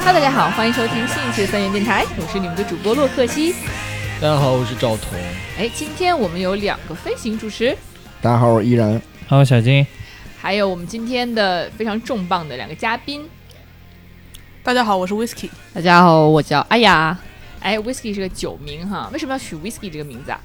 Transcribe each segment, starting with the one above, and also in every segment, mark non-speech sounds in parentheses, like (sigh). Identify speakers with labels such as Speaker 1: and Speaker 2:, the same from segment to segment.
Speaker 1: 哈，大家好，欢迎收听新一期的三元电台，我是你们的主播洛克西。
Speaker 2: 大家好，我是赵彤。
Speaker 1: 哎，今天我们有两个飞行主持，
Speaker 3: 大家好，我依然。
Speaker 4: 好，小金，
Speaker 1: 还有我们今天的非常重磅的两个嘉宾。
Speaker 5: 大家好，我是 Whisky。
Speaker 6: 大家好，我叫阿雅。
Speaker 1: 哎，Whisky 是个酒名哈，为什么要取 Whisky 这个名字啊？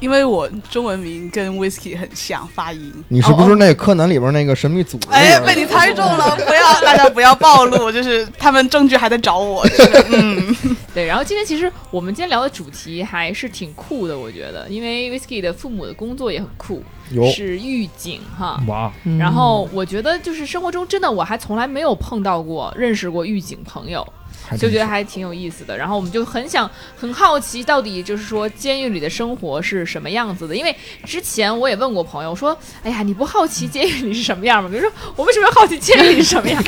Speaker 5: 因为我中文名跟 Whisky 很像，发音。
Speaker 3: 你是不是那柯南里边那个神秘组
Speaker 1: 哦
Speaker 3: 织？
Speaker 5: 哎，被你猜中了！不要，大家不要暴露，就是他们证据还在找 (laughs) 我。就是嗯，
Speaker 1: 对，然后今天其实我们今天聊的主题还是挺酷的，我觉得，因为 Whisky 的父母的工作也很酷，
Speaker 3: 有
Speaker 1: 是狱警哈。
Speaker 4: 哇，
Speaker 3: 嗯
Speaker 1: 然后我觉得就是生活中真的我还从来没有碰到过、认识过狱警朋友，
Speaker 3: 还
Speaker 1: 就
Speaker 3: 真
Speaker 1: 觉得
Speaker 3: 是
Speaker 1: 还挺有意思的。然后我们就很想、很好奇，到底就是说监狱里的生活是什么样子的？因为之前我也问过朋友，我说：“哎呀，你不好奇监狱里是什么样吗？”比如说，我为什么要好奇监狱里是什么样？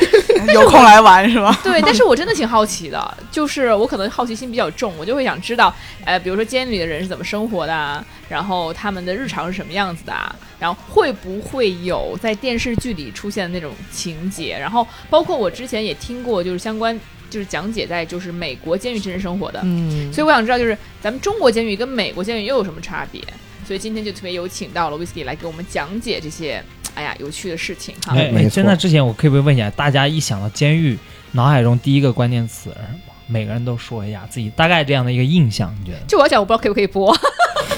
Speaker 5: 有空来玩是
Speaker 6: (laughs)
Speaker 5: 吧？
Speaker 1: 对，但是我真的挺好奇的，就是我可能好奇心比较重，我就会想知道，呃，比如说监狱里的人是怎么生活的啊，然后他们的日常是什么样子的啊，然后会不会有在电视剧里出现的那种情节，然后包括我之前也听过，就是相关就是讲解在就是美国监狱真实生活的，
Speaker 6: 嗯，
Speaker 1: 所以我想知道就是咱们中国监狱跟美国监狱又有什么差别，所以今天就特别有请到了 Whisky 来给我们讲解这些，哎呀有趣的事情哈。
Speaker 4: 哎，
Speaker 3: 没
Speaker 4: 哎
Speaker 3: 错
Speaker 4: 在那之前，我可以不可以问一下，大家一想到监狱，脑海中第一个关键词是什么？每个人都说一下自己大概这样的一个印象，你觉得？
Speaker 1: 就我要讲，我不知道可不可以
Speaker 6: (laughs)
Speaker 1: 播，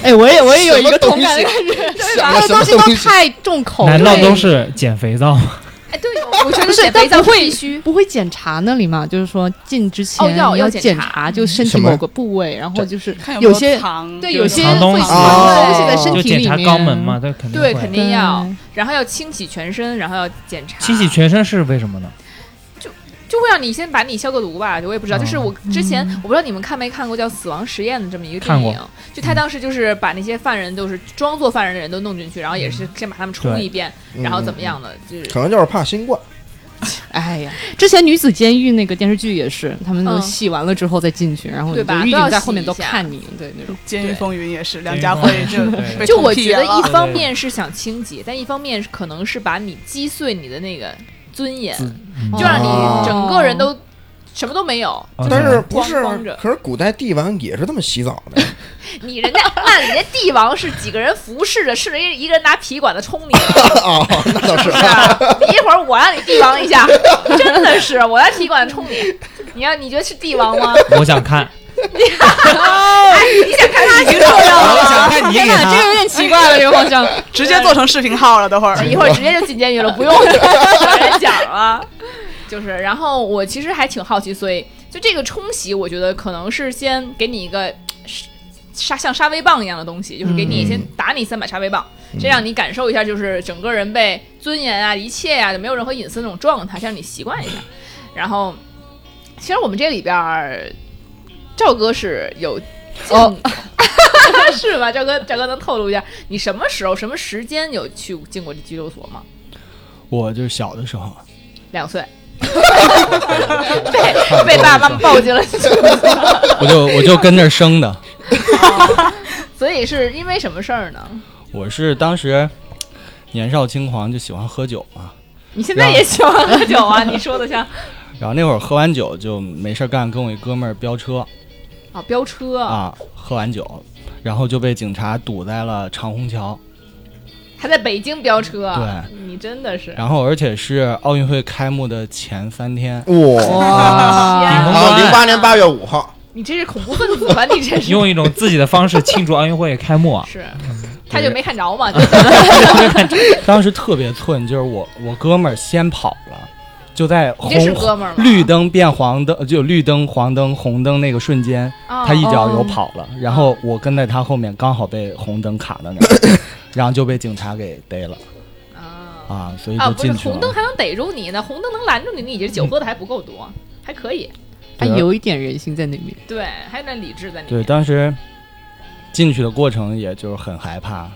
Speaker 6: 哎，我也我也有一
Speaker 3: 什么
Speaker 6: 个
Speaker 3: 东
Speaker 6: 同感的
Speaker 3: 西
Speaker 6: 感觉，
Speaker 3: (laughs)
Speaker 1: (laughs)
Speaker 3: 想了
Speaker 6: 这
Speaker 3: 什
Speaker 6: 个
Speaker 3: 么
Speaker 6: 东西
Speaker 3: 东
Speaker 6: 都
Speaker 3: 西？
Speaker 6: 太重口味。
Speaker 4: 难道都是捡肥皂吗？
Speaker 1: 哎，对，我觉得
Speaker 6: 不是
Speaker 1: 减肥
Speaker 6: 但
Speaker 1: 皂
Speaker 6: 不会
Speaker 1: 必须。
Speaker 6: 不会检查那里嘛？就是说进之前
Speaker 1: 哦要
Speaker 6: 你
Speaker 1: 要
Speaker 6: 要
Speaker 1: 检查嗯
Speaker 6: 查，就身
Speaker 3: 什
Speaker 6: 体
Speaker 3: 么
Speaker 6: 某个部位，然后就是
Speaker 5: 看
Speaker 6: 有
Speaker 5: 没
Speaker 6: 些
Speaker 5: 糖，
Speaker 1: 对
Speaker 5: 就
Speaker 1: 有
Speaker 5: 是
Speaker 6: 些
Speaker 4: 藏
Speaker 6: 会
Speaker 4: 东
Speaker 6: 藏
Speaker 4: 西
Speaker 1: 啊
Speaker 6: 东西在身
Speaker 4: 就
Speaker 6: 体
Speaker 4: 检
Speaker 6: 里
Speaker 4: 查
Speaker 6: 面。
Speaker 4: 肛门嘛？？对，肯定
Speaker 1: 对，
Speaker 4: 会。
Speaker 1: 肯
Speaker 6: 对
Speaker 1: 定要，然后要清洗全身，然后要检查，
Speaker 4: 清洗全身是为什么呢？
Speaker 1: 就会让你先把你消个毒吧，我也不知道，就是
Speaker 4: 哦
Speaker 1: 我之前
Speaker 6: 嗯
Speaker 1: 我不知道你们看没看过叫《死亡实验》的这么一个电
Speaker 4: 看过
Speaker 1: 影，就他当时就是把那些犯人都是装作犯人的人都弄进去，然后也是先把他们冲
Speaker 4: 对
Speaker 1: 一遍，
Speaker 3: 嗯
Speaker 1: (laughs) 然后怎么？样的，就是
Speaker 3: 可能就是怕新冠。
Speaker 6: 哎呀，之前女子监狱那个电视剧也是，他们都
Speaker 1: 嗯
Speaker 6: 洗完了之后再进去，然后
Speaker 1: 对吧
Speaker 6: 狱
Speaker 1: 都要
Speaker 6: 警在
Speaker 1: 洗
Speaker 6: 后面
Speaker 1: 一
Speaker 6: 都
Speaker 1: 下
Speaker 6: 看你，对那种。
Speaker 5: 监狱风云也是，梁
Speaker 4: 监狱
Speaker 5: 家
Speaker 4: 风
Speaker 5: 辉
Speaker 4: 云
Speaker 5: 就是被
Speaker 4: 对
Speaker 1: 就
Speaker 5: 捅
Speaker 1: 我
Speaker 5: 屁
Speaker 1: 觉得
Speaker 5: 眼了
Speaker 1: 一方
Speaker 4: 对
Speaker 1: 面是想清洁，但一方面是可能是把你击碎你的那个尊严，
Speaker 4: 嗯
Speaker 1: 就让你整个人
Speaker 6: 哦
Speaker 1: 都什么都没有，
Speaker 4: 哦
Speaker 3: 但是不
Speaker 1: 光
Speaker 3: 是
Speaker 1: 光着？
Speaker 3: 可是古代帝王也是这么洗澡的，
Speaker 1: 嗯你人家那人家帝王是几个人服侍着，是人一个人拿皮管子冲你，
Speaker 3: 哦，那
Speaker 1: (laughs)
Speaker 3: 倒是
Speaker 1: 是。吧？你一会儿我让你帝王一下，真的是我拿皮管子冲你，你要你觉得是帝王吗？
Speaker 4: 我想看，
Speaker 1: 你想看他已经做
Speaker 5: (laughs)
Speaker 1: 到
Speaker 4: 我
Speaker 1: 了。
Speaker 4: 想看你给
Speaker 6: 啊 (laughs) 天哪，这个
Speaker 4: 他。
Speaker 6: 有点奇怪了，这个
Speaker 4: (laughs)
Speaker 6: 方向。
Speaker 4: 啊
Speaker 5: 直接做成视频号了，等会儿。
Speaker 1: 一会儿直接就进监狱了，不用来讲了。就是，然后我其实还挺好奇，所以就这个冲洗，我觉得可能是先给你一个是沙像沙威棒一样的东西，就是给你
Speaker 3: 嗯
Speaker 1: 先打你三百沙威棒，这样你感受一下，就是整个人被尊严啊、一切呀、就没有任何隐私那种状态，这样你习惯一下。然后，其实我们这里边儿，赵哥是有
Speaker 6: 哦
Speaker 1: 进 (laughs) 是吧？赵哥，赵哥能透露一下，你什么时候、什么时间有去进过这拘留所吗？
Speaker 2: 我就是小的时候，
Speaker 1: 两
Speaker 2: (laughs)
Speaker 1: 岁，被被爸妈抱进了拘留所， (laughs)
Speaker 2: 我就我就跟着生的。
Speaker 1: 所以是因为什么事儿呢？
Speaker 2: 我是当时年少轻狂，就喜欢喝酒嘛。
Speaker 1: 你现在也喜欢喝酒啊？你说的像
Speaker 2: 然后那会儿喝完酒就没事儿干，跟我一哥们儿飙车
Speaker 1: (laughs) 啊飙车，
Speaker 2: 啊，喝完酒，然后就被警察堵在了长虹桥。
Speaker 1: 还在北京飙车，啊
Speaker 2: 对，啊
Speaker 1: 你真的是
Speaker 2: 然后而且是奥运会开幕的前三
Speaker 1: (laughs)
Speaker 2: 天，
Speaker 3: 哇，
Speaker 1: 天
Speaker 4: 啊
Speaker 3: 啊，零八年八月五号，
Speaker 1: 你这是恐怖分子吧？你这是
Speaker 4: 用一种自己的方式庆祝奥运会开幕啊！
Speaker 1: 是，他就没看着嘛，就
Speaker 2: 当时特别寸，就是我我哥们儿先跑了，就在
Speaker 1: 你
Speaker 2: 红
Speaker 1: 这是哥们儿吗？
Speaker 2: 绿灯变黄灯，就绿灯、黄灯、红灯那个瞬间，
Speaker 1: 啊，
Speaker 2: 他一脚
Speaker 6: 哦
Speaker 2: 油跑了，然后我跟在他后面，刚好被红灯卡到
Speaker 1: (laughs)
Speaker 2: 那儿，然后就被警察给逮了
Speaker 1: 啊
Speaker 2: 啊，所以
Speaker 1: 啊，
Speaker 2: 就
Speaker 1: 不是
Speaker 2: 进去
Speaker 1: 红灯
Speaker 2: 了。
Speaker 1: 还能逮住你呢，红灯能拦住你，你这酒喝的还不够多，还可以，
Speaker 6: 他
Speaker 2: 对
Speaker 6: 哎有一点人性在那边。
Speaker 1: 对，还有点理智在里
Speaker 2: 对，
Speaker 1: 面。
Speaker 2: 当时进去的过程也就是很害怕，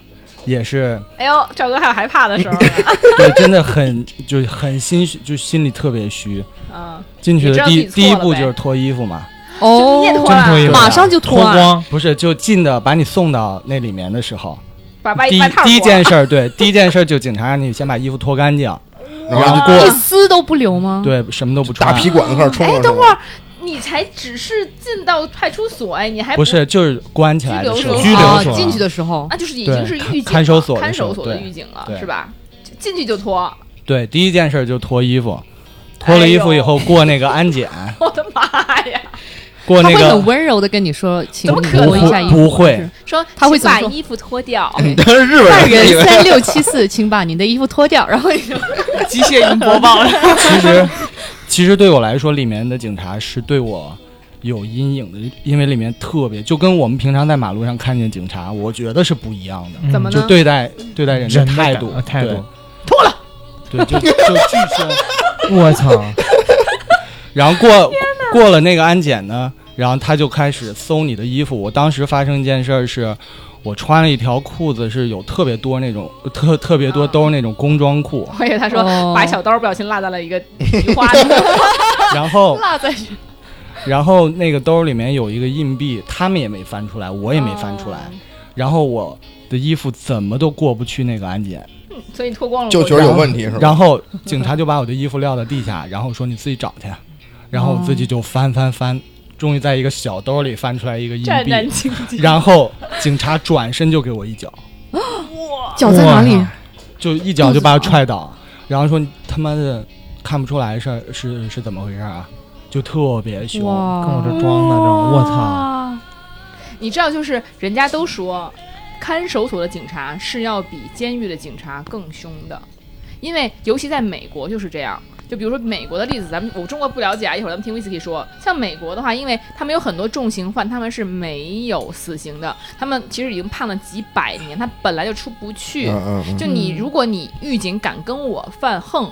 Speaker 2: 也是
Speaker 1: (laughs) 哎呦，赵哥还有害怕的时候呢，
Speaker 2: (laughs) 对，真的很就是很心虚，就心里特别虚。
Speaker 1: 啊，
Speaker 2: 进去
Speaker 1: 也知
Speaker 2: 的
Speaker 1: 道
Speaker 2: 第
Speaker 1: 自己
Speaker 2: 一第一
Speaker 1: 错了
Speaker 2: 步
Speaker 1: 呗
Speaker 2: 就是脱衣服嘛，
Speaker 1: 就你也脱
Speaker 4: 真脱衣
Speaker 1: 了
Speaker 4: 服，
Speaker 6: 马上就
Speaker 4: 脱
Speaker 6: 脱啊！
Speaker 4: 光，
Speaker 2: 不是就进的把你送到那里面的时候，
Speaker 1: 把外
Speaker 2: 第一
Speaker 1: 外套
Speaker 2: 第一
Speaker 1: 脱了 (laughs)
Speaker 2: 件事儿，对，第一件事儿就警察让你先把衣服脱干净，
Speaker 3: 然后
Speaker 2: 然后
Speaker 6: 一丝都不留
Speaker 1: 嗯
Speaker 6: 吗？，
Speaker 2: 对，什么都不穿。
Speaker 3: 大皮管子开始冲
Speaker 1: 哎
Speaker 3: 了，，
Speaker 1: 等会儿，你才只是进到派出所，哎，你还
Speaker 2: 不是，就是关起来的
Speaker 1: 拘
Speaker 2: 时
Speaker 1: 留
Speaker 2: 候
Speaker 1: 时。
Speaker 4: 拘留
Speaker 6: 啊
Speaker 4: 所，
Speaker 6: 进去的时候
Speaker 1: 那就是已经是
Speaker 2: 对
Speaker 1: 预警了
Speaker 2: 看看守所的
Speaker 1: 看
Speaker 2: 时候
Speaker 1: 守所的
Speaker 2: 对
Speaker 1: 预警了，
Speaker 2: 对
Speaker 1: 是吧？就进去就脱， (laughs)
Speaker 2: 对，第一件事就脱衣
Speaker 1: 哎
Speaker 2: 服，脱了衣服以后过那个安检，
Speaker 1: 我的妈呀！
Speaker 2: 过
Speaker 6: 他
Speaker 2: 那
Speaker 6: 会
Speaker 2: 个
Speaker 6: 很温柔的跟你说，请
Speaker 1: 怎
Speaker 6: 你
Speaker 1: 么可
Speaker 6: 脱一下
Speaker 1: 能
Speaker 6: 衣
Speaker 2: 不
Speaker 6: 服。
Speaker 2: 不会
Speaker 6: 是，
Speaker 1: 说
Speaker 6: 他会
Speaker 1: 请把
Speaker 6: 怎么说
Speaker 1: 衣服脱
Speaker 2: (laughs)
Speaker 1: 掉，
Speaker 3: 日
Speaker 6: 犯
Speaker 3: 本以
Speaker 6: 人
Speaker 3: 为
Speaker 6: 三六七四，请把您的衣服脱掉，然后你就
Speaker 5: 机械音播 (laughs) 报了。
Speaker 2: 其实， (laughs) 其实对我来说，里面的警察是对我有阴影的，因为里面特别就跟我们平常在马路上看见警察，我觉得是不一样的，
Speaker 4: 嗯
Speaker 1: 怎么呢
Speaker 2: 就对待对待人的
Speaker 4: 人的
Speaker 2: 态
Speaker 4: 感
Speaker 2: 度
Speaker 4: 呃态度，
Speaker 2: 对，对就就巨凶。
Speaker 4: 我
Speaker 6: (laughs)
Speaker 4: 操！
Speaker 2: 然后过过了那个安检呢，然后他就开始搜你的衣服。我当时发生一件事儿是，我穿了一条裤子是有特别多那种特特别多
Speaker 1: 啊
Speaker 2: 兜儿那种工装裤，
Speaker 1: 我以为他说
Speaker 6: 哦
Speaker 1: 把小刀不小心落在了一个菊花里，
Speaker 2: (laughs) 然后
Speaker 6: 落在
Speaker 2: 然后那个兜儿里面有一个硬币，他们也没翻出来，我也没翻出来。然后我的衣服怎么都过不去那个安检，
Speaker 1: 所以脱光了
Speaker 3: 就觉得有问题是吧？
Speaker 2: 然后警察就把我的衣服撂到地下，然后说你自己找去。然后我自己就翻翻翻，终于在一个小兜里翻出来一个硬
Speaker 1: 战战
Speaker 2: 币，
Speaker 1: 兢兢。
Speaker 2: 然后警察转身就给我一脚，
Speaker 6: 脚在哪里？
Speaker 2: 就一脚就把我踹倒，然后说你他妈的看不出来是是是怎么回事啊，就特别凶。
Speaker 4: 跟我
Speaker 6: 哇
Speaker 4: 这！装的这种，我操！
Speaker 6: 哦
Speaker 1: 你知道，就是人家都说，看守所的警察是要比监狱的警察更凶的，因为尤其在美国就是这样。就比如说美国的例子，咱们我中国不了解啊，一会儿咱们听威斯可以说。像美国的话，因为他们有很多重刑犯，他们是没有死刑的，他们其实已经判了几百年，他本来就出不去。
Speaker 3: 嗯嗯嗯
Speaker 1: 就你，
Speaker 6: 嗯
Speaker 1: 如果你狱警敢跟我犯横，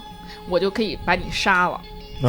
Speaker 1: 我就可以把你杀了。
Speaker 3: 啊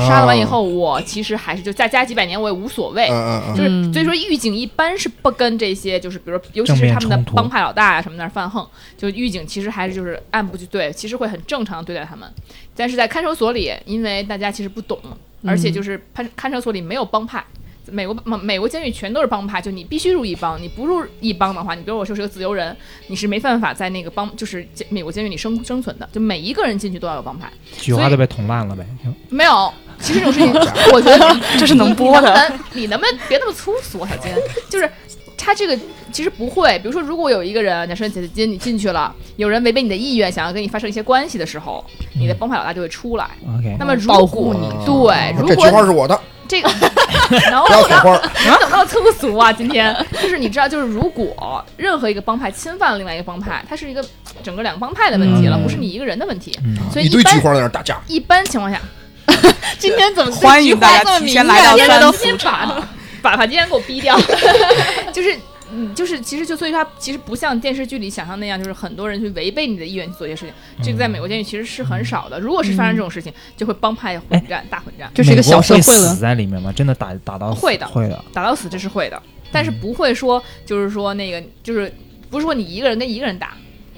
Speaker 1: 杀了完以，后，哎我其实还是就再加几百年，我也无所谓。
Speaker 3: 嗯嗯
Speaker 4: 啊
Speaker 3: 嗯
Speaker 1: 就是
Speaker 6: 嗯
Speaker 1: 所以说，狱警一般是不跟这些，就是比如说，尤其
Speaker 4: 正
Speaker 1: 是
Speaker 4: 面
Speaker 1: 他们的
Speaker 4: 冲突
Speaker 1: 帮派老大呀、啊什么那儿犯横，就狱警其实还是就是按部就对，其实会很正常地对待他们。但是在看守所里，因为大家其实不懂，而且就是看看守所里没有帮派。美国美美国监狱全都是帮派，就你必须入一帮，你不入一帮的话，你比如我就是个自由人，你是没办法在那个帮就是监美国监狱里生生存的。就每一个人进去都要有帮派，
Speaker 4: 菊花都被捅烂了呗，就
Speaker 1: 没有，其实这种事情，
Speaker 5: (laughs)
Speaker 1: 我觉得 (laughs) 你
Speaker 5: 这是能播的。
Speaker 1: 你你能不能你能不能别那么粗俗，啊小金？就是他这个其实不会。比如说，如果有一个人，假设姐姐金你进去了，有人违背你的意愿，想要跟你发生一些关系的时候，你的帮派老大就会出来。
Speaker 4: OK。
Speaker 1: 那么如
Speaker 6: 保
Speaker 1: 果
Speaker 6: 护
Speaker 3: 嗯
Speaker 6: 你
Speaker 3: 嗯
Speaker 1: 对，如
Speaker 3: 这菊花
Speaker 1: 果
Speaker 3: 是我的，
Speaker 1: 这个 (laughs) 能
Speaker 3: 不要采花。
Speaker 1: 能怎么到粗俗啊？今天就是你知道，就是如果任何一个帮派侵犯了另外一个帮派，它是一个整个两个帮派的问题了，
Speaker 4: 嗯
Speaker 1: 不是你一个人的问题。
Speaker 4: 嗯
Speaker 1: 所以
Speaker 3: 一
Speaker 1: 一
Speaker 3: 堆菊
Speaker 1: 般
Speaker 3: 花在那儿打架，
Speaker 1: 一般情况下，
Speaker 6: 今天怎么
Speaker 5: 欢迎大家提前来到
Speaker 1: 今天
Speaker 5: 三
Speaker 1: 都
Speaker 5: 福
Speaker 1: 先把
Speaker 5: (laughs) 场。
Speaker 1: 把把今天给我逼
Speaker 5: (laughs)
Speaker 1: 掉，就是。嗯，就是其实就所以说，其实不像电视剧里想象那样，就是很多人去违背你的意愿去做一些事情。这个在美国监狱其实是很少的。如果是发生这种事情，就会帮派混战、大混战，
Speaker 6: 这是一个小社
Speaker 4: 美国
Speaker 6: 会
Speaker 4: 会
Speaker 6: 了
Speaker 4: 死，在里面吗？真的打打到死
Speaker 1: 会的
Speaker 4: 会的。
Speaker 1: 打到死这是会的，但是不会说就是说那个就是不是说你一个人跟一个人打，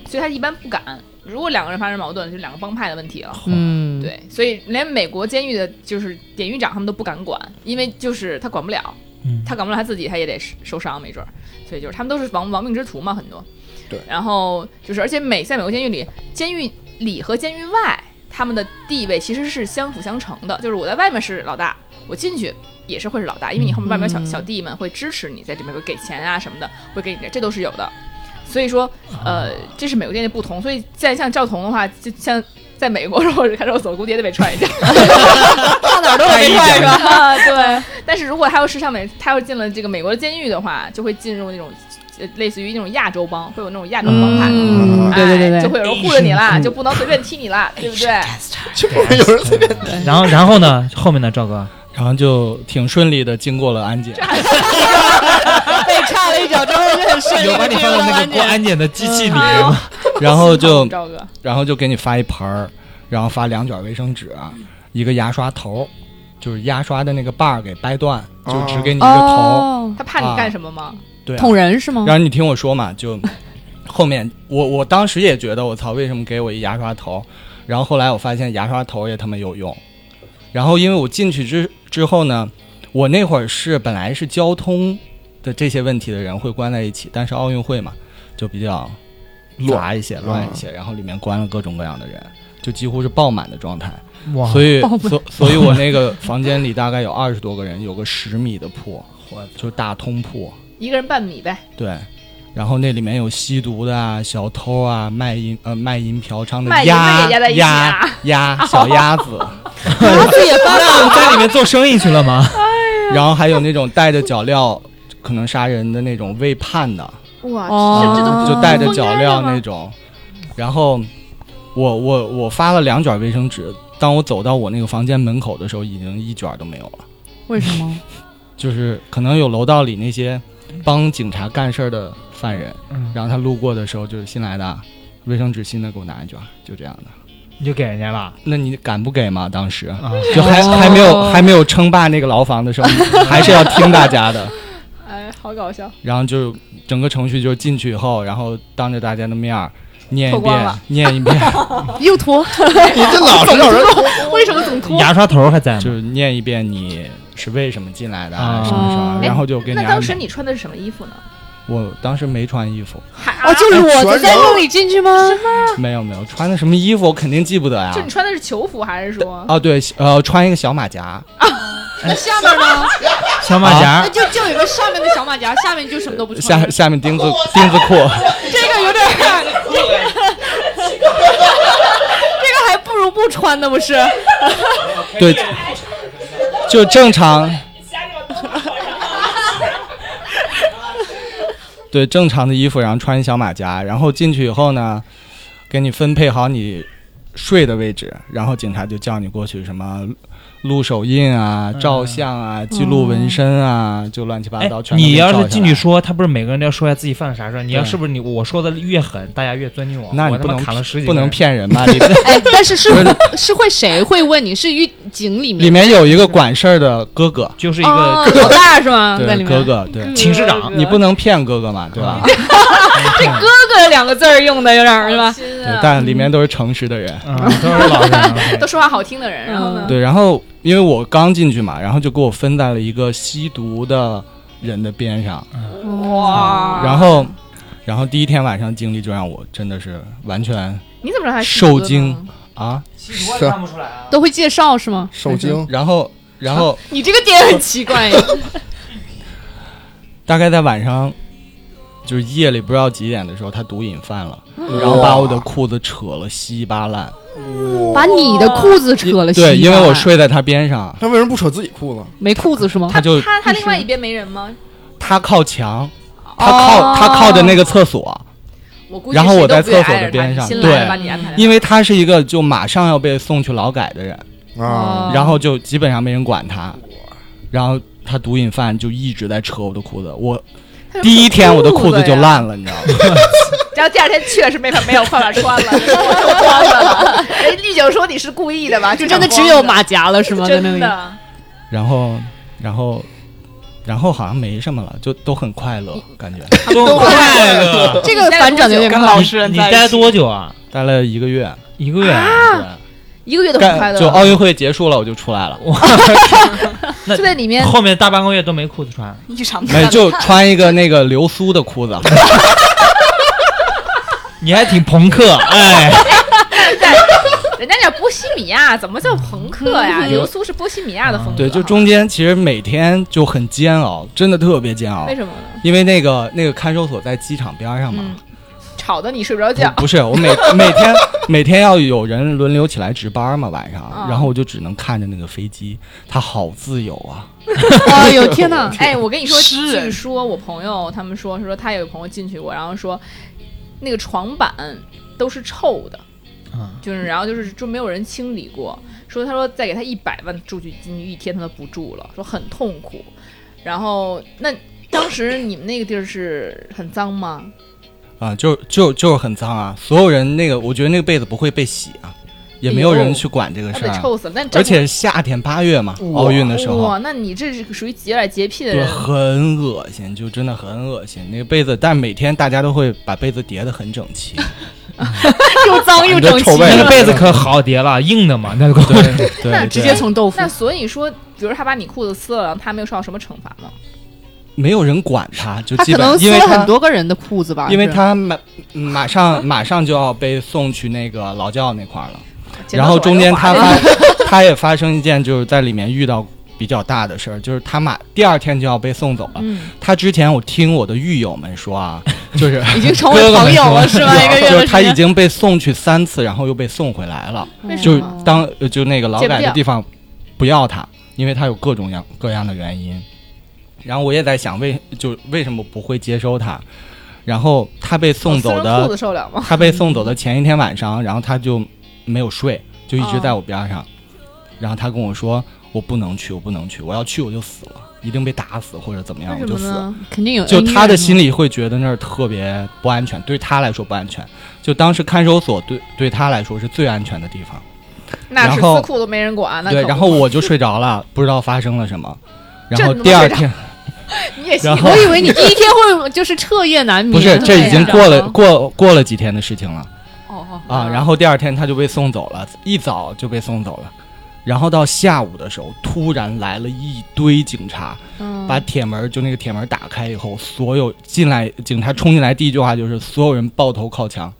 Speaker 1: 所以他一般不敢。如果两个人发生矛盾，就两个帮派的问题了。
Speaker 6: 嗯，，
Speaker 1: 对，所以连美国监狱的就是典狱长他们都不敢管，因为就是他管不了。
Speaker 4: 嗯，
Speaker 1: 他管不了他自己，他也得受伤，没准儿。所以就是他们都是亡亡命之徒嘛，很多。
Speaker 3: 对
Speaker 1: 然后就是，而且美在美国监狱里，监狱里和监狱外，他们的地位其实是相辅相成的。就是我在外面是老大，我进去也是会是老大，因为你后面外面小、
Speaker 6: 嗯
Speaker 1: 小弟们会支持你，在这边会给钱啊什么的，会给你这，这都是有的。所以说，呃，这是美国监狱不同。所以在像赵彤的话，就像在美国 (laughs) 如果是看守所，估计也得被踹一脚。
Speaker 5: 到哪儿都有被踹是吧？
Speaker 1: 啊，对。 (laughs) 但是如果他要是上美，他要进了这个美国的监狱的话，就会进入那种呃类似于那种亚洲帮，会有那种亚洲帮派。
Speaker 6: 嗯，
Speaker 1: 哎
Speaker 6: 对对对
Speaker 1: 就
Speaker 6: 对，
Speaker 1: 会有人护着你啦，
Speaker 2: 嗯
Speaker 4: Asian
Speaker 1: 就不能随便踢你啦，对
Speaker 2: (laughs)
Speaker 1: 啊不对？
Speaker 3: 就不会有人随便。
Speaker 4: 然后然后呢？后面呢，赵哥？
Speaker 2: 然后就挺顺利的经过了安检，
Speaker 6: 被踹了一脚之后就很顺
Speaker 4: (laughs) 有把你放在那个过安检的机器里
Speaker 1: (laughs)
Speaker 4: 吗？
Speaker 6: (laughs)
Speaker 2: 然后就
Speaker 1: 赵哥，
Speaker 2: 然后就给你发一盆儿，然后发两卷卫生纸，一个牙刷头，就是牙刷的那个把儿给掰断，就只给你一个头。
Speaker 6: 哦，
Speaker 1: 他怕你干什么吗？
Speaker 2: 对啊、
Speaker 6: 捅人是吗
Speaker 2: 然？后你听我说嘛，就后面我我当时也觉得我操，为什么给我一牙刷头？然后后来我发现牙刷头也他妈有用。然后因为我进去之之后呢，我那会儿是本来是交通的这些问题的人会关在一起，但是奥运会嘛，就比较杂一些、
Speaker 3: 嗯
Speaker 2: 乱一些，然后里面关了各种各样的人，就几乎是爆满的状态。
Speaker 4: 哇，
Speaker 2: 所以
Speaker 6: 爆，满
Speaker 2: 所所以，我那个房间里大概有二十多个人，有个十米的铺，就是大通铺，
Speaker 1: 一个人半米呗，
Speaker 2: 对。然后那里面有吸毒的啊、小偷啊、卖淫呃卖淫嫖娼的
Speaker 1: 卖淫的
Speaker 2: 鸭
Speaker 1: 也压在一起啊
Speaker 2: 鸭鸭小
Speaker 1: (laughs)
Speaker 2: 鸭子，
Speaker 6: 他自己也发
Speaker 4: 那在里面做生意去了吗？
Speaker 2: 然后还有那种带着脚镣可能杀人的那种未判的，啊
Speaker 1: 哇
Speaker 6: 哦
Speaker 1: 这这都
Speaker 2: 就带着
Speaker 1: 风
Speaker 2: 脚
Speaker 1: 干了
Speaker 2: 镣
Speaker 1: 吗
Speaker 2: 那种。然后我我我发了两卷卫生纸，当我走到我那个房间门口的时候，已经一卷都没有了。
Speaker 6: 为什么？
Speaker 2: 就是可能有楼道里那些帮警察干事儿的犯人，
Speaker 4: 嗯，
Speaker 2: 然后他路过的时候就是新来的啊，卫生纸新的给我拿一卷儿，就这样的。
Speaker 4: 你就给人家了
Speaker 2: 那你敢不给吗？当时
Speaker 6: (laughs)
Speaker 4: 啊？
Speaker 2: 就还
Speaker 6: 哦
Speaker 2: 还没有还没有称霸那个牢房的时候， (laughs) 还是要听大家的。
Speaker 1: 哎，好搞
Speaker 2: (laughs)
Speaker 1: 笑，
Speaker 2: 然后就整个程序就进去以后，然后当着大家的面儿念一
Speaker 1: 脱光
Speaker 2: 遍
Speaker 1: 了，
Speaker 2: 念一遍，
Speaker 1: (laughs)
Speaker 6: 又脱，
Speaker 3: 你这老是让人脱
Speaker 1: 为什么总脱？
Speaker 4: 牙刷头还在吗？
Speaker 2: 就是念一遍你是为什么进来的
Speaker 4: 啊
Speaker 2: 啊什么什么，
Speaker 6: 哦
Speaker 2: (laughs) 然后就给你
Speaker 1: 哎那
Speaker 2: 安
Speaker 1: 当时
Speaker 2: 排。
Speaker 1: 你穿的是什么衣服呢？啊
Speaker 2: 我当时没穿衣服，
Speaker 1: 还
Speaker 6: 哦，就裸着在梦里进去吗？
Speaker 2: 没有没有穿的什么衣服，我肯定记不得呀
Speaker 1: 就。你穿的是囚服还是说？
Speaker 2: 哦，对，呃，穿一个小马甲，啊
Speaker 6: 那下面呢？
Speaker 4: (laughs) 小马
Speaker 6: 那
Speaker 4: 甲，
Speaker 6: 啊就就有一个上面的小马甲，下面就什么都不穿
Speaker 2: 下。下面钉子钉子裤，
Speaker 6: 这个有点儿，这个这个还不如不穿呢，不是？
Speaker 2: 对，就正常。对，正常的衣服，然后穿一小马甲，然后进去以后呢，给你分配好你睡的位置，然后警察就叫你过去什么录手印啊、
Speaker 4: 嗯
Speaker 2: 照相啊、记录纹身啊，就乱七八
Speaker 4: 哎
Speaker 2: 糟全都给
Speaker 4: 你
Speaker 2: 照下来。
Speaker 4: 要是进去说，他不是每个人都要说一下自己犯了啥事儿？你要是不是你我说的越狠，大家越尊敬我？
Speaker 2: 那你
Speaker 4: 我他
Speaker 2: 不
Speaker 4: 妈
Speaker 2: 能
Speaker 4: 砍了十几，
Speaker 2: 不能。骗人吧？里面
Speaker 6: 哎，但是是
Speaker 2: 不是
Speaker 6: 是会谁会问你是狱警里
Speaker 2: 里
Speaker 6: 面
Speaker 2: 面有一个管事儿的哥哥，
Speaker 4: 就是一
Speaker 6: 哦
Speaker 4: 个
Speaker 6: 老大是吗？嗯在
Speaker 2: 对
Speaker 6: 里面嗯
Speaker 2: 哥哥，对，
Speaker 4: 寝室
Speaker 6: (laughs)
Speaker 4: 长，嗯
Speaker 2: 你不能骗哥哥嘛，对吧？
Speaker 4: 这哥
Speaker 6: 哥哥两个字儿用的有点儿是吧？
Speaker 1: 亲
Speaker 2: 对
Speaker 6: (laughs)
Speaker 1: 啊，
Speaker 2: 但里面都是诚实的人。
Speaker 4: 嗯，都是老人，
Speaker 1: (laughs) 都说话好听的人，然后呢？
Speaker 2: 对，然后因为我刚进去嘛，然后就给我分在了一个吸毒的人的边上，嗯
Speaker 1: 哇，
Speaker 6: 啊
Speaker 2: 然后，然后第一天晚上经历就让我真的是完全
Speaker 1: 你怎么知道他是
Speaker 2: 受
Speaker 1: 哥哥
Speaker 2: 惊
Speaker 1: 呢？
Speaker 2: 啊，
Speaker 4: 吸毒我也看不出来啊。
Speaker 6: 都会介绍是吗？
Speaker 3: 受惊，
Speaker 2: 然后，然后
Speaker 6: 你这个点很奇怪呀。
Speaker 2: 大概在晚上。就是夜里不知道几点的时候，他毒瘾犯了，然后把我的裤子扯了稀巴烂。
Speaker 6: 把你的裤子扯了稀巴烂，
Speaker 2: 对，因为我睡在他边上，
Speaker 3: 他为什么不扯自己裤子？
Speaker 6: 没裤子是吗？
Speaker 2: 他就
Speaker 1: 他他另外一边没人吗？
Speaker 2: 他靠墙，
Speaker 1: 哦
Speaker 2: 他靠他靠着那个厕所，
Speaker 1: 我估计
Speaker 2: 然后
Speaker 1: 谁
Speaker 2: 我
Speaker 1: 都
Speaker 2: 在
Speaker 1: 不会
Speaker 2: 厕所
Speaker 1: 挨着
Speaker 2: 的边
Speaker 1: 他
Speaker 2: 上
Speaker 1: 新
Speaker 2: 对
Speaker 1: 来的把你安排在
Speaker 2: 因为他是一个就马上要被送去劳改的人，
Speaker 1: 哦
Speaker 3: 啊，
Speaker 6: 哦
Speaker 2: 然后就基本上没人管他，然后他毒瘾犯就一直在扯我的裤子，我
Speaker 1: 他有
Speaker 2: 第一天我的
Speaker 1: 裤
Speaker 2: 裤
Speaker 1: 子
Speaker 2: 子就
Speaker 1: 呀，
Speaker 2: 烂了，你知道吗？ (laughs)
Speaker 1: 然后第二天确实没法没有办法穿了，我就光了。人丽九 (laughs) 说你是故意的吧？就
Speaker 6: 真的
Speaker 1: 长
Speaker 6: 只
Speaker 1: 光
Speaker 6: 有
Speaker 1: 的
Speaker 6: 马甲了是吗？在那
Speaker 1: 真
Speaker 6: 里
Speaker 1: 的。
Speaker 2: 然后，然后，然后好像没什么了，就都很快乐，感觉
Speaker 4: 都快乐。 (laughs)
Speaker 6: 这个反转的有点
Speaker 5: 跟
Speaker 6: 快
Speaker 5: 老，实人
Speaker 4: 你
Speaker 5: 在一起
Speaker 4: 待多久啊？
Speaker 2: 待了一个月，
Speaker 4: 一个月啊？
Speaker 1: 一个月都
Speaker 2: 对
Speaker 1: 很快乐，
Speaker 2: 干就哦奥运会结束了我就出来了，
Speaker 1: 就在里面
Speaker 2: 哦
Speaker 4: 后面大半个月都没裤子穿，
Speaker 5: 异常
Speaker 1: (laughs)
Speaker 2: 没就穿一个那个流苏的裤子，
Speaker 4: 你还挺朋克，哎，
Speaker 2: (laughs)
Speaker 1: 人家叫波西米亚，怎么叫朋克呀？
Speaker 6: 嗯
Speaker 1: 流苏是波西米亚的风格，
Speaker 2: 嗯对，就中间其实每天就很煎熬，真的特别煎熬
Speaker 1: 为，什么呢？
Speaker 2: 因为那个那个看守所在机场边儿上嘛。
Speaker 1: 嗯，吵得你睡不着觉
Speaker 2: 不，不是，我每每天每天要有人轮流起来值班嘛，晚
Speaker 1: 嗯
Speaker 2: 上，然后我就只能看着那个飞机，它好自由啊！
Speaker 6: 哎
Speaker 2: (laughs)
Speaker 6: 呦天哪！
Speaker 1: (laughs) 哎，我跟你说，
Speaker 5: 诗人
Speaker 1: 据说我朋友他们说，说他有朋友进去过，然后说那个床板都是臭的，
Speaker 2: 啊
Speaker 4: 嗯
Speaker 1: 就是然后就是就没有人清理过，说他说再给他一百万住进进去一天他都不住了，说很痛苦。然后那当时你们那个地儿是很脏吗？
Speaker 2: 啊，就就就是很脏啊！所有人那个，我觉得那个被子不会被洗啊，也没有
Speaker 1: 哎呦
Speaker 2: 人去管这个
Speaker 1: 那
Speaker 2: 事
Speaker 1: 得
Speaker 2: 儿啊。
Speaker 1: 臭死了。那
Speaker 2: 而且夏天八月嘛，奥运的时候
Speaker 1: 哇，，那你这是属于有点洁癖的
Speaker 2: 对，
Speaker 1: 人。
Speaker 2: 很恶心，就真的很恶心。那个被子，但每天大家都会把被子叠得很整
Speaker 1: (laughs)
Speaker 2: 齐，
Speaker 6: 又脏又整
Speaker 3: 你这臭
Speaker 6: 齐，
Speaker 3: 味
Speaker 4: 那
Speaker 3: 儿
Speaker 4: 个被子可好叠了，硬的嘛，那个
Speaker 2: 对对，
Speaker 1: 那
Speaker 2: 对
Speaker 6: 直接从豆腐
Speaker 1: 那。所以说，比如他把你裤子撕了，然后他没有受到什么惩罚吗？
Speaker 2: 没有人管他，就
Speaker 6: 他
Speaker 2: 基
Speaker 6: 可能
Speaker 2: 本
Speaker 6: 撕
Speaker 2: 因为
Speaker 6: 了
Speaker 2: 他
Speaker 6: 很多个人的裤子吧，
Speaker 2: 因为
Speaker 6: 是
Speaker 2: 他马马上马上就要被送去那个劳教那块儿了，
Speaker 1: 剪刀
Speaker 2: 然后
Speaker 1: 手还
Speaker 2: 中间
Speaker 1: 能
Speaker 2: 他
Speaker 1: 划
Speaker 2: 发他也发生一件就是在里面遇到比较大的事儿，就是他马第二天就要被送走了。
Speaker 1: 嗯，
Speaker 2: 他之前我听我的狱友们说啊，就是
Speaker 6: 已经成为朋友了哎是吧？一
Speaker 2: (laughs)
Speaker 6: 个月
Speaker 2: 就
Speaker 6: 的
Speaker 2: 是
Speaker 6: 时
Speaker 2: 他已
Speaker 6: 间，
Speaker 2: 经被送去三次，然后又被送回来了，
Speaker 6: 嗯
Speaker 1: 为什
Speaker 2: 就
Speaker 1: 么
Speaker 2: 是当呃就那个劳
Speaker 1: 嗯戒不
Speaker 2: 改的
Speaker 1: 掉
Speaker 2: 地方不要他，因为他有各种样各样的原因。然后我也在想为就为什么不会接收他，然后他被送走
Speaker 1: 私人裤
Speaker 2: 的
Speaker 1: 子受了吗？
Speaker 2: 他被送走的前一天晚上，然后他就没有睡，就
Speaker 1: 哦
Speaker 2: 一直在我边上。然后他跟我说：“我不能去，我不能去，我要去我就死了，一定被打死或者怎么样，
Speaker 1: 为
Speaker 2: 我
Speaker 1: 什么
Speaker 2: 就死。”
Speaker 1: 呢？
Speaker 6: 肯定有
Speaker 2: 就
Speaker 6: 恩怨
Speaker 2: 他的
Speaker 6: 嘛
Speaker 2: 心里会觉得那儿特别不安全，对他来说不安全。就当时看守所对对他来说是最安全的地方。
Speaker 1: 那是
Speaker 2: 然后
Speaker 1: 私裤都没人管，那
Speaker 2: 对，
Speaker 1: 可
Speaker 2: 然
Speaker 1: 不
Speaker 2: 后
Speaker 1: (laughs)
Speaker 2: 我就睡着了，不知道发生了什么。然后
Speaker 1: 这
Speaker 2: 第二天
Speaker 1: 你也信
Speaker 2: 然后
Speaker 6: 我以为你第一天会就是彻夜难眠，
Speaker 2: 不是，这已经
Speaker 1: 对
Speaker 2: 过
Speaker 1: 然
Speaker 2: 了
Speaker 6: 哦
Speaker 1: 后
Speaker 2: 过过了几天的事情了
Speaker 1: 哦哦
Speaker 2: 啊。然后第二天他就被送走了，一早就被送走了。然后到下午的时候，突然来了一堆警察，
Speaker 1: 嗯
Speaker 2: 把铁门就那个铁门打开以后，所有进来警察冲进来，第一句话就是所有人抱头靠墙，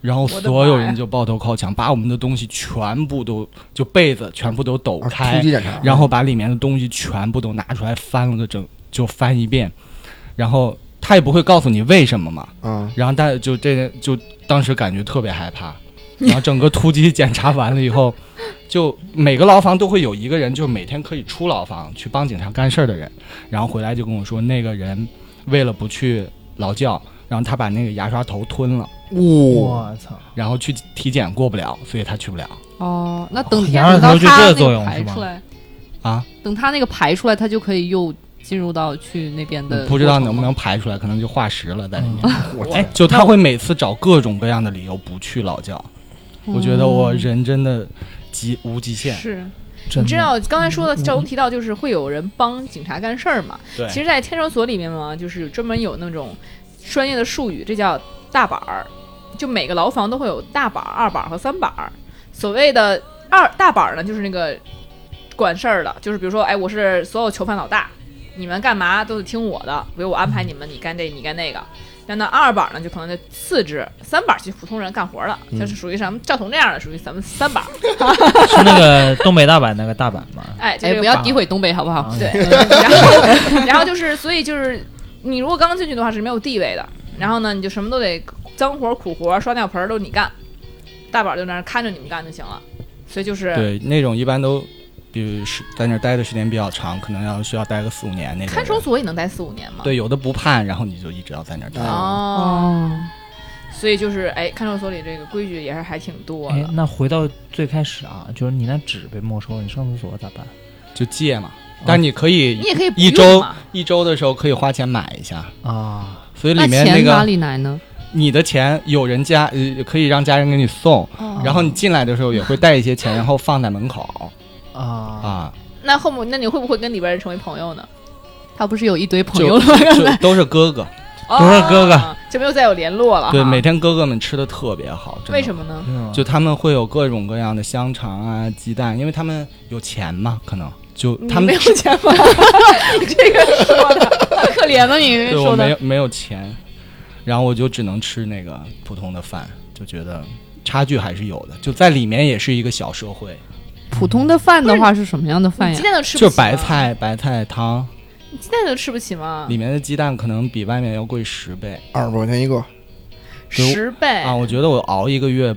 Speaker 2: 然后
Speaker 1: 我的
Speaker 2: 所有
Speaker 1: 妈呀
Speaker 2: 人就抱头靠墙，把我们的东西全部都就被子全部都抖
Speaker 3: 啊
Speaker 2: 开
Speaker 3: 突击，检查，
Speaker 2: 然后把里面的东西全部都拿出来翻了个整，就翻一遍，然后他也不会告诉你为什么嘛，
Speaker 3: 啊，
Speaker 2: 然后大家就这就当时感觉特别害怕，然后整个突击检查完了以后，就每个牢房都会有一个人，就是每天可以出牢房去帮警察干事儿的人，然后回来就跟我说，那个人为了不去劳教，然后他把那个牙刷头吞了，
Speaker 3: 哇，
Speaker 4: 我操！
Speaker 2: 然后去体检过不了，所以他去不了
Speaker 6: 哦，那等
Speaker 4: 羊肉
Speaker 6: 等到
Speaker 4: 头就
Speaker 6: 他
Speaker 4: 这
Speaker 6: 那
Speaker 4: 作
Speaker 6: 个
Speaker 4: 用
Speaker 6: 排
Speaker 4: 是吧
Speaker 6: 出来，
Speaker 2: 啊，
Speaker 6: 等他那个排出来，他就可以又进入到去那边的，
Speaker 2: 嗯不知道能不。能排出来，可能就化石了在里面。
Speaker 3: 我
Speaker 4: 哎
Speaker 3: 天，
Speaker 2: 就他会每次找各种各样的理由不去劳教，我觉得我人真的极无极限。
Speaker 1: 是，
Speaker 4: 真
Speaker 1: 你知
Speaker 4: 的
Speaker 1: 道刚
Speaker 2: 嗯
Speaker 1: 才说的赵工提到，就是会有人帮警察干事儿嘛？
Speaker 2: 对
Speaker 1: 其实，在看守所里面嘛，就是专门有那种专业的术语，这叫大板儿。就每个牢房都会有大板儿、二板儿和三板儿。所谓的二大板儿呢，就是那个管事儿的，就是比如说，哎，我是所有囚犯老大，你们干嘛都得听我的，比如我安排你们，你干这，你干那个。那那二板儿呢，就可能就次之；三板儿就普通人干活儿了，就是属于咱们赵彤这样的，属于咱们三板儿。
Speaker 4: 是那个东北大阪那个大阪吗？
Speaker 1: 哎，就
Speaker 6: 哎，
Speaker 1: 这个
Speaker 6: 不要诋毁东北好不好？
Speaker 4: 啊
Speaker 1: 对，，然后然后就是，所以就是，你如果刚刚进去的话是没有地位的，然后呢，你就什么都得脏活儿苦活儿刷尿盆儿都你干，大宝就在那儿看着你们干就行了，所以就是。
Speaker 2: 对，那种一般都，比如是在那儿待的时间比较长，可能要需要待个四五年那种。
Speaker 1: 看守所也能待四五年嘛？
Speaker 2: 对，有的不判，然后你就一直要在那儿待。
Speaker 3: 啊
Speaker 1: 哦，
Speaker 6: 哦，
Speaker 1: 所以就是哎，看守所里这个规矩也是还挺多
Speaker 4: 哎
Speaker 1: 的，。
Speaker 4: 那回到最开始啊，就是你那纸被没收了，你上厕所咋办？
Speaker 2: 就借嘛。但你可以
Speaker 1: 你也可以不
Speaker 2: 一
Speaker 1: 用
Speaker 2: 周
Speaker 1: 嘛，
Speaker 2: 一周的时候可以花钱买一下，
Speaker 4: 啊，
Speaker 2: 所以
Speaker 6: 那
Speaker 2: 里面那
Speaker 6: 钱哪
Speaker 2: 个
Speaker 6: 里来呢？
Speaker 2: 你的钱有人家呃可以让家人给你送，然后你进来的时候也会带一些钱，然后放在门口
Speaker 4: 啊啊！
Speaker 2: 啊，
Speaker 1: 那后面那你会不会跟里边人成为朋友呢？
Speaker 6: 他不是哦有一堆朋友
Speaker 2: 就
Speaker 6: 了
Speaker 2: 就都是哥哥。
Speaker 1: 哦
Speaker 4: 不是哥哥，
Speaker 1: 就没有再有联络了哈。
Speaker 2: 对，每天哥哥们吃的特别好，
Speaker 1: 啊为什
Speaker 2: 么？
Speaker 1: 么呢？
Speaker 2: 就他们会有各种各样的香肠啊、鸡蛋，因为他们有钱嘛，可能就
Speaker 1: 你
Speaker 6: (laughs)
Speaker 2: 他们
Speaker 1: 没有钱吗？你这个说的
Speaker 6: 可怜的你
Speaker 2: 对我没有没有钱，然后我就只能吃那个普通的饭，就觉得差距还是有的，就在里面也是一个小社会，
Speaker 6: 普通的饭的话是什么样的饭
Speaker 1: 你
Speaker 6: 呀
Speaker 1: 鸡？蛋都吃不起
Speaker 2: 就
Speaker 1: 吗，
Speaker 2: 白菜白菜汤，
Speaker 1: 鸡蛋都吃不起吗
Speaker 2: 里？面的鸡蛋可能比外面要贵十倍
Speaker 3: 二十多块钱一个，
Speaker 1: 十倍
Speaker 2: 啊！我觉得我熬一个月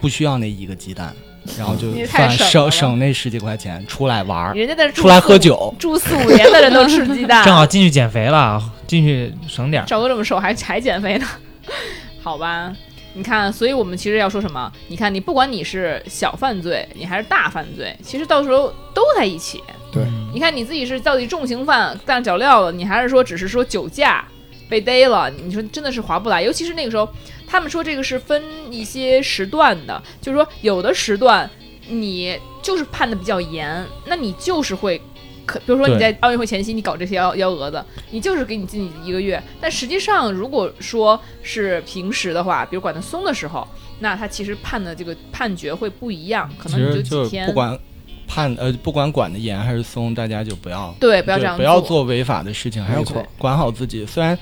Speaker 2: 不需要那一个鸡蛋，然后
Speaker 1: (laughs)
Speaker 2: 就
Speaker 1: 你太
Speaker 2: 算
Speaker 1: 省了
Speaker 2: 省省那十几块钱出来玩儿，
Speaker 1: 人家在
Speaker 2: 出来喝，酒，
Speaker 1: 住四五年的人都吃鸡蛋，
Speaker 4: (laughs) 正好进去减肥了，进去省点儿。
Speaker 1: 赵哥这么瘦还还减肥呢，好吧？你看，所以我们其实要说什么？你看，你不管你是小犯罪，你还是大犯罪，其实到时候都在一起。
Speaker 3: 对
Speaker 1: 你看你自己是到底重刑犯干脚镣了，你还是说只是说酒驾被逮了？你说真的是划不来，尤其是那个时候，他们说这个是分一些时段的，就是说有的时段你就是判的比较严，那你就是会。可比如说你在奥运会前夕你搞这些幺幺蛾子，你就是给你进一个月。但实际上，如果说是平时的话，比如管得松的时候，那他其实判的这个判决会不一样，可
Speaker 2: 其
Speaker 1: 能
Speaker 2: 实
Speaker 1: 你
Speaker 2: 就
Speaker 1: 嗯几
Speaker 2: 是
Speaker 1: 天。
Speaker 2: 不管判呃，不管管的严还是松，大家就不要
Speaker 1: 对，不
Speaker 2: 对
Speaker 1: 要
Speaker 2: 不
Speaker 1: 这样
Speaker 2: 要做违法的事情，还要
Speaker 3: 没错
Speaker 2: 管管好自己。虽然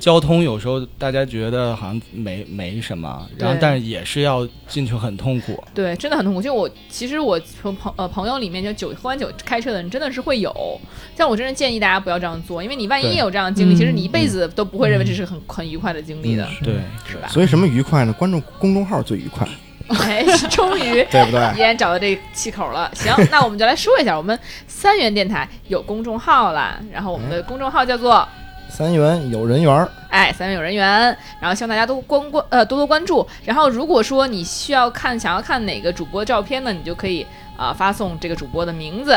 Speaker 2: 交通有时候大家觉得好像没没什么，然后
Speaker 1: 对
Speaker 2: 但是也是要进去很痛苦。
Speaker 1: 对，真的很痛苦。就我其实我从朋呃朋友里面，就酒喝完酒开车的人真的是会有，但我真的建议大家不要这样做，因为你万
Speaker 2: 对
Speaker 1: 一有这样的经历，其实
Speaker 6: 嗯
Speaker 1: 你一辈子都不会认为这是很很愉快的经历的，
Speaker 2: 对，
Speaker 1: 嗯是吧？
Speaker 3: 所以什么愉快呢？关注公众号最愉快，
Speaker 1: 哎， (laughs) 终于
Speaker 3: 对不对？
Speaker 1: 依然找到这气口了。行，那我们就来说一下，我们三元电台有公众号啦，然后我们的公众号叫做。
Speaker 3: 三元有人缘儿，
Speaker 1: 哎，三元有人缘，然后希望大家都关关呃多多关注。然后如果说你需要看想要看哪个主播照片呢，你就可以啊、发送这个主播的名字，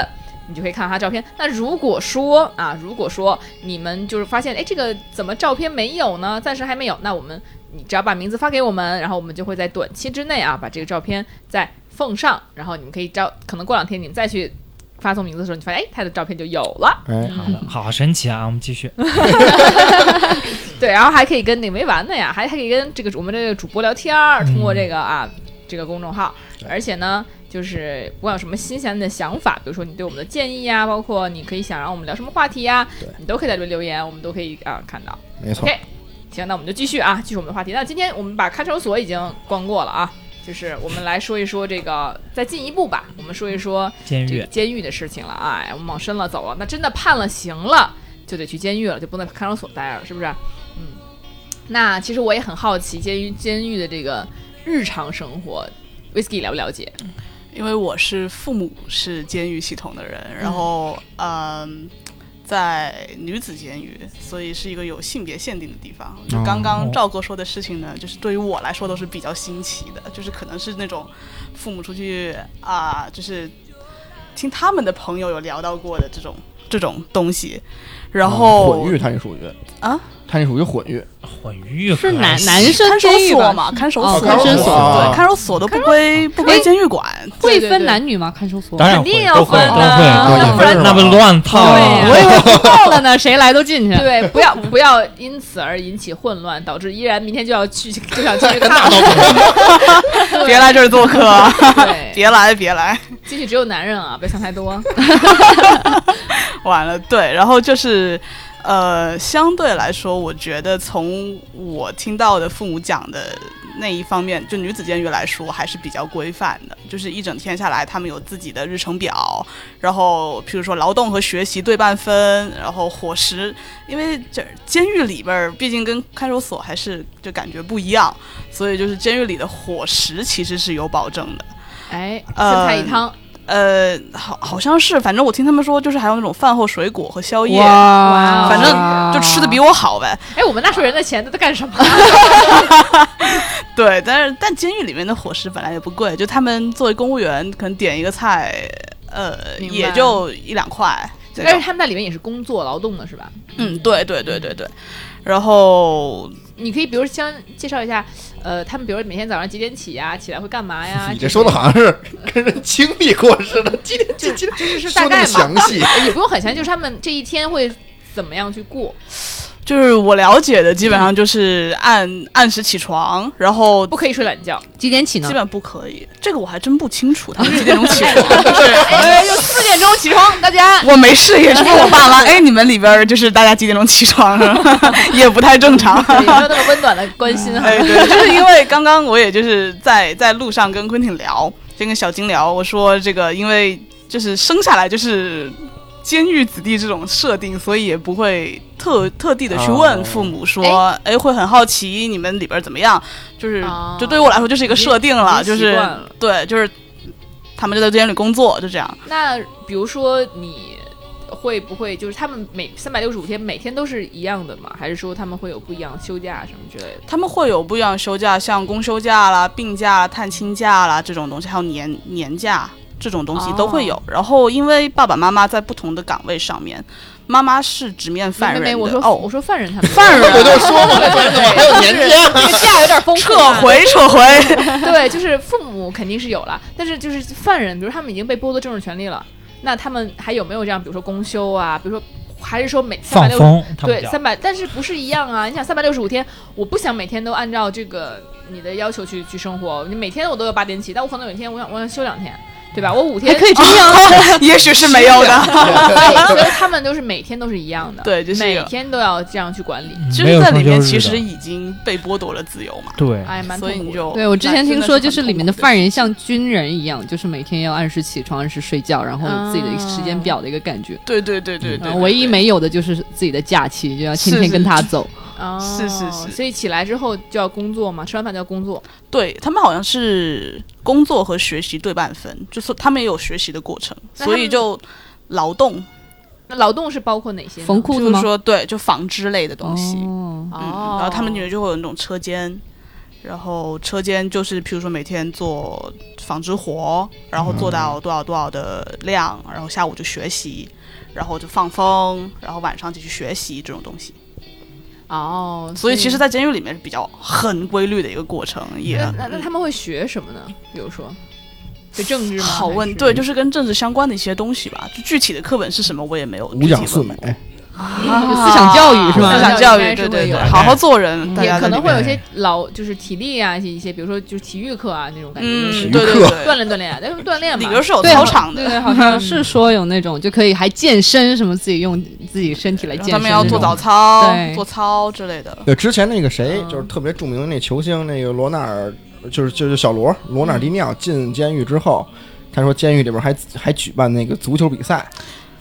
Speaker 1: 你就可以看到他照片。那如果说啊，如果说你们就是发现哎这个怎么照片没有呢？暂时还没有，那我们你只要把名字发给我们，然后我们就会在短期之内啊把这个照片再奉上，然后你们可以照，可能过两天你们再去发送名字的时候，你发现哎他的照片就有了。
Speaker 3: 哎，
Speaker 4: 好的，好神奇啊！我们继续，
Speaker 1: 对，然后还可以跟那没完的呀，还还可以跟这个主我们这个主播聊天儿，通过这个啊、这个公众号，而且呢，就是不管有什么新鲜的想法，比如说你对我们的建议呀，包括你可以想让我们聊什么话题呀
Speaker 3: 对，
Speaker 1: 你都可以在这里留言，我们都可以啊、看到。
Speaker 3: 没错
Speaker 1: OK，，行，那我们就继续啊，继续我们的话题。那今天我们把看守所已经逛过了啊，就是我们来说一说这个再进一步吧，我们说一说
Speaker 4: 监
Speaker 1: 这
Speaker 4: 狱
Speaker 1: 个监狱的事情了啊，哎我们往深了走了，那真的判了刑了，就得去监狱了，就不能在看守所待了，是不是？嗯，那其实我也很好奇监狱监狱的这个日常生活，Whisky 了不了 (laughs) 解？
Speaker 5: 因为我是父母是监狱系统的人，然后嗯、在女子监狱，所以是一个有性别限定的地方。
Speaker 6: 哦
Speaker 5: 就刚刚赵哥说的事情呢，就是对于我来说都是比较新奇的，就是可能是那种父母出去啊、就是听他们的朋友有聊到过的这种这种东西，然
Speaker 6: 哦
Speaker 5: 后、
Speaker 3: 嗯混浴，它也属于
Speaker 5: 啊，
Speaker 3: 它也属于混浴，
Speaker 4: 混狱和
Speaker 6: 是男男生
Speaker 5: 看守
Speaker 6: 监狱
Speaker 5: 所
Speaker 6: 吧？
Speaker 5: 嘛，看守
Speaker 6: 哦
Speaker 5: 所，
Speaker 6: 看守所
Speaker 3: 啊
Speaker 5: 对，看守所都不归不归
Speaker 6: 哎
Speaker 5: 监狱管，
Speaker 6: 会
Speaker 1: 对对
Speaker 6: 分
Speaker 1: 对
Speaker 6: 男女吗？看守所
Speaker 2: 当然
Speaker 1: 肯定
Speaker 2: 会
Speaker 1: 要
Speaker 2: 都会
Speaker 1: 分
Speaker 2: 都
Speaker 1: 的
Speaker 2: 会
Speaker 1: 啊
Speaker 3: 那
Speaker 2: 都会
Speaker 3: 也分是吧
Speaker 4: 那不乱套
Speaker 1: 对
Speaker 4: 啊
Speaker 1: 呀
Speaker 6: 我以为不够了呢，谁来都进去。
Speaker 1: 对，不要不要因此而引起混乱，导致依然明天就要去 (laughs) 就想进去看了。 (laughs)
Speaker 5: 别来这儿做客，
Speaker 1: 对，
Speaker 5: (laughs) 别来别来。
Speaker 1: 进去只有男人啊，别想太 (laughs) 多。
Speaker 5: 完了，对，然后就是，呃，相对来说，我觉得从我听到的父母讲的那一方面，就女子监狱来说，还是比较规范的。就是一整天下来，他们有自己的日程表，然后譬如说劳动和学习对半分，然后伙食，因为这监狱里边儿毕竟跟看守所还是就感觉不一样，所以就是监狱里的伙食其实是有保证的。
Speaker 1: 哎，
Speaker 5: 呃
Speaker 1: 三菜一汤，
Speaker 5: 呃，好，好像是，反正我听他们说，就是还有那种饭后水果和宵夜。
Speaker 6: 呃
Speaker 1: 哇哦
Speaker 5: 反正就吃的比我好呗。
Speaker 1: 哎，我们纳税人的钱都在干什
Speaker 6: (laughs)
Speaker 1: 么？
Speaker 5: 对，但是但监狱里面的伙食本来也不贵，就他们作为公务员，可能点一个菜，呃，
Speaker 1: 明白哎
Speaker 5: 也就一两块。这
Speaker 1: 但是
Speaker 5: 种
Speaker 1: 他们在里面也是工作劳动的，是吧？
Speaker 5: 嗯，对对对对对。然后
Speaker 1: 你可以比如先介绍一下，呃，他们比如每天早上几点起
Speaker 6: 啊
Speaker 1: 呀、起来会干嘛呀？
Speaker 3: (laughs) 你这说的好像是跟人经历过似的，今天今天
Speaker 1: 就是是
Speaker 3: 说
Speaker 1: 大
Speaker 3: 那么
Speaker 1: 概嘛，
Speaker 3: 详
Speaker 1: (laughs)
Speaker 3: 细，
Speaker 1: 也不用很详细，就是他们这一天会怎么样去过，
Speaker 5: 就是我了解的，基本上就是按按时起床，然后
Speaker 1: 不可以睡懒觉。
Speaker 6: 几点起呢
Speaker 5: 基？本不可以。这个我还真不清楚他们几点
Speaker 1: (laughs)
Speaker 5: 钟起床，
Speaker 1: 哎，就四点钟起床，大家。
Speaker 5: (laughs) 我没事也是问我爸妈，哎，你们里边儿就是大家几点钟起床， (laughs) 也不太正常。
Speaker 1: 有没有那么温暖的关心 (laughs) 哈？
Speaker 5: 哎，对，就是因为刚刚我也就是在在路上跟昆汀聊，就跟小金聊，我说这个因为就是生下来就是监狱子弟这种设定，所以也不会特特地的去问父
Speaker 1: 哦
Speaker 5: 母说，哎，会很好奇你们里边怎么样，就是、
Speaker 1: 哦
Speaker 5: 就对于我来说就是一个设定了，
Speaker 1: 已经已
Speaker 5: 就
Speaker 1: 经习
Speaker 5: 是
Speaker 1: 惯了
Speaker 5: 对，就是他们就在监狱里工作，就这样。
Speaker 1: 那比如说你会不会就是他们每三百六十五天每天都是一样的吗？还是说他们会有不一样的休假什么之类的？
Speaker 5: 他们会有不一样的休假，像公休假啦、病假啦、探亲假啦这种东西，还有年年假这种东西都会有。
Speaker 6: 哦
Speaker 5: 然后，因为爸爸妈妈在不同的岗位上面，妈妈是直面
Speaker 1: 没
Speaker 5: 犯人
Speaker 1: 没
Speaker 5: 的
Speaker 1: 没，我说、我
Speaker 5: 哦，
Speaker 1: 说犯人 (laughs) 他们
Speaker 5: 犯人
Speaker 3: 我就
Speaker 1: (laughs)
Speaker 3: 说嘛，怎么还有年啊假？
Speaker 1: 这个假有点丰富 (laughs)
Speaker 5: 撤
Speaker 1: 啊，
Speaker 5: 回撤回。
Speaker 1: 对，就是父母肯定是有了，但是就是犯人，比如他们已经被剥夺政治权利了，那他们还有没有这样，比如说公休啊，比如说还是说每三百
Speaker 4: 放
Speaker 1: 六
Speaker 4: 风，他们
Speaker 1: 对
Speaker 4: 叫
Speaker 1: 三百，但是不是一样啊？你想三百六十五天，我不想每天都按照这个你的要求去去生活，你每天我都有八点起，但我可能有一天我想我想休两天，对吧？我五
Speaker 6: 还
Speaker 1: 天
Speaker 6: 哎可以这样，
Speaker 5: 也许是没有
Speaker 6: (laughs)
Speaker 5: 的，
Speaker 1: 对，所以他们都是每天都是一样的，
Speaker 5: 对就是一
Speaker 1: 每
Speaker 5: 个嗯
Speaker 1: 天都要这样去管理。
Speaker 5: 就
Speaker 4: 嗯没
Speaker 5: 是
Speaker 4: 有
Speaker 5: 在里面
Speaker 4: 双休日
Speaker 5: 其
Speaker 4: 的
Speaker 5: 实已经被剥夺了自由嘛。
Speaker 4: 对，
Speaker 1: 哎，蛮
Speaker 5: 所以
Speaker 1: 痛苦的
Speaker 5: 你就
Speaker 6: 对我之前听说，就是里面的犯
Speaker 5: 人，
Speaker 6: 人像军人一样，就是每天要按时起床、按时睡觉，然后
Speaker 1: 啊
Speaker 6: 有自己的一个时间表的一个感觉。
Speaker 5: 对对对对对，
Speaker 6: 然
Speaker 5: 对
Speaker 6: 啊后唯一没有的就是自己的假期，就要天天跟他走。
Speaker 1: 哦，
Speaker 5: 是是是
Speaker 1: 所以起来之后就要工作嘛，吃完饭就要工作。
Speaker 5: 对他们好像是工作和学习对半分，就是他们也有学习的过程，
Speaker 1: 那他们
Speaker 5: 所以就劳动，
Speaker 1: 那劳动是包括哪些呢？
Speaker 6: 缝
Speaker 5: 比
Speaker 6: 裤子
Speaker 5: 如
Speaker 6: 吗？
Speaker 5: 说对，就纺织类的东西，
Speaker 6: 哦，
Speaker 5: 嗯，
Speaker 1: 哦，
Speaker 5: 然后他们里面就会有那种车间。然后车间就是，譬如说每天做纺织活，然后做
Speaker 1: 嗯
Speaker 5: 到多少多少的量，然后下午就学习，然后就放风，然后晚上继续学习这种东西。
Speaker 1: 哦，
Speaker 5: 所以其实，
Speaker 1: 在
Speaker 5: 在监狱里面是比较很规律的一个过程，也
Speaker 1: 那那他们会学什么呢？比如说，就政治吗？
Speaker 5: 好问，
Speaker 1: 还
Speaker 5: 对，就是跟政治相关的一些东西吧。就具体的课本是什么，我也没有具
Speaker 3: 五
Speaker 5: 体
Speaker 3: 讲
Speaker 5: 问
Speaker 3: 四美，
Speaker 6: 思想教育是吧
Speaker 5: 思
Speaker 1: 思
Speaker 5: 想
Speaker 1: 想
Speaker 5: 教
Speaker 1: 教
Speaker 5: 育，
Speaker 1: 育应
Speaker 5: 对
Speaker 1: 该是
Speaker 5: 对
Speaker 1: 会有
Speaker 5: 对，
Speaker 1: 的
Speaker 5: 好好做人，嗯大
Speaker 1: 也
Speaker 5: 家
Speaker 1: 可
Speaker 5: 在
Speaker 1: 能
Speaker 5: 里
Speaker 1: 会
Speaker 5: 面
Speaker 1: 有一些劳，就是体力啊，一些一些，比如说就是体育课啊那种感觉，就
Speaker 5: 嗯，
Speaker 1: 是
Speaker 5: 对
Speaker 3: 体育
Speaker 5: 对
Speaker 1: 锻
Speaker 5: 对，
Speaker 1: 炼锻炼啊，但是锻炼
Speaker 5: 理
Speaker 1: 嘛，
Speaker 5: 由是有
Speaker 6: 对啊
Speaker 5: 操场
Speaker 1: 对
Speaker 5: 的，
Speaker 1: 对，
Speaker 6: 好
Speaker 1: 好
Speaker 6: 像
Speaker 1: 像
Speaker 6: (laughs) 是说有那种就可以还健身什么，自己用自己身体来
Speaker 5: 然
Speaker 6: 健
Speaker 5: 后他
Speaker 6: 身。
Speaker 5: 们要做早
Speaker 6: 操，
Speaker 5: 操、
Speaker 6: 对
Speaker 5: 做操之类的。 (laughs)
Speaker 3: 对，之前那个谁，
Speaker 1: 嗯
Speaker 3: 就是特别著名的那球星，那个罗纳尔，就是就是小罗，罗纳尔迪尼
Speaker 1: 嗯
Speaker 3: 奥进监狱之后，他说监狱里边还还举办那个足球比赛，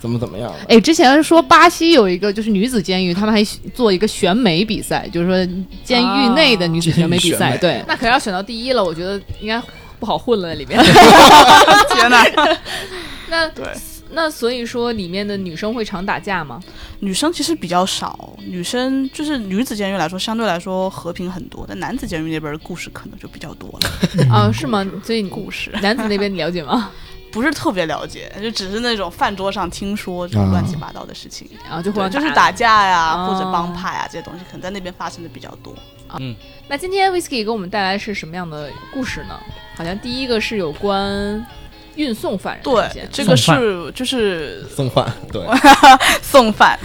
Speaker 3: 怎么怎么样的。
Speaker 6: 哎，之前说巴西有一个就是女子监狱，他们还做一个选美比赛，就是说监狱内的女子选美比赛，
Speaker 3: 哦
Speaker 6: 对。
Speaker 1: 那可能要选到第一了，我觉得应该不好混了在里
Speaker 5: (laughs)
Speaker 1: 面。
Speaker 5: 天哪，
Speaker 1: 那
Speaker 5: 对
Speaker 1: 那所以说，里面的女生会常打架吗？
Speaker 5: 女生其实比较少，女生就是女子监狱来说，相对来说和平很多，但男子监狱那边的故事可能就比较多了。
Speaker 4: 嗯
Speaker 1: 啊，是吗？所以你
Speaker 5: 故事
Speaker 1: 男子那边你了解
Speaker 5: (laughs)
Speaker 1: 吗？
Speaker 5: 不是特别了解，就只是那种饭桌上听说这
Speaker 3: 啊
Speaker 5: 种乱七八糟的事情，
Speaker 1: 然后就互
Speaker 5: 对
Speaker 1: 相
Speaker 5: 就是打。架呀、
Speaker 1: 啊
Speaker 5: 或者帮派啊这些东西，可能在那边发生的比较多。
Speaker 1: 那今天 Whisky 给我们带来是什么样的故事呢？好像第一个是有关运送犯人的事
Speaker 5: 对
Speaker 1: 件，
Speaker 5: 这个
Speaker 4: 送饭
Speaker 5: 是 (laughs) 就是
Speaker 3: 送饭，对，
Speaker 5: 送饭，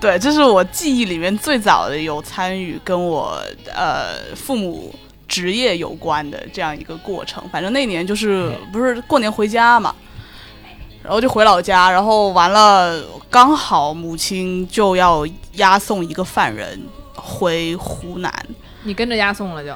Speaker 5: 对，这是我记忆里面最早的有参与跟我呃父母职业有关的这样一个过程。反正那年就是不是过年回家嘛，然后就回老家，然后完了刚好母亲就要押送一个犯人回湖南，
Speaker 1: 你跟着押送了就。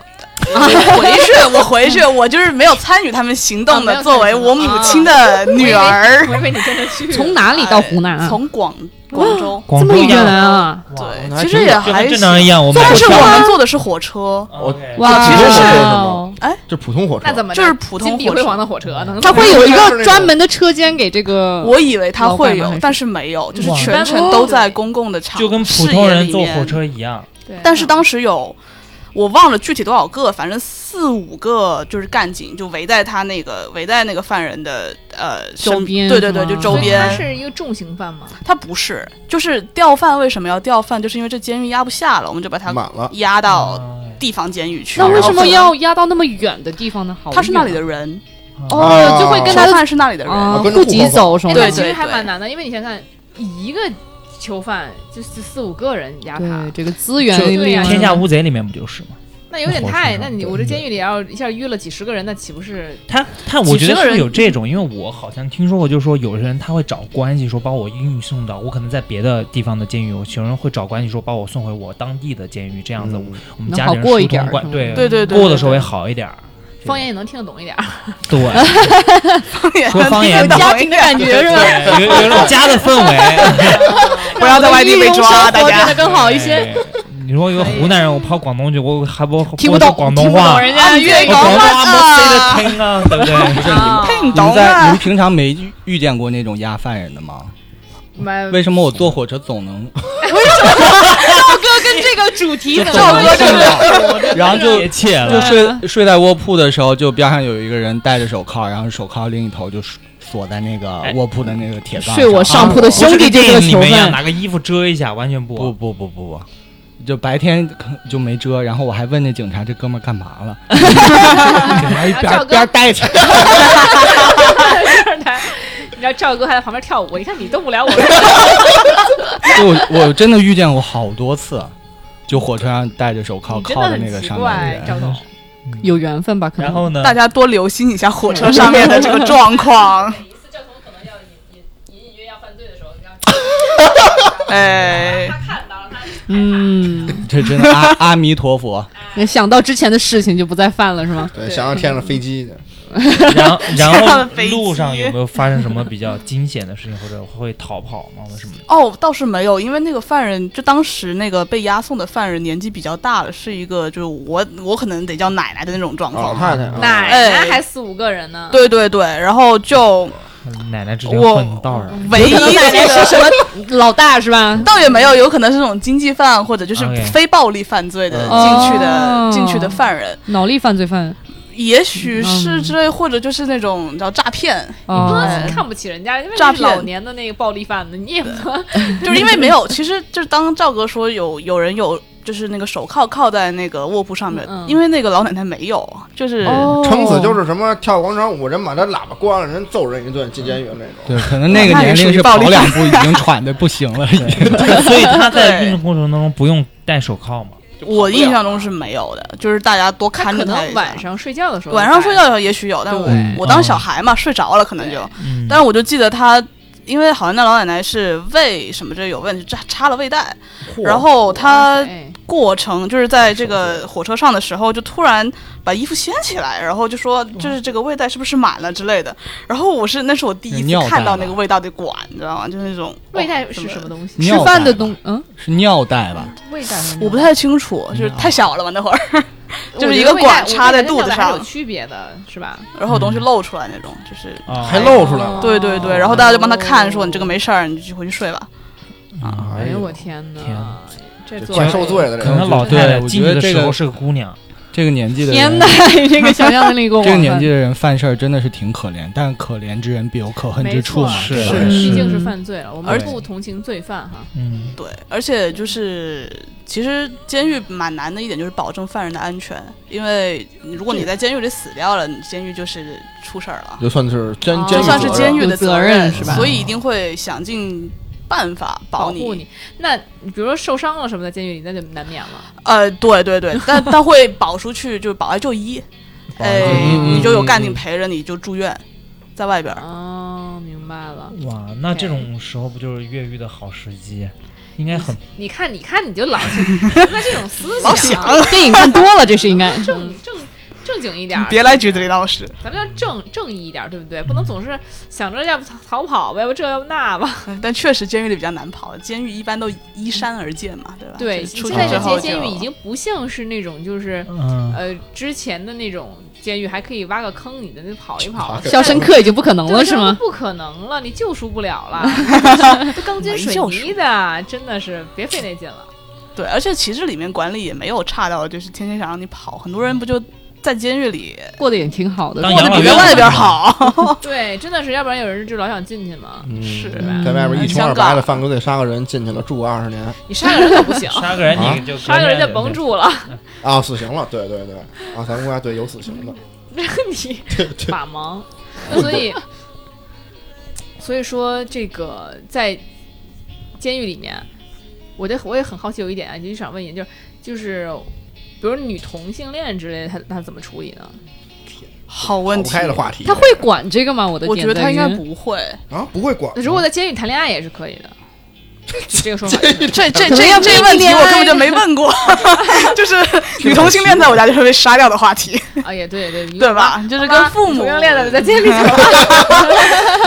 Speaker 5: 我回去，我回去，我就是没有参与他们行
Speaker 6: (laughs)
Speaker 5: 动
Speaker 1: 啊没
Speaker 5: 的，
Speaker 1: 有参与
Speaker 5: 作为我母亲的女
Speaker 6: 啊
Speaker 5: 儿，
Speaker 1: 我以为你跟着去。
Speaker 6: 从哪里到湖南啊？
Speaker 5: 从广广州。
Speaker 4: 广
Speaker 6: 这
Speaker 4: 州
Speaker 6: 么远
Speaker 4: 呀
Speaker 6: 啊！
Speaker 4: 哇
Speaker 5: 对
Speaker 4: 我们还
Speaker 5: 其实
Speaker 4: 挺
Speaker 5: 也
Speaker 4: 就跟
Speaker 5: 还
Speaker 4: 正常人一样，我们
Speaker 5: 但是
Speaker 4: 还
Speaker 5: 我
Speaker 4: 挺
Speaker 5: 们坐的是火车，
Speaker 4: 我 OK
Speaker 6: 哇，
Speaker 3: 其实是这样的
Speaker 6: 哦
Speaker 3: 吗这普通火车
Speaker 1: 那怎么着
Speaker 5: 就是普通
Speaker 1: 金碧
Speaker 5: 火车嗯
Speaker 1: 辉煌的火车呢？
Speaker 6: 它 (laughs) 会有一个专门的车间给这个。
Speaker 4: 嗯
Speaker 5: 我以为他会
Speaker 6: 老板吗还
Speaker 5: 有
Speaker 6: 是，
Speaker 5: 但是没有，就是
Speaker 4: 哇
Speaker 5: 全程都在公共的场，
Speaker 4: 就跟普通人坐火。车一样，
Speaker 1: 对
Speaker 5: 但是当时有，我忘了具体多少个，反正四五个就是干警就围在他那个围在那个犯人的呃身
Speaker 6: 周边
Speaker 5: 对对对，
Speaker 6: 是吗
Speaker 5: 就周
Speaker 1: 所以
Speaker 5: 边
Speaker 1: 他。是一个重刑犯嘛？
Speaker 5: 他不是，就是调犯为什么要调犯？就是因为这监狱压不下了，我们就把他
Speaker 3: 满了？
Speaker 5: 压到
Speaker 4: 哎
Speaker 5: 地方监狱去。
Speaker 6: 那为
Speaker 5: 然
Speaker 6: 什
Speaker 5: 后
Speaker 6: 么要压到那么远的地方呢？好远啊，
Speaker 5: 他是那里的人，
Speaker 4: 嗯
Speaker 2: 啊
Speaker 6: 哦，就会跟他
Speaker 5: 囚
Speaker 6: 的
Speaker 5: 犯是那里的人。 (laughs)
Speaker 6: 啊
Speaker 3: 跟着
Speaker 6: 户籍走什么
Speaker 1: 哎
Speaker 6: 的。
Speaker 5: 对
Speaker 1: 那其实
Speaker 5: 对
Speaker 1: 还
Speaker 5: 对
Speaker 1: 蛮难的，因为你想想，一个囚犯就是四五个人压他
Speaker 6: 对，这个资源
Speaker 4: 就
Speaker 6: 利用
Speaker 1: 对
Speaker 4: 天下乌贼里面不就是吗？
Speaker 1: 那有点
Speaker 4: 火车
Speaker 1: 太……
Speaker 4: 上
Speaker 1: 那你
Speaker 4: 对
Speaker 1: 我这
Speaker 4: 对
Speaker 1: 监狱里要一下约了几十个人，那岂不是
Speaker 4: 他他，我觉
Speaker 1: 几十
Speaker 4: 得
Speaker 1: 个
Speaker 4: 是不
Speaker 1: 人
Speaker 4: 是有这种，因为我好像听说过，就是说有些人他会找关系说把我运送到我可能在别的地方的监狱，我有人会找关系说把我送回我当地的监狱，这样子
Speaker 3: 嗯
Speaker 4: 我们
Speaker 6: 能
Speaker 4: 家
Speaker 6: 好
Speaker 4: 里人
Speaker 6: 过一
Speaker 4: 疏
Speaker 6: 点
Speaker 4: 通
Speaker 6: 儿
Speaker 4: 关
Speaker 6: 是吗
Speaker 4: 对
Speaker 5: 对对对
Speaker 4: 过的时候也好一点
Speaker 6: (laughs)
Speaker 4: 儿。
Speaker 1: 方言也能听得懂一点儿？
Speaker 4: 对说方言
Speaker 5: 有
Speaker 4: 的
Speaker 2: (laughs)
Speaker 5: 家庭的感
Speaker 6: 觉是
Speaker 1: (laughs)
Speaker 6: 吧
Speaker 4: 对，有有种家的氛
Speaker 6: (laughs)
Speaker 4: 围，
Speaker 5: 不要在外地被抓，大
Speaker 6: 变
Speaker 5: 家
Speaker 6: 得更好一些。
Speaker 4: 对。你说有个湖南人，我跑广东去，我还不
Speaker 6: 听不
Speaker 4: 我
Speaker 6: 懂
Speaker 4: 广东话，
Speaker 6: 人家粤语
Speaker 4: 我广东话没飞得听啊，对不对？
Speaker 1: 啊，
Speaker 5: 听
Speaker 2: 你们
Speaker 5: 懂
Speaker 2: 在你
Speaker 5: 啊
Speaker 2: 们。平常没遇遇见过那种压犯人的吗？
Speaker 1: 蛮
Speaker 2: 为什么我坐火车
Speaker 1: (laughs)
Speaker 2: 总能
Speaker 6: 跟这个主题
Speaker 2: 就赵哥这
Speaker 4: 个，
Speaker 2: 然后就
Speaker 4: 别切
Speaker 2: 就
Speaker 4: 了，
Speaker 1: 啊
Speaker 2: 睡睡在卧铺的时候，就边上有一个人戴着手铐，然后手铐另一头就锁锁在那个
Speaker 3: 哎
Speaker 2: 卧铺的那个铁棒
Speaker 6: 睡我上铺的兄弟就
Speaker 4: 这
Speaker 6: 是个
Speaker 4: 你
Speaker 6: 囚
Speaker 4: 们要
Speaker 6: 犯，
Speaker 4: 拿个衣服遮一下，完全
Speaker 2: 不
Speaker 4: 不。
Speaker 2: 不不不不，就白天可能就没遮，然后我还问那警察这哥们儿干嘛了， (laughs) 警察一边
Speaker 1: 赵哥
Speaker 2: 边待着， (laughs)
Speaker 1: 你知道赵哥还在旁边跳舞，你看你动不了我。
Speaker 2: 就我我真的遇见过好多次，就火车上戴着手铐
Speaker 1: 你真
Speaker 2: 铐
Speaker 1: 的
Speaker 2: 着那
Speaker 1: 很
Speaker 2: 个
Speaker 1: 奇
Speaker 2: 上面的
Speaker 1: 怪，哎
Speaker 2: 人，
Speaker 1: 赵总。
Speaker 6: 有缘分吧，可能。
Speaker 4: 然后呢？
Speaker 5: 大家多留心一下火车上面的这个状况。
Speaker 1: 每一次教头可能要隐隐隐隐约要犯罪的时候，你要
Speaker 5: 哎，
Speaker 1: 看到他
Speaker 6: 嗯，
Speaker 2: (laughs) 这真的阿阿弥陀佛， (laughs)
Speaker 6: 那想到之前的事情就不再犯了，是吗？
Speaker 3: 对，想到天上的飞机，
Speaker 4: (laughs) 然后然
Speaker 5: 下了
Speaker 4: 后
Speaker 5: 飞机
Speaker 4: 路上有没有发生什么比较惊险的事情，或者会逃跑吗？或者什么的？
Speaker 5: 哦，倒是没有，因为那个犯人，就当时那个被押送的犯人年纪比较大了，是一个就是我我可能得叫奶奶的那种状
Speaker 3: 老
Speaker 5: 况。
Speaker 3: 太太啊，
Speaker 1: 奶奶哎还四五个人呢。 (laughs)
Speaker 5: 对对对，然后就
Speaker 4: 奶奶直接
Speaker 5: 我
Speaker 4: 混道上，
Speaker 5: 唯一
Speaker 6: 奶奶是什么老大是吧？
Speaker 5: (laughs) 倒也没有，有可能是那种经济犯或者就是
Speaker 4: OK
Speaker 5: 非暴力犯罪的
Speaker 6: 嗯
Speaker 5: 进去的
Speaker 6: 哦
Speaker 5: 进去的犯人，
Speaker 6: 脑力犯罪犯
Speaker 5: 也许是
Speaker 6: 嗯
Speaker 5: 之类，或者就是那种你知道诈
Speaker 6: (laughs)
Speaker 5: 骗，
Speaker 6: 哦，
Speaker 1: 啊看不起人家，因为
Speaker 5: 嗯诈
Speaker 1: 是
Speaker 5: 骗
Speaker 1: 老年的那个暴力犯的，你也不能
Speaker 5: 就是因为没有，其实就是当赵哥说有有人有就是那个手铐铐在那个卧铺上面，
Speaker 6: 嗯嗯哦
Speaker 5: 因为那个老奶奶没有，就是、
Speaker 3: 撑死就是什么跳广场舞，人把他喇叭关了，人揍人一顿进监狱那种。
Speaker 2: 对，可能那个
Speaker 5: 那也
Speaker 2: 年
Speaker 5: 属
Speaker 2: 龄
Speaker 5: 于
Speaker 2: 是
Speaker 5: 暴
Speaker 2: 跑
Speaker 5: 力
Speaker 2: 两步已经喘的不行了，已经。
Speaker 4: 所以他在
Speaker 5: 对
Speaker 4: 运动过程当中不用戴手铐嘛？
Speaker 5: 我印象中是没有的，就是大家多
Speaker 1: 他
Speaker 5: 看
Speaker 1: 可
Speaker 5: 着他一
Speaker 1: 能
Speaker 5: 下
Speaker 1: 晚上睡觉的时候，
Speaker 5: 晚上睡觉的时候也许有，但我
Speaker 1: 对
Speaker 5: 我当小孩嘛，睡着了可能就，
Speaker 4: 嗯，
Speaker 5: 但是我就记得他。因为好像那老奶奶是胃什么这有问题，插插了胃带，然后她
Speaker 6: 哎
Speaker 5: 过程，就是在这个火车上的时候，就突然把衣服掀起来，然后就说就是这个胃袋是不是满了之类的。然后我是那是我第一
Speaker 2: 尿
Speaker 5: 次
Speaker 2: 袋
Speaker 5: 看到
Speaker 2: 吧
Speaker 5: 那个味道的管，你知道吗？就是那种
Speaker 1: 胃袋
Speaker 5: 哦
Speaker 1: 是什么东西？
Speaker 6: 吃
Speaker 2: 尿
Speaker 6: 饭
Speaker 2: 袋
Speaker 6: 的
Speaker 2: 吧
Speaker 6: 东嗯，
Speaker 2: 是尿袋吧？
Speaker 1: 胃袋和
Speaker 5: 我不太清楚，
Speaker 2: 嗯
Speaker 5: 就是
Speaker 2: 哦
Speaker 5: 太小了吧那
Speaker 1: (laughs)
Speaker 5: 会儿，就是一个
Speaker 1: 我觉得胃袋
Speaker 5: 管插在肚子
Speaker 1: 我觉得跟尿袋还是
Speaker 5: 上
Speaker 1: 有，区别的，是吧？哦
Speaker 5: 然后东
Speaker 2: 嗯
Speaker 5: 西露出来那种，就是
Speaker 4: 啊
Speaker 3: 还露出来了，
Speaker 5: 对对对，然后大家就帮他看，说你这个没事儿，你就回去睡吧。
Speaker 4: 啊
Speaker 1: 哎呦我天
Speaker 4: 天
Speaker 1: 哪！这
Speaker 3: 这
Speaker 1: 做
Speaker 3: 怪受罪的
Speaker 4: 可
Speaker 3: 这
Speaker 4: 能
Speaker 3: 种。
Speaker 4: 老太太
Speaker 2: 对
Speaker 4: 进去
Speaker 2: 我觉得
Speaker 4: 的
Speaker 2: 这
Speaker 4: 时
Speaker 2: 个
Speaker 4: 候是个姑娘，
Speaker 2: 这个年纪的
Speaker 6: 天
Speaker 1: (laughs)
Speaker 2: 人
Speaker 6: 哪，，你这个想象力给我
Speaker 2: 这个
Speaker 6: 往
Speaker 2: 年
Speaker 6: 返
Speaker 2: 纪的人犯事儿真的是挺可怜，但可怜之人必有可恨
Speaker 1: 没
Speaker 2: 之处
Speaker 1: 错，
Speaker 2: 嘛，
Speaker 4: 是
Speaker 2: 对吧
Speaker 4: 是
Speaker 1: 毕
Speaker 4: 是
Speaker 1: 竟是犯罪了，我们
Speaker 2: 而
Speaker 1: 不同情罪犯哈。
Speaker 4: 嗯，
Speaker 5: 对，而且就是其实监狱蛮难的一点就是保证犯人的安全，因为如果你在监狱里死掉了，你监狱就是出事儿了，
Speaker 3: 就算是监
Speaker 1: 哦
Speaker 3: 监
Speaker 5: 就
Speaker 3: 狱
Speaker 5: 算是
Speaker 3: 责任
Speaker 5: 监狱的
Speaker 6: 有责任是吧
Speaker 5: 所以一定会想尽办法
Speaker 1: 保
Speaker 5: 保
Speaker 1: 护你。那比如说受伤了什么的，监狱里那就难免了。
Speaker 5: 呃，对
Speaker 1: (laughs)
Speaker 5: 对对，但但会保出去，就是保外就医，哎，
Speaker 3: 嗯
Speaker 5: 你就有干
Speaker 3: 嗯
Speaker 5: 警
Speaker 3: 嗯
Speaker 5: 陪着，你就住院，在外边儿。
Speaker 1: 哦，明白了。
Speaker 4: 嗯哇，那这种时候不就是越狱的好时机？应该很
Speaker 1: 你看，你看，你就老那这种
Speaker 5: (laughs)
Speaker 1: 思
Speaker 5: 老
Speaker 1: 想
Speaker 5: 想嗯
Speaker 1: 啊，
Speaker 6: 电影看多了，这是应该。
Speaker 1: 正正正经一点儿，
Speaker 5: 别来局子里闹事，
Speaker 1: 咱们要正正义一点儿，对不对？不能总是想着要不逃逃跑吧，要不这要不那吧。
Speaker 5: 但确实监狱里比较难跑，监狱一般都依山而建嘛，对吧？
Speaker 1: 对，
Speaker 5: 就是出
Speaker 1: 现在
Speaker 5: 去之
Speaker 1: 这
Speaker 5: 后
Speaker 1: 些
Speaker 5: 就
Speaker 1: 监狱已经不像是那种就是
Speaker 4: 嗯，
Speaker 1: 呃之前的那种监狱，还可以挖个坑你的那跑一跑了。
Speaker 6: 肖申克已经不可能
Speaker 1: 对
Speaker 6: 了是
Speaker 1: 这都
Speaker 6: 吗？
Speaker 1: 不可能了，你救赎不了
Speaker 5: (laughs)
Speaker 1: 了，这钢筋水泥的，真的是别费那劲了。
Speaker 5: 对，而且其实里面管理也没有差到，就是天天想让你跑，很多人不就在监狱里
Speaker 6: 过得也挺好的
Speaker 4: 当，
Speaker 5: 过
Speaker 4: 养
Speaker 5: 得
Speaker 4: 老
Speaker 5: 比在
Speaker 4: 院
Speaker 5: 外边好。
Speaker 1: 对，真的是，要不然有人就老想进去嘛。
Speaker 3: 嗯
Speaker 5: 是
Speaker 3: 在外边一穷
Speaker 5: 香
Speaker 3: 二
Speaker 5: 港
Speaker 3: 白的，犯个罪，杀个人进去了，住个二十年
Speaker 1: 你杀个人可不行，
Speaker 4: 杀个人
Speaker 3: 啊
Speaker 4: 你就
Speaker 1: 杀个人就甭住了。
Speaker 3: 啊，死刑了。对对对，啊，咱们国家对有死刑的，
Speaker 1: (laughs) 你
Speaker 3: 对对。
Speaker 1: 把忙，所以所以说这个在监狱里面，我就我也很好奇有一点啊，就想问一眼，就是就是，比如女同性恋之类的，他他怎么处理呢？
Speaker 5: (laughs) 好
Speaker 3: 跑
Speaker 5: 问
Speaker 3: 不
Speaker 5: 题，
Speaker 3: 开的话题，
Speaker 6: 他会管这个吗？我的
Speaker 5: 我
Speaker 6: 点
Speaker 5: 觉得
Speaker 6: 在
Speaker 5: 他应该
Speaker 1: 嗯
Speaker 6: 于
Speaker 5: 不会。
Speaker 3: 啊，不会管。
Speaker 1: 如果在监狱谈恋爱也是可以的，这个说法是
Speaker 5: 这这
Speaker 6: 可能要
Speaker 5: 这这
Speaker 6: 避
Speaker 5: 问题
Speaker 6: 免
Speaker 5: 我根本就没问过，就是女同性恋在我家就是被杀掉的话题，
Speaker 1: 啊，也对对对
Speaker 5: 对？吧？就是跟父母
Speaker 1: 同性恋的在监狱里怎么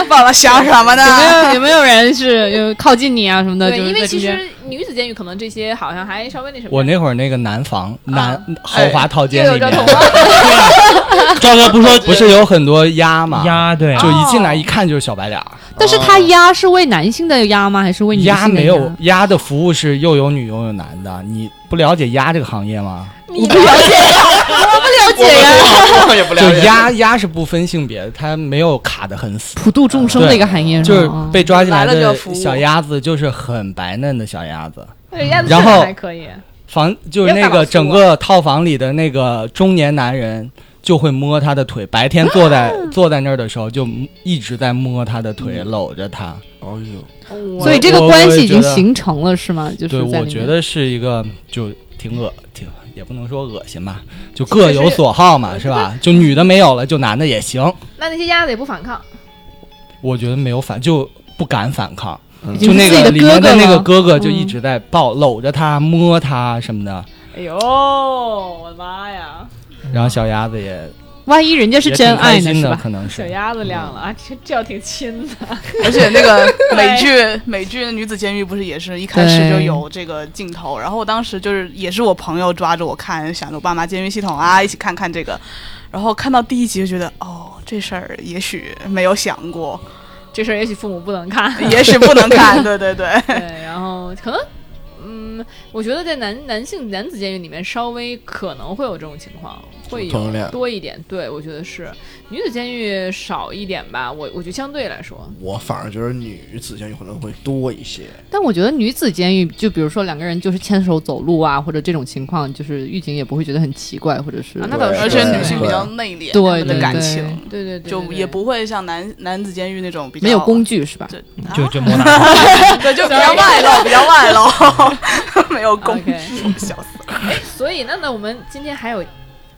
Speaker 5: 爸爸想什么
Speaker 6: 有没
Speaker 5: 呢？
Speaker 6: 有有没有人是有靠近你啊什么的？
Speaker 1: 对，
Speaker 6: 就是
Speaker 1: 因
Speaker 6: 在
Speaker 1: 为其
Speaker 6: 中间
Speaker 1: 实哦女子监狱可能这些好像还稍微那什么。
Speaker 2: 我那会儿那个南房南豪华套间
Speaker 1: 啊哎又有
Speaker 2: 里
Speaker 1: 这
Speaker 2: 面，
Speaker 1: 种吗？
Speaker 2: 赵哥不 (laughs) 说不是有很多鸭吗？
Speaker 4: 压对，啊
Speaker 2: 就一进来一看就是小白脸儿，
Speaker 6: 但是他压是为男性的压吗？还是为女性的
Speaker 2: 鸭
Speaker 6: 压？
Speaker 2: 没有鸭的服务是又有女又有男的，你不了解鸭这个行业吗？
Speaker 1: 你不了解，
Speaker 6: 了解呀，
Speaker 3: 我 (laughs) 也不了
Speaker 2: 就
Speaker 3: 解。
Speaker 2: 鸭鸭是不分性别的，它没有卡得很死，
Speaker 6: 普度众生的一个行业，
Speaker 2: 就是
Speaker 6: 吗
Speaker 2: 被抓进来
Speaker 5: 来了就要
Speaker 2: 的
Speaker 5: 服务
Speaker 2: 小鸭子就是很白嫩的小鸭子。
Speaker 1: 人家的
Speaker 2: 然后
Speaker 1: 身材还可以，
Speaker 2: 房就是那
Speaker 1: 不要打
Speaker 2: 个
Speaker 1: 老
Speaker 2: 整个套房里的那个中年男人就会摸她的腿，白天坐在坐在那儿的时候就一直在摸她的腿，搂着她。
Speaker 3: 哎呦，
Speaker 1: 我
Speaker 6: 所以这个
Speaker 2: 我
Speaker 6: 关
Speaker 2: 我也
Speaker 6: 系已
Speaker 2: 觉
Speaker 6: 经
Speaker 2: 得
Speaker 6: 形成了，是吗？就是
Speaker 2: 对，
Speaker 6: 在
Speaker 2: 我
Speaker 6: 里
Speaker 2: 觉
Speaker 6: 面
Speaker 2: 得是一个就挺恶挺也不能说恶心吧，就各有所好嘛，
Speaker 1: 其实
Speaker 2: 是吧？就女的没有了，就男的也行。
Speaker 1: 那那些鸭子也不反抗，
Speaker 2: 我觉得没有反就不敢反抗，
Speaker 3: 嗯
Speaker 2: 就那
Speaker 6: 自己
Speaker 2: 个
Speaker 6: 的
Speaker 2: 里
Speaker 6: 哥
Speaker 2: 面
Speaker 6: 哥
Speaker 2: 的那个
Speaker 6: 吗
Speaker 2: 哥哥就
Speaker 6: 嗯
Speaker 2: 一直在抱搂着她、摸她什么的，
Speaker 1: 哎呦，我的妈呀，
Speaker 2: 然后小鸭子也
Speaker 6: 万一人家是
Speaker 2: 也
Speaker 6: 真
Speaker 2: 挺开
Speaker 6: 爱呢，
Speaker 2: 心
Speaker 6: 是
Speaker 2: 的，
Speaker 6: 吧？
Speaker 2: 可能
Speaker 1: 小
Speaker 2: 是。
Speaker 1: 鸭子亮了啊，这这要挺亲的。
Speaker 5: 而且那
Speaker 6: (laughs)
Speaker 5: 个美剧美剧的女子监狱不是也是一开始就有这个镜头，然后我当时就是也是我朋友抓着我看，想着我爸妈监狱系统啊，一起看看这个，然后看到第一集就觉得哦，这事儿也许没有想过，
Speaker 1: 这事儿也许父母不能
Speaker 6: 啊
Speaker 1: 看，
Speaker 5: 也许不能
Speaker 6: (laughs)
Speaker 5: 看，对对对，
Speaker 1: 对，然后可能，嗯，我觉得在男男性男子监狱里面，稍微可能会有这种情况，会
Speaker 3: 同性
Speaker 1: 有
Speaker 3: 恋
Speaker 1: 多一点。对，我觉得是女子监狱少一点吧。我我觉得相对来说，
Speaker 3: 我反而觉得女子监狱可能会多一些，
Speaker 6: 但我觉得女子监狱，就比如说两个人就是牵手走路啊，或者这种情况，就是狱警也不会觉得很奇怪，或者是、
Speaker 1: 啊那倒是
Speaker 5: 而且
Speaker 3: 对
Speaker 5: 女性比较内敛，
Speaker 6: 对
Speaker 5: 她们的
Speaker 6: 对
Speaker 5: 感
Speaker 6: 对
Speaker 5: 情
Speaker 1: 对对对，
Speaker 5: 就
Speaker 1: 对
Speaker 5: 也，不会像男男子监狱那种比较
Speaker 6: 没有工具是吧？
Speaker 5: 对
Speaker 4: 就
Speaker 5: 啊
Speaker 4: 就摸他。
Speaker 5: 对就比较外露，比较外
Speaker 6: (laughs)
Speaker 5: 露，没有工具
Speaker 1: OK
Speaker 5: 笑死。
Speaker 1: 对所以那那我们今天还有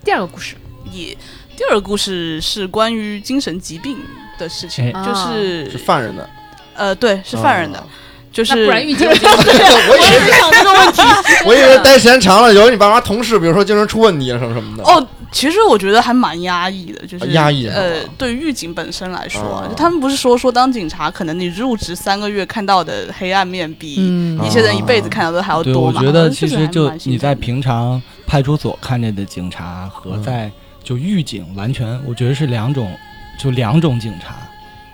Speaker 1: 第二个故事，
Speaker 5: 也第二个故事是关于精神疾病的事情，
Speaker 1: 哎
Speaker 5: 就是
Speaker 3: 是犯人的，
Speaker 5: 呃，对，是犯人的，
Speaker 2: 哦
Speaker 3: 啊
Speaker 5: 就
Speaker 1: 那
Speaker 5: 是
Speaker 1: 不然狱警就
Speaker 3: (laughs) 我以为，
Speaker 1: 想这个问题
Speaker 3: (laughs) 我以为待时间长了，有你爸妈同事，比如说经常出问题了什么什么的。
Speaker 5: 哦，其实我觉得还蛮压抑的，就是
Speaker 3: 压抑啊
Speaker 5: 呃，对狱警本身来说，
Speaker 2: 哦
Speaker 3: 啊
Speaker 5: 就他们不是说说当警察，可能你入职三个月看到的黑暗面比
Speaker 6: 嗯
Speaker 3: 啊
Speaker 5: 一些人一辈子看到的还要
Speaker 2: 对，
Speaker 5: 多
Speaker 2: 我
Speaker 5: 嘛？
Speaker 2: 觉得其
Speaker 5: 就是
Speaker 2: 实
Speaker 5: 还
Speaker 2: 就
Speaker 5: 蛮心
Speaker 2: 你在
Speaker 5: 疼的
Speaker 2: 平常派出所看着的警察和
Speaker 3: 嗯
Speaker 2: 在就狱警完全，我觉得是两种，就两种警察。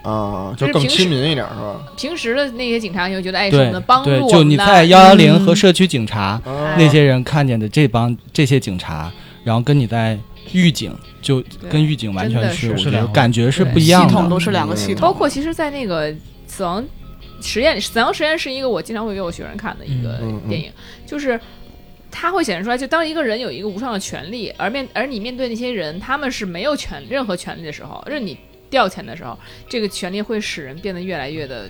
Speaker 3: 啊，
Speaker 1: 就
Speaker 3: 就
Speaker 1: 是
Speaker 3: 更
Speaker 1: 平时
Speaker 3: 亲民一点是吧？
Speaker 1: 平时的那些警察，你就觉得哎什么
Speaker 2: 对
Speaker 1: 的帮助
Speaker 2: 对，
Speaker 1: 我
Speaker 2: 就
Speaker 1: 们嗯
Speaker 2: 你
Speaker 1: 的
Speaker 2: 在幺幺零
Speaker 6: 嗯
Speaker 2: 和社区警察
Speaker 3: 啊
Speaker 2: 那些人看见的这帮这些警察，然后跟你在狱警就
Speaker 1: 对
Speaker 2: 跟狱警完
Speaker 1: 真的
Speaker 2: 全
Speaker 1: 是
Speaker 2: 我
Speaker 4: 是
Speaker 2: 觉
Speaker 4: 两
Speaker 2: 得
Speaker 4: 个
Speaker 2: 感觉是
Speaker 1: 对
Speaker 2: 不一
Speaker 5: 系
Speaker 2: 样
Speaker 5: 统
Speaker 2: 的。
Speaker 5: 都是两个系统，
Speaker 1: 包括其实，在那个死亡实验，死亡实验是一个我经常会给我学生看的一个
Speaker 3: 嗯嗯嗯
Speaker 1: 电影，就是。它会显示出来，就当一个人有一个无上的权利，而面而你面对那些人，他们是没有权任何权利的时候，任你调遣的时候，这个权利会使人变得越来越的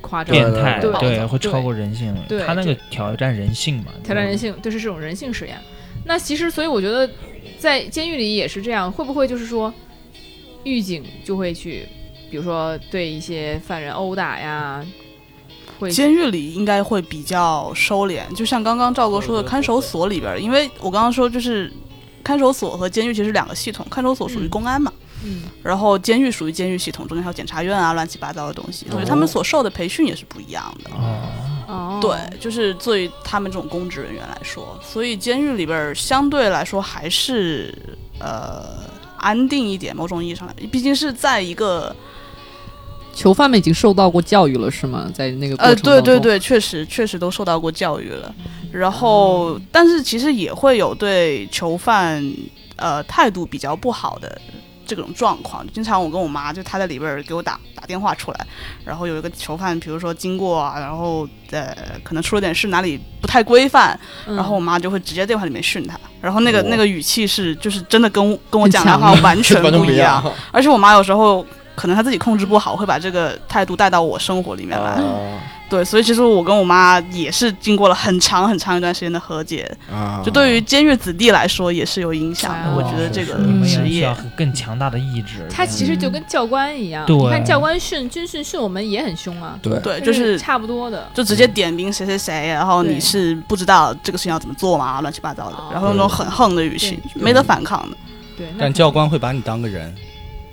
Speaker 1: 夸张，
Speaker 4: 变态，
Speaker 1: 对对
Speaker 4: 会超过人性
Speaker 1: 对。
Speaker 4: 他那个挑战人性嘛，
Speaker 1: 挑战人
Speaker 5: 嗯
Speaker 1: 性，这是这种人性实验。那其实，所以我觉得在监狱里也是这样，会不会就是说，狱警就会去，比如说对一些犯人殴打
Speaker 5: 嗯
Speaker 1: 呀，会
Speaker 5: 监狱里应该会比较收敛，就像刚刚赵哥说的，看守所里边儿，因为我刚刚说就是看守所和监狱其实是两个系统，看守所属于
Speaker 1: 嗯
Speaker 5: 公安嘛，
Speaker 1: 嗯
Speaker 5: 然后监狱属于监狱系统，中间还有检察院啊，乱七八糟的东西，所以他们所受的培训也是不一样的。
Speaker 4: 哦，
Speaker 1: 哦，
Speaker 5: 对，就是作为他们这种公职人员来说，所以监狱里边儿相对来说还是呃安定一点，某种意义上来，毕竟是在一个
Speaker 6: 囚犯们已经受到过教育了是吗？在那个过
Speaker 5: 呃，
Speaker 6: 程
Speaker 5: 对
Speaker 6: 当中
Speaker 5: 对，对，确实确实都受到过教育了。然后，
Speaker 6: 嗯
Speaker 5: 但是其实也会有对囚犯呃态度比较不好的这种状况。经常我跟我妈就她在里边儿给我打打电话出来，然后有一个囚犯，比如说经过啊，然后呃可能出了点事，哪里不太规范，
Speaker 1: 嗯
Speaker 5: 然后我妈就会直接电话里面训他，然后那个、那
Speaker 3: 哦
Speaker 5: 个语气是就是真的跟我跟我
Speaker 6: 嗯很
Speaker 5: 讲的
Speaker 6: 强
Speaker 5: 话完全
Speaker 3: 完全
Speaker 5: 不
Speaker 3: 不
Speaker 5: 一
Speaker 3: 一
Speaker 5: 样
Speaker 3: 样。。
Speaker 6: (laughs)
Speaker 5: 而且我妈有时候可能她自己控制不好，会把这个态度带到我生活里面来。
Speaker 3: 啊
Speaker 5: 对，所以其实我跟我妈也是经过了很长很长一段时间的和解，
Speaker 3: 啊！
Speaker 5: 就对于监狱子弟来说也是有影响的。
Speaker 1: 啊
Speaker 5: 我觉得
Speaker 4: 是
Speaker 5: 这
Speaker 4: 哦是
Speaker 5: 个
Speaker 4: 你们也
Speaker 5: 职
Speaker 4: 需
Speaker 5: 业
Speaker 4: 要更强大的意志。
Speaker 1: 他其实就跟教官一样，
Speaker 4: 对
Speaker 1: 你看教官训军训训我们也很凶啊，
Speaker 3: 对
Speaker 5: 对，就是
Speaker 1: 差不多的。
Speaker 5: 就直接点名谁谁谁，然后
Speaker 1: 对
Speaker 5: 你是不知道这个事情要怎么做嘛，乱七八糟的
Speaker 1: 哦，
Speaker 5: 然后那种很横的语气，
Speaker 1: 对
Speaker 5: 没得反抗的。
Speaker 1: 对，那
Speaker 2: 但教官会把你当个人，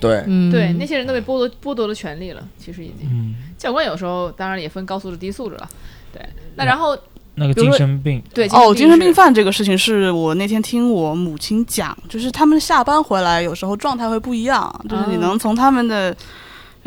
Speaker 3: 对，
Speaker 6: 嗯，
Speaker 1: 对那些人都被剥夺剥夺了权利了，其实已经。
Speaker 4: 嗯，
Speaker 1: 教官有时候当然也分高素质低素质了，对。那然后
Speaker 4: 那个
Speaker 1: 比如
Speaker 4: 精
Speaker 1: 说
Speaker 4: 神病，
Speaker 1: 对
Speaker 5: 嗯哦，精神病
Speaker 1: 是
Speaker 5: 犯这个事情是我那天听我母亲讲，就是他们下班回来有时候状态会不一样，就是你
Speaker 1: 哦
Speaker 5: 能从他们的。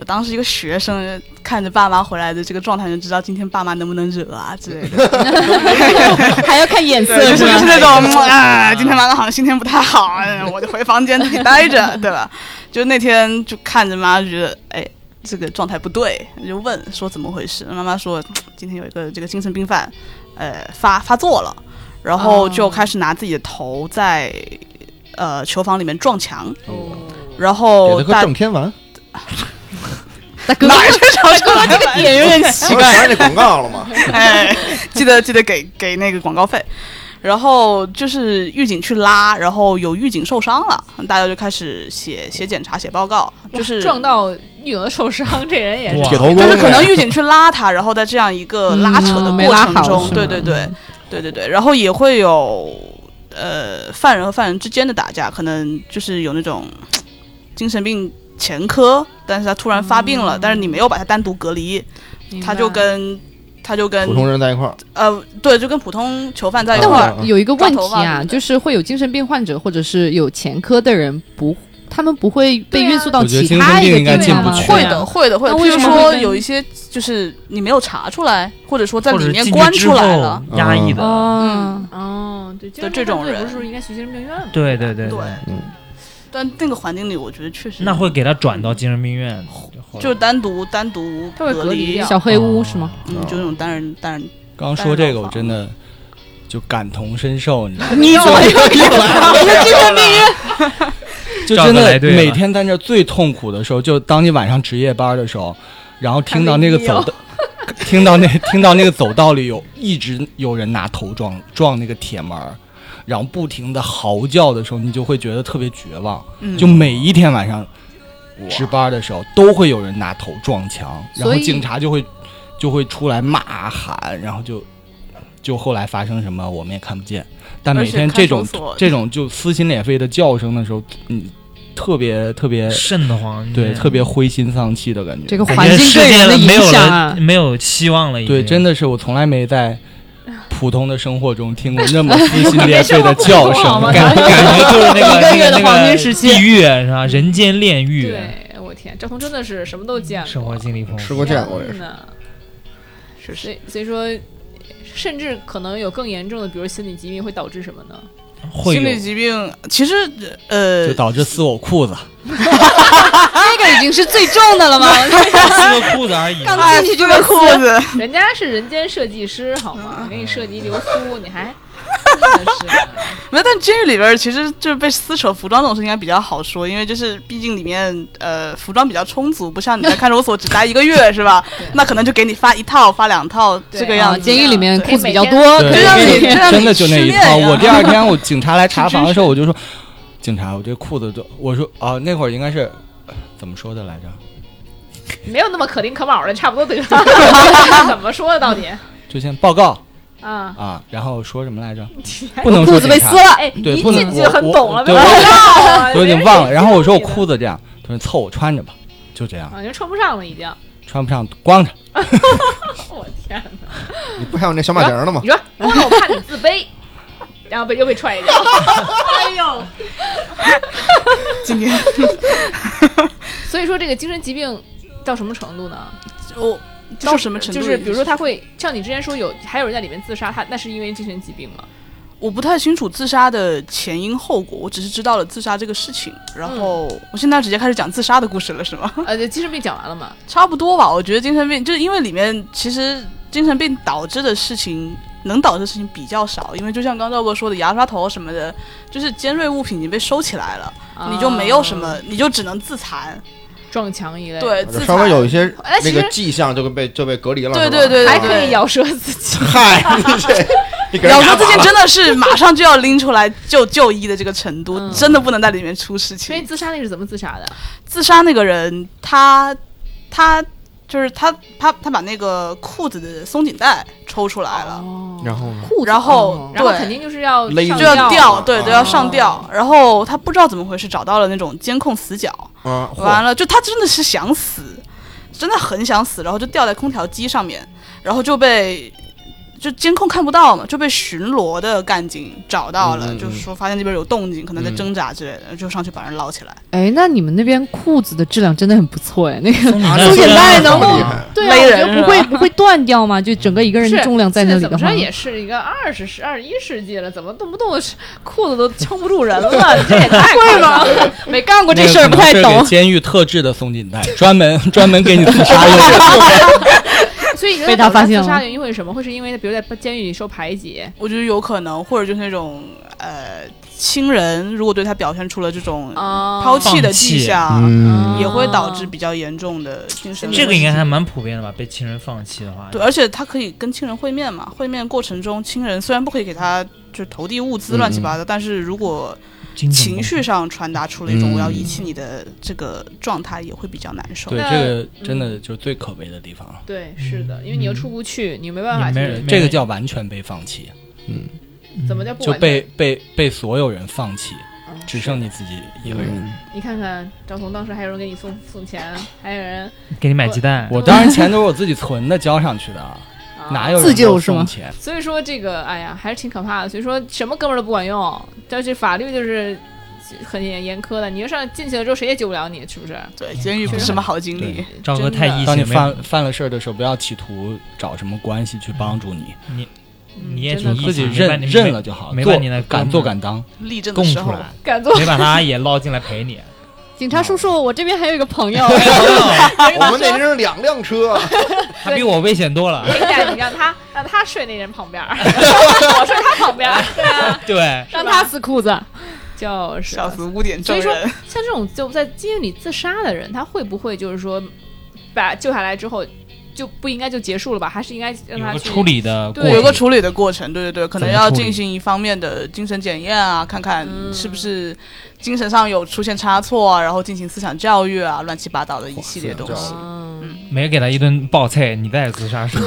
Speaker 5: 当时一个学生看着爸妈回来的这个状态，就知道今天爸妈能不能惹啊之类的。
Speaker 6: (laughs) 还要看眼色
Speaker 5: 对，就是是
Speaker 6: 吧
Speaker 5: 就是那种嗯啊，今天妈妈好像心情不太好，哎我就回房间自己待着，对吧？就那天就看着妈，觉得哎，这个状态不对，就问说怎么回事。妈妈说嗯今天有一个这个精神病犯，呃，发发作了，然后就
Speaker 1: 哦
Speaker 5: 开始拿自己的头在呃囚房里面撞墙，嗯
Speaker 1: 哦，
Speaker 5: 然
Speaker 3: 给
Speaker 5: 后
Speaker 3: 了个
Speaker 5: 大
Speaker 3: 郑天完，
Speaker 6: 大哥，
Speaker 5: 哪儿去找这个这个点有点奇
Speaker 3: 不是全是那广告了吗？
Speaker 5: 哎，记得记得给给那个广告费。然后就是狱警去拉，然后有狱警受伤了，大家就开始写写检查、写报告，就是
Speaker 1: 撞到狱友的受伤，这人也是
Speaker 4: 哇
Speaker 3: 铁头功，
Speaker 5: 就是可能狱警去拉他，然后在这样一个拉扯的
Speaker 6: 嗯没
Speaker 5: 过
Speaker 6: 拉
Speaker 5: 程
Speaker 6: 好
Speaker 5: 中，
Speaker 6: 是
Speaker 5: 对
Speaker 6: 吗
Speaker 5: 对对对对对，然后也会有呃犯人和犯人之间的打架，可能就是有那种嘖精神病前科，但是他突然发病了，但是你没有把他单独隔离，
Speaker 1: 明白
Speaker 5: 他就跟他就跟
Speaker 3: 普通人在一块儿，
Speaker 5: 呃对，就跟普通囚犯在一
Speaker 4: 嗯
Speaker 6: 但
Speaker 5: 块
Speaker 2: 嗯
Speaker 5: 儿，
Speaker 6: 我有一个问
Speaker 5: 抓头
Speaker 6: 题
Speaker 5: 发什
Speaker 6: 啊，
Speaker 5: 么的
Speaker 6: 就是会有精神病患者或者是有前科的人不，他们不会被运送到
Speaker 2: 我觉得
Speaker 6: 其
Speaker 2: 精神
Speaker 6: 他一
Speaker 2: 病
Speaker 6: 个
Speaker 2: 应该
Speaker 6: 地
Speaker 2: 进
Speaker 6: 方
Speaker 2: 不
Speaker 6: 吗？
Speaker 2: 去
Speaker 5: 会
Speaker 1: 对啊
Speaker 5: 的，会的，会的。
Speaker 1: 那
Speaker 5: 譬
Speaker 1: 为
Speaker 5: 如
Speaker 1: 什么会
Speaker 5: 说
Speaker 1: 跟
Speaker 5: 有一些就是你没有查出来，或者说在
Speaker 4: 或者是
Speaker 5: 里面
Speaker 4: 进去
Speaker 5: 关
Speaker 4: 之
Speaker 5: 出来
Speaker 4: 后
Speaker 5: 了，
Speaker 4: 压抑的，
Speaker 6: 哦，
Speaker 1: 哦，对，
Speaker 5: 的这种人
Speaker 1: 不是应该去精神病院吗？
Speaker 4: 对对对
Speaker 5: 对
Speaker 4: 对，
Speaker 3: 嗯，
Speaker 5: 但那个环境里，我觉得确实
Speaker 4: 那会给他转到精神病院，或者
Speaker 5: 就单独单独
Speaker 1: 他会隔离掉
Speaker 6: 小黑屋是吗？？
Speaker 5: 嗯，就那种单人单人。
Speaker 2: 刚说这个，我真的就感同身受，你知道吗？
Speaker 5: 你怎么又又来了？
Speaker 2: (laughs) 就
Speaker 4: 照
Speaker 2: 真
Speaker 4: 着
Speaker 2: 的
Speaker 4: 来对了
Speaker 2: 每天在那儿最痛苦的时候，就当你晚上值夜班的时候，然后听到那个走道， (laughs) 听到那听到那个走道里有一直有人拿头撞撞那个铁门儿，然后不停的嚎叫的时候，你就会觉得特别绝望。
Speaker 5: 嗯
Speaker 2: 就每一天晚上值班的时候，都会有人拿头撞墙，然后
Speaker 6: 所以
Speaker 2: 警察就会就会出来骂喊，然后就就后来发生什么我们也看不见，但每天这种
Speaker 5: 而且看守所
Speaker 2: 这种就撕心裂肺的叫声的时候，嗯，特别特别
Speaker 4: 瘆得慌，
Speaker 2: 对，特别灰心丧气的感觉。
Speaker 6: 这个
Speaker 4: 感
Speaker 6: 环
Speaker 4: 觉
Speaker 6: 境
Speaker 4: 世
Speaker 6: 对
Speaker 4: 界
Speaker 6: 人的
Speaker 4: 了没
Speaker 6: 影
Speaker 4: 有
Speaker 6: 响
Speaker 4: 了
Speaker 6: 啊，
Speaker 4: 没有希望了，已
Speaker 2: 对，
Speaker 4: 经
Speaker 2: 真的是我从来没 (laughs) 在。普通的生活中听过那么撕心裂肺的叫
Speaker 1: 没生活普通好
Speaker 2: 声，
Speaker 1: 吗
Speaker 2: 感
Speaker 4: 感觉就是那个
Speaker 6: 一个月的
Speaker 4: 那
Speaker 6: 黄金时期
Speaker 4: 地狱是吧？人间炼狱，
Speaker 1: 对，我天，赵彤真的是什么都见过，
Speaker 4: 生活经历丰富，
Speaker 3: 吃过见过也
Speaker 1: 天
Speaker 3: 是，啊
Speaker 1: 呐
Speaker 5: 确
Speaker 1: 所
Speaker 5: 实
Speaker 1: 以所以说，甚至可能有更严重的，比如心理疾病会导致什么呢？
Speaker 4: 会
Speaker 5: 心理
Speaker 4: 有
Speaker 5: 疾病其实呃
Speaker 2: 就，导致撕我裤子。
Speaker 6: 这个已经是最重的了吗？
Speaker 4: 撕个裤子而已。
Speaker 5: (laughs)
Speaker 6: 刚进去就被哭。
Speaker 5: 子，
Speaker 2: 嗯
Speaker 1: 人家是人间设计师好吗？给你设计一流苏，你
Speaker 2: (laughs)
Speaker 1: 还真的是
Speaker 5: 没有，但监狱里边儿其实就是被撕扯服装这种事应该比较好说，因为就是毕竟里面呃服装比较充足，不像你在看守所只待一个月是 (laughs) 吧？那可能就给你发一套发两套
Speaker 1: 对
Speaker 5: 这个
Speaker 6: 啊，
Speaker 5: 样子。
Speaker 6: 监狱里面
Speaker 1: 对
Speaker 6: 裤子比较
Speaker 1: 可以
Speaker 6: 多，
Speaker 2: 对
Speaker 6: 可以让
Speaker 5: 对对
Speaker 6: 你
Speaker 5: 对
Speaker 2: 真的就那一
Speaker 5: 让
Speaker 2: 套。
Speaker 5: 你失恋呀
Speaker 2: 我第二天我警察来查房的时候，我就说，警察，我这裤子都，我说啊，那会儿应该是呃怎么说的来着？
Speaker 1: 没有那么可丁可卯的，差不多得
Speaker 2: (laughs)
Speaker 1: 了。怎么说的到底
Speaker 2: 就先报告
Speaker 1: 啊？
Speaker 2: 啊，然后说什么来着？
Speaker 1: 你还
Speaker 2: 不能说
Speaker 6: 裤子被
Speaker 2: 警察
Speaker 6: 撕了。
Speaker 1: 哎，
Speaker 2: 对
Speaker 1: 一
Speaker 2: 不能
Speaker 1: 进去就很
Speaker 2: 我
Speaker 1: 懂了，
Speaker 2: 我对
Speaker 1: 没有
Speaker 2: 我
Speaker 1: 道啊
Speaker 2: 我已经忘了。然后我说我
Speaker 1: 别人
Speaker 2: 裤子这样，他说凑合穿着吧，就这样，
Speaker 1: 啊，已经穿不上了，已经。
Speaker 2: 穿不上光着。
Speaker 1: 我天哪！
Speaker 3: 你不还有那小马甲呢吗？
Speaker 1: 你说光了我怕你自卑， (laughs) 然后被又被踹一
Speaker 2: (laughs)
Speaker 1: 脚。哎呦！
Speaker 5: 今天
Speaker 1: 所以说这个精神疾病到什么程度呢？
Speaker 5: 我到什么程度？
Speaker 1: 就是比如说他会像你之前说有还有人在里面自杀，他那是因为精神疾病
Speaker 5: (laughs)
Speaker 1: 吗？
Speaker 5: 我不太清楚自杀的前因后果，我只是知道了自杀这个事情。然后、我现在直接开始讲自杀的故事了，是吗？
Speaker 1: 呃，精神病讲完了吗？
Speaker 5: 差不多吧，我觉得精神病就是因为里面其实精神病导致的事情。能导致的事情比较少，因为就像刚赵哥说的，牙刷头什么的，就是尖锐物品已经被收起来了，你就没有什么
Speaker 1: 啊，
Speaker 5: 你就只能自残，
Speaker 1: 撞墙一类，，
Speaker 5: 对，自残
Speaker 3: 稍微有一些
Speaker 1: 哎其
Speaker 3: 那
Speaker 1: 实
Speaker 3: 个迹象就被就被隔离了，
Speaker 5: 对
Speaker 3: 是吧
Speaker 5: 对对对
Speaker 1: 还可以咬舌自己。
Speaker 3: 嗨，你这你给人
Speaker 5: 咬
Speaker 3: 家
Speaker 5: 舌自
Speaker 3: 麻
Speaker 5: 尽
Speaker 3: 了
Speaker 5: 真的是马上就要拎出来就就医的这个程度，
Speaker 1: 嗯
Speaker 5: 真的不能在里面出事
Speaker 1: (laughs) 所以
Speaker 5: 情。
Speaker 1: 自杀那是怎么自杀的？
Speaker 5: 自杀那个人，他他就是他他他把那个裤子的松紧带抽出来了，
Speaker 1: 哦
Speaker 3: 然后呢？
Speaker 6: 裤子哦
Speaker 5: 然后
Speaker 1: 然后
Speaker 5: 对
Speaker 1: 肯定就是要
Speaker 3: 勒
Speaker 1: 上
Speaker 3: 住
Speaker 5: 就要
Speaker 1: 吊啊
Speaker 5: 掉，对对，要上吊。然后他不知道怎么回事，找到了那种监控死角，
Speaker 3: 啊，
Speaker 5: 完了就他真的是想死，真的很想死，然后就吊在空调机上面，然后就被就监控看不到嘛，就被巡逻的干警找到了，
Speaker 3: 嗯嗯嗯
Speaker 5: 就是说发现那边有动静，可能在挣扎之类的，就上去把人捞起来，
Speaker 6: 哎，那你们那边裤子的质量真的很不错哎，那个
Speaker 3: 啊
Speaker 6: 松紧带能够
Speaker 3: 好厉害
Speaker 6: 对
Speaker 5: 勒
Speaker 6: 啊，我觉
Speaker 5: 人
Speaker 6: 得不
Speaker 5: 是
Speaker 6: 会
Speaker 5: 吧
Speaker 6: 不会断掉吗？就整个一个人
Speaker 1: (laughs)
Speaker 6: 的
Speaker 1: 是
Speaker 6: 重量在
Speaker 1: 现
Speaker 6: 那
Speaker 1: 在
Speaker 6: 里
Speaker 1: 怎
Speaker 6: 的
Speaker 1: 么
Speaker 6: 话
Speaker 1: 说，也
Speaker 6: (laughs)
Speaker 1: 是一个二十世二十一世纪了，怎么动不动是裤子都撑不住人
Speaker 5: (laughs)
Speaker 1: 了？这也太贵了，没干过
Speaker 6: 我这
Speaker 2: 那个
Speaker 6: 事儿不
Speaker 2: 可
Speaker 6: 太
Speaker 2: 能是
Speaker 6: 懂
Speaker 2: 给。监狱特制的松紧带， (laughs) 专门专门给你自杀用的。
Speaker 1: 所以
Speaker 6: 被他发现
Speaker 1: 自
Speaker 6: 了
Speaker 1: 杀原因会是什么？会是因为比如在监狱里受排挤，
Speaker 5: 我觉得有可能，或者就是那种呃亲人如果对他表现出了这种
Speaker 1: 啊，
Speaker 5: 抛弃的迹象，
Speaker 1: 嗯
Speaker 5: 也会导致比较严重的精神
Speaker 4: 这个应该
Speaker 5: 问
Speaker 4: 还
Speaker 5: 题
Speaker 4: 蛮普遍的吧？被亲人放弃的话，
Speaker 5: 对，而且他可以跟亲人会面嘛，会面过程中亲人虽然不可以给他就是投递物资乱七八糟，但是如果
Speaker 4: 精神
Speaker 5: 情
Speaker 4: 崩
Speaker 5: 绪
Speaker 4: 溃
Speaker 5: 上传达出了一种我要
Speaker 3: 嗯
Speaker 5: 遗弃你的这个状态，也会比较难受。
Speaker 2: 对，
Speaker 1: 那
Speaker 2: 这个真的就是最可悲的地方了。
Speaker 1: 对，是的，因为你又出不去，你没办法
Speaker 4: 也没
Speaker 1: 去，
Speaker 4: 人，
Speaker 2: 这个叫完全被放弃，
Speaker 3: 嗯
Speaker 1: 怎么叫不
Speaker 2: 就
Speaker 1: 完
Speaker 2: 被
Speaker 1: 全
Speaker 2: 被被所有人放弃，
Speaker 1: 嗯
Speaker 2: 只剩你自己一个人。
Speaker 3: 嗯，
Speaker 1: 你看看张彤当时还有人给你送送钱，还有人、
Speaker 4: 给你买鸡蛋，
Speaker 2: 我当然钱都是我自己存的交上去的，
Speaker 1: 啊、
Speaker 2: 哪有人
Speaker 6: 自救
Speaker 2: 给我
Speaker 6: 是吗
Speaker 2: 送钱？
Speaker 1: 所以说这个，哎呀，还是挺可怕的。所以说什么哥们儿都不管用，但是法律就是很严严苛的。你就上进去了之后，谁也救不了你，是不是？
Speaker 5: 对，监狱不是什么好经历。
Speaker 4: 赵哥太义
Speaker 2: 当
Speaker 4: 气
Speaker 2: 你
Speaker 4: 没有
Speaker 2: 犯犯了事儿的时候，不要企图找什么关系去帮助你，
Speaker 1: 嗯
Speaker 4: 你也
Speaker 1: 真的
Speaker 4: 挺义
Speaker 2: 自己
Speaker 4: 气，没把
Speaker 2: 认
Speaker 4: 你
Speaker 2: 认了，就好，
Speaker 4: 没把
Speaker 2: 做
Speaker 4: 你那哥们
Speaker 2: 敢
Speaker 4: 儿
Speaker 2: 做敢当。
Speaker 5: 立正的
Speaker 4: 供
Speaker 5: 时
Speaker 4: 出
Speaker 5: 候，
Speaker 4: 来，
Speaker 1: 敢做
Speaker 4: (laughs) 没把他也捞进来陪你。
Speaker 6: 警察叔叔，我这边还有一个朋友，
Speaker 3: 我们那是两辆车，啊
Speaker 4: 他比我危险多了。
Speaker 1: (laughs) 陪带哎你，让他让他睡那人旁边儿，我睡他旁边儿，对
Speaker 4: (laughs)
Speaker 1: 啊，
Speaker 4: 对，
Speaker 6: 让他撕裤子。
Speaker 1: 就是
Speaker 5: 笑死污点
Speaker 1: 所
Speaker 5: 证
Speaker 1: 以说
Speaker 5: 人。
Speaker 1: 像这种就在监狱里自杀的人，他会不会就是说把救下来之后就不应该就结束了吧？还是应该让
Speaker 4: 有
Speaker 1: 他
Speaker 4: 个
Speaker 1: 去
Speaker 4: 处理的过
Speaker 1: 对
Speaker 4: 程，
Speaker 5: 有个处理的过程，对对对，可能要
Speaker 4: 怎么处理
Speaker 5: 进行一方面的精神检验啊，看看是不是精神上有出现差错啊，然后进行思想教育啊，乱七八糟的一系列东
Speaker 3: 哇思
Speaker 5: 西。
Speaker 1: 嗯，
Speaker 4: 没给他一顿暴菜，你再自杀是吗？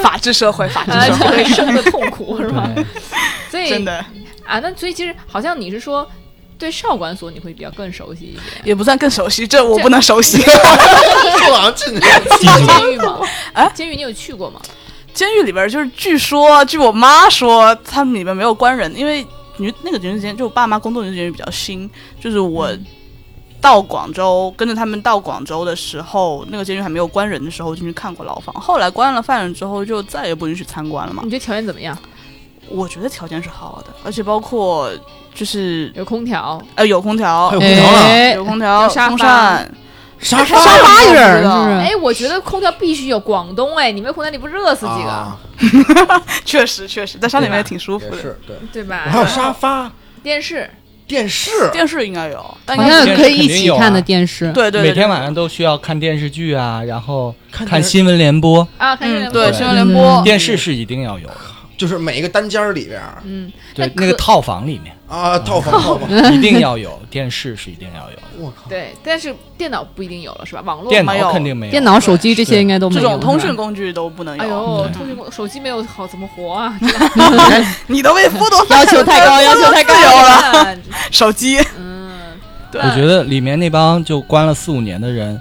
Speaker 5: 法治社会，法治
Speaker 1: 啊，
Speaker 5: 社
Speaker 1: 体
Speaker 5: 会，
Speaker 1: 会生的痛苦是吧？
Speaker 4: 对，
Speaker 1: 所以
Speaker 5: 真的
Speaker 1: 啊，那所以其实好像你是说对少管所你会比较更熟悉一
Speaker 5: (laughs)
Speaker 1: 点，
Speaker 5: 也不算更熟悉，这我不能熟
Speaker 3: (laughs)
Speaker 5: 悉。
Speaker 3: 就好像进去
Speaker 4: 进去
Speaker 1: 监狱吗？
Speaker 5: 啊，
Speaker 1: 监狱你有去过吗？
Speaker 5: 监狱里边就是，据说据我妈说，他们里边没有关人，因为女那个女子监，就我爸妈工作女子监狱比较新，就是我。到广州跟着他们到广州的时候，那个监狱还没有关人的时候进去看过牢房。后来关了犯人之后，就再也不允许参观了嘛
Speaker 1: 你。觉得条件怎么样？
Speaker 5: 我觉得条件是好的，而且包括就是
Speaker 1: 有空调，
Speaker 5: 呃有空调
Speaker 3: 还有，空调呢，
Speaker 6: 哎
Speaker 5: 有，空调，
Speaker 1: 有沙发
Speaker 5: 风扇，
Speaker 3: 沙
Speaker 6: 沙发有人是不是？
Speaker 1: 哎，我觉得空调必须有。广东哎，你没有空调你不热死几个，
Speaker 3: 啊
Speaker 5: 确实确实在山里面也挺舒服
Speaker 3: 也
Speaker 5: 的。
Speaker 3: 是对，
Speaker 1: 对吧？
Speaker 3: 还有沙发、
Speaker 1: 电视，
Speaker 3: (laughs) 电视，
Speaker 5: 电视应该有，
Speaker 1: 哎
Speaker 5: 但应
Speaker 6: 好
Speaker 5: 该
Speaker 6: 像
Speaker 2: 电视
Speaker 6: 可以一
Speaker 2: 肯定
Speaker 6: 起
Speaker 2: 有啊
Speaker 6: 看的电视，
Speaker 5: 对对对，
Speaker 2: 每天
Speaker 5: 对
Speaker 2: 晚上都需要看电视剧啊，然后
Speaker 3: 看
Speaker 2: 看
Speaker 3: 电视
Speaker 2: 新闻联播，
Speaker 1: 啊，看新闻
Speaker 5: 嗯
Speaker 1: 联播
Speaker 5: 对
Speaker 2: 对
Speaker 5: 新闻联
Speaker 1: 哦
Speaker 5: 播，
Speaker 2: 电视是一定要有的。
Speaker 3: 就是每一个单间儿里边儿
Speaker 1: 嗯，
Speaker 2: 对，
Speaker 1: 那
Speaker 2: 那个
Speaker 1: 可
Speaker 2: 套房里面
Speaker 3: 啊，套房套房，
Speaker 2: 一定要有电视，是一定要有的。
Speaker 3: 我靠，
Speaker 1: 对，但是电脑不一定有了是吧？网络
Speaker 2: 电
Speaker 1: 没
Speaker 5: 没有
Speaker 2: 脑肯定没有，
Speaker 6: 电脑、手机这些应该都没
Speaker 5: 这
Speaker 6: 有。
Speaker 5: 种通
Speaker 6: 是
Speaker 5: 讯
Speaker 6: 吧嗯
Speaker 5: 工具都不能有。
Speaker 1: 哎呦，
Speaker 2: 对
Speaker 1: 通讯工手机没有好怎么活 (laughs) 啊？
Speaker 5: 你都被剥夺
Speaker 6: 要求太高，要求太高
Speaker 1: (laughs)
Speaker 5: 有了
Speaker 1: 了，
Speaker 5: 手机。
Speaker 1: 嗯，
Speaker 5: 对，
Speaker 2: 我觉得里面那帮就关了四五年的人，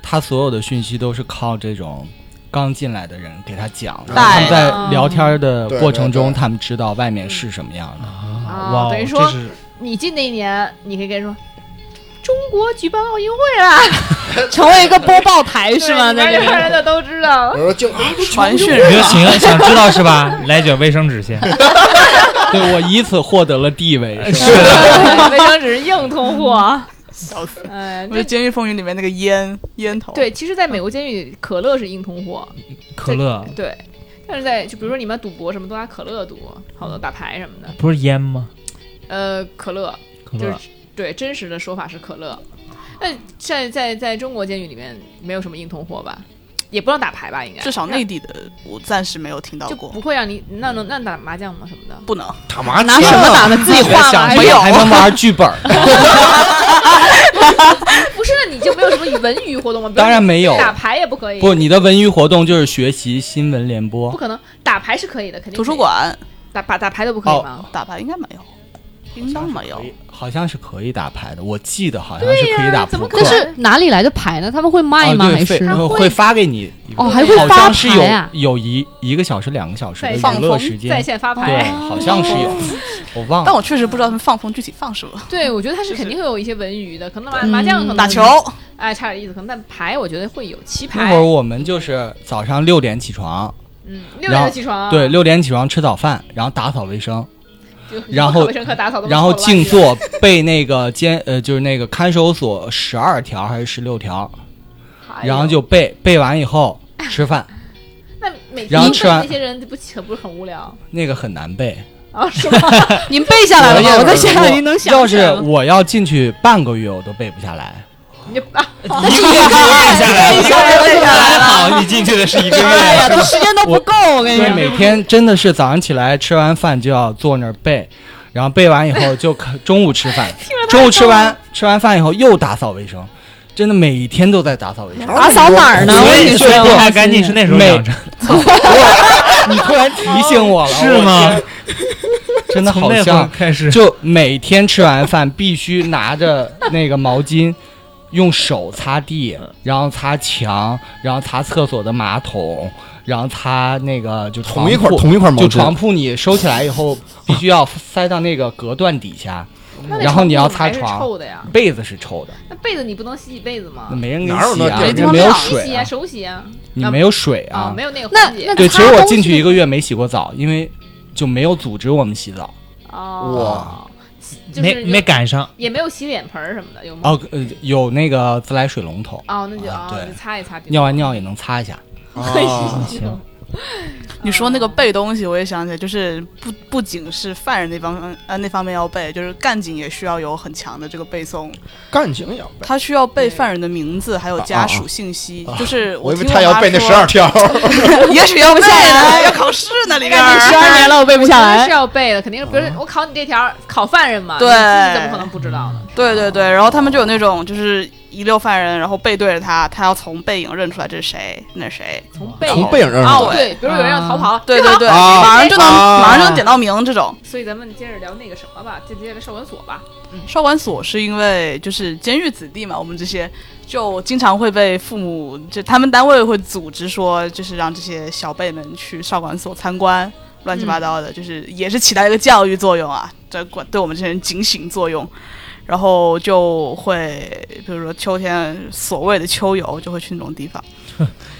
Speaker 2: 他所有的讯息都是靠这种刚进来的人给他讲，然后他们在聊天的过程中，
Speaker 3: 对对对
Speaker 2: 他们知道外面是什么样的。
Speaker 1: 啊
Speaker 4: 哇，哦
Speaker 1: 等于
Speaker 4: 这
Speaker 1: 说
Speaker 4: 是 (laughs)
Speaker 1: 你进那一年，你可以跟人说。中国举办奥运会啦，
Speaker 6: 成为一个播报
Speaker 1: 哎
Speaker 6: 台是吗？
Speaker 1: 那
Speaker 6: 在
Speaker 1: 里
Speaker 6: 里
Speaker 1: 面 (laughs)
Speaker 6: 面
Speaker 1: 的都知道
Speaker 3: 我。说竟啊，
Speaker 5: 传讯
Speaker 4: 你就行，想知道是吧？来卷卫生纸先。
Speaker 2: 对我以此获得了地位，是吧
Speaker 4: 是
Speaker 1: 卫生纸是硬通货，
Speaker 5: 笑死！
Speaker 1: 哎，
Speaker 5: 我觉得《
Speaker 1: 这
Speaker 5: 监狱风云》里面那个烟烟头，
Speaker 1: 对，其实在美国监狱，可乐是硬通货，
Speaker 4: 可乐
Speaker 1: 对。但是在就比如说你们赌博什么，都拿可乐赌，好多打牌什么的。
Speaker 4: 不是烟吗？
Speaker 1: 呃，可乐
Speaker 4: 可
Speaker 1: 就
Speaker 4: 乐
Speaker 1: 是对真实的说法是可乐。那在在在中国监狱里面没有什么硬通货吧？也不让打牌吧，应该
Speaker 5: 至少内地的我暂时没有听到
Speaker 1: 就
Speaker 5: 过嗯
Speaker 1: 不，会让你那能那打麻将吗什么的？ (laughs)
Speaker 5: 不能。
Speaker 3: 打麻
Speaker 6: 拿什么打的？自己画吗？
Speaker 2: 想
Speaker 6: 还
Speaker 2: 不
Speaker 6: 是
Speaker 2: 到还能玩剧本儿，
Speaker 1: 不是，那你就没有什么文娱活动吗？比如
Speaker 2: (laughs) 当然没有。
Speaker 1: 打牌也不可以，
Speaker 2: 不，你的文娱活动就是学习新闻联
Speaker 1: 不
Speaker 2: 播，
Speaker 1: 可能打牌是可以的，肯定
Speaker 5: 图书
Speaker 1: 可以
Speaker 5: 馆
Speaker 1: 打打打牌都不可以
Speaker 2: 哦
Speaker 1: 吗？
Speaker 5: 打牌应该没有，应当没有。
Speaker 2: 好像是可以打牌的，我记得好像是可以打
Speaker 1: 怎么
Speaker 2: 扑
Speaker 1: 可
Speaker 2: 克。
Speaker 1: 能
Speaker 6: 那是哪里来的牌呢？他们会卖
Speaker 2: 啊
Speaker 6: 吗？
Speaker 2: 对
Speaker 6: 还
Speaker 2: 会
Speaker 6: 是
Speaker 2: 会
Speaker 1: 会
Speaker 2: 会发给你一个
Speaker 6: 哦，还会
Speaker 2: 好
Speaker 6: 发
Speaker 2: 像是有
Speaker 6: 牌啊？
Speaker 2: 有一一个小时、两个小时的
Speaker 1: 在
Speaker 2: 娱
Speaker 5: 放
Speaker 2: 乐
Speaker 5: 风
Speaker 2: 时
Speaker 1: 在
Speaker 2: 间，
Speaker 1: 线发
Speaker 2: 对
Speaker 1: 牌，，
Speaker 2: 好像是有，我忘
Speaker 5: 但
Speaker 2: 了。
Speaker 5: 我确实不知道他们放风具体放什么。
Speaker 1: 对我觉得他是
Speaker 5: 就是嗯
Speaker 1: 肯定会有一些文娱的，可能麻麻将可能
Speaker 5: 打球，
Speaker 1: (laughs) 哎差点意思，可能但牌我觉得会有棋
Speaker 2: 那
Speaker 1: 牌
Speaker 2: 会儿，我们就是早上六点起床，
Speaker 1: 嗯，六
Speaker 2: 然
Speaker 1: 点
Speaker 2: 后
Speaker 1: 就起床，
Speaker 2: 对，，六点起床吃早饭，然后打扫卫生，
Speaker 1: 就
Speaker 2: 然后
Speaker 1: 卫生课打扫都
Speaker 2: 然后
Speaker 1: 做了
Speaker 2: 静，坐背那个监呃就是那个看守所十二条还是十六条，
Speaker 1: 哎呦
Speaker 2: 然后就背背完以后吃饭，
Speaker 1: 那每天
Speaker 2: 然后
Speaker 1: 都
Speaker 2: 吃
Speaker 1: 那
Speaker 2: 完
Speaker 1: 些人不很不是很无聊？
Speaker 2: 那个很难背，
Speaker 1: 啊，是
Speaker 2: (laughs)
Speaker 1: 吗？
Speaker 6: 您背下来了吗？我在想
Speaker 2: 我
Speaker 6: 您能想
Speaker 2: 要
Speaker 6: 起
Speaker 2: 是
Speaker 6: 来吗
Speaker 2: 我要进去半个月，我都背不下来。
Speaker 1: 你啊，
Speaker 6: 但是一个月
Speaker 1: 下来了
Speaker 6: 背 (laughs) 下来了。
Speaker 4: 好，你进去的是一个
Speaker 6: 哎
Speaker 4: 月，
Speaker 6: 呀，哎都时间都不够，我跟你
Speaker 2: 对，
Speaker 6: 讲。
Speaker 2: 每天真的是早上起来吃完饭就要坐那儿背，然后背完以后就可中
Speaker 6: (laughs)
Speaker 2: 午吃饭，中午吃
Speaker 6: 啊
Speaker 2: 完吃完饭以后又打扫卫生，真的每天都在打扫
Speaker 6: (laughs)
Speaker 2: 卫生。
Speaker 6: 打扫哪儿呢？
Speaker 4: 所
Speaker 6: 我跟
Speaker 4: 以
Speaker 6: 你
Speaker 4: 所
Speaker 6: 说
Speaker 4: 以，不
Speaker 6: 我
Speaker 4: 太干净是那时候
Speaker 2: 每
Speaker 4: 养成，
Speaker 2: 你突然提醒我了，
Speaker 4: 是吗
Speaker 2: 我天？真的
Speaker 4: 从
Speaker 2: 好
Speaker 4: 那会儿
Speaker 2: 像，
Speaker 4: 开始
Speaker 2: 就每天吃完饭必须拿着那个毛巾，用手擦地，然后擦墙，然后擦厕所的马桶，然后擦那个就床
Speaker 3: 同一块
Speaker 2: 铺
Speaker 3: 同一块毛
Speaker 2: 就
Speaker 3: 巾，
Speaker 2: 床铺你收起来以后，必须要塞到那个隔断底下，
Speaker 1: 那得
Speaker 2: 然后你要
Speaker 1: 冲
Speaker 2: 擦
Speaker 1: 还是
Speaker 2: 床
Speaker 1: 臭的呀。
Speaker 2: 被子是臭的，
Speaker 1: 那被子你不能洗洗被子吗
Speaker 2: 那？没人给你
Speaker 3: 哪有
Speaker 2: 洗啊，
Speaker 3: 那
Speaker 2: 人
Speaker 3: 地
Speaker 2: 家
Speaker 3: 方
Speaker 2: 没有
Speaker 1: 手
Speaker 2: 水
Speaker 1: 洗
Speaker 2: 啊
Speaker 1: 啊，，手洗啊。
Speaker 2: 你没有水
Speaker 1: 啊
Speaker 2: 啊，
Speaker 1: 没有那个
Speaker 6: 那
Speaker 1: 环节
Speaker 6: 那
Speaker 2: 对，其实
Speaker 6: 擦
Speaker 2: 我
Speaker 6: 东
Speaker 2: 进
Speaker 6: 西
Speaker 2: 去一个月没洗过澡，因为就没有组织我们洗澡。
Speaker 1: 哦，就是
Speaker 4: 没
Speaker 1: 有
Speaker 4: 没赶上。
Speaker 1: 也没有洗脸盆儿什么的，有吗？
Speaker 2: 哦，呃，有那个自来水龙头，
Speaker 1: 哦，那就
Speaker 2: 啊
Speaker 1: 哦，
Speaker 2: 对
Speaker 1: 你擦一擦。
Speaker 2: 尿完尿也能擦一下。
Speaker 3: 啊
Speaker 4: 行，
Speaker 5: 你说那个背东西，我也想起来，就是不不仅是犯人那方面呃那方面要背，就是干警也需要有很强的这个背诵，
Speaker 3: 干警也要背。
Speaker 5: 他需要背
Speaker 1: 对
Speaker 5: 犯人的名字还有家属信息，就是
Speaker 3: 我以为
Speaker 5: 听
Speaker 3: 他
Speaker 5: 我
Speaker 3: 要
Speaker 5: 妈
Speaker 3: 背那
Speaker 5: 说
Speaker 3: 十二，条，
Speaker 5: 也许要背呢，要考试呢里边
Speaker 6: 干
Speaker 5: 儿
Speaker 6: 净十二年了，我背不下
Speaker 1: 肯定是
Speaker 6: 来。
Speaker 1: 要背的，肯定是，比
Speaker 2: 嗯
Speaker 1: 如说我考你这条，考犯人嘛，
Speaker 5: 对
Speaker 1: 你自己怎么可能不知道呢？
Speaker 5: 对对对，然后他们就有那种就是一溜犯人，然后背对着他，他要从背影认出来这是谁，那是谁，
Speaker 1: 从背
Speaker 3: 从背影认识
Speaker 1: 哦，
Speaker 3: 的。
Speaker 1: 对，比如有人要逃跑，
Speaker 5: 对对对，
Speaker 3: 啊
Speaker 5: 马上就能
Speaker 3: 啊
Speaker 5: 马上就能点到名这种。
Speaker 1: 所以咱们接着聊那个什么吧，就接着少管所吧。
Speaker 5: 少管所是因为就是监狱子弟嘛，我们这些就经常会被父母就他们单位会组织说，就是让这些小辈们去少管所参观，乱七八糟的，就是也是起到一个教育作用啊，这管对我们这些人警醒作用。然后就会，比如说秋天所谓的秋游，就会去那种地方，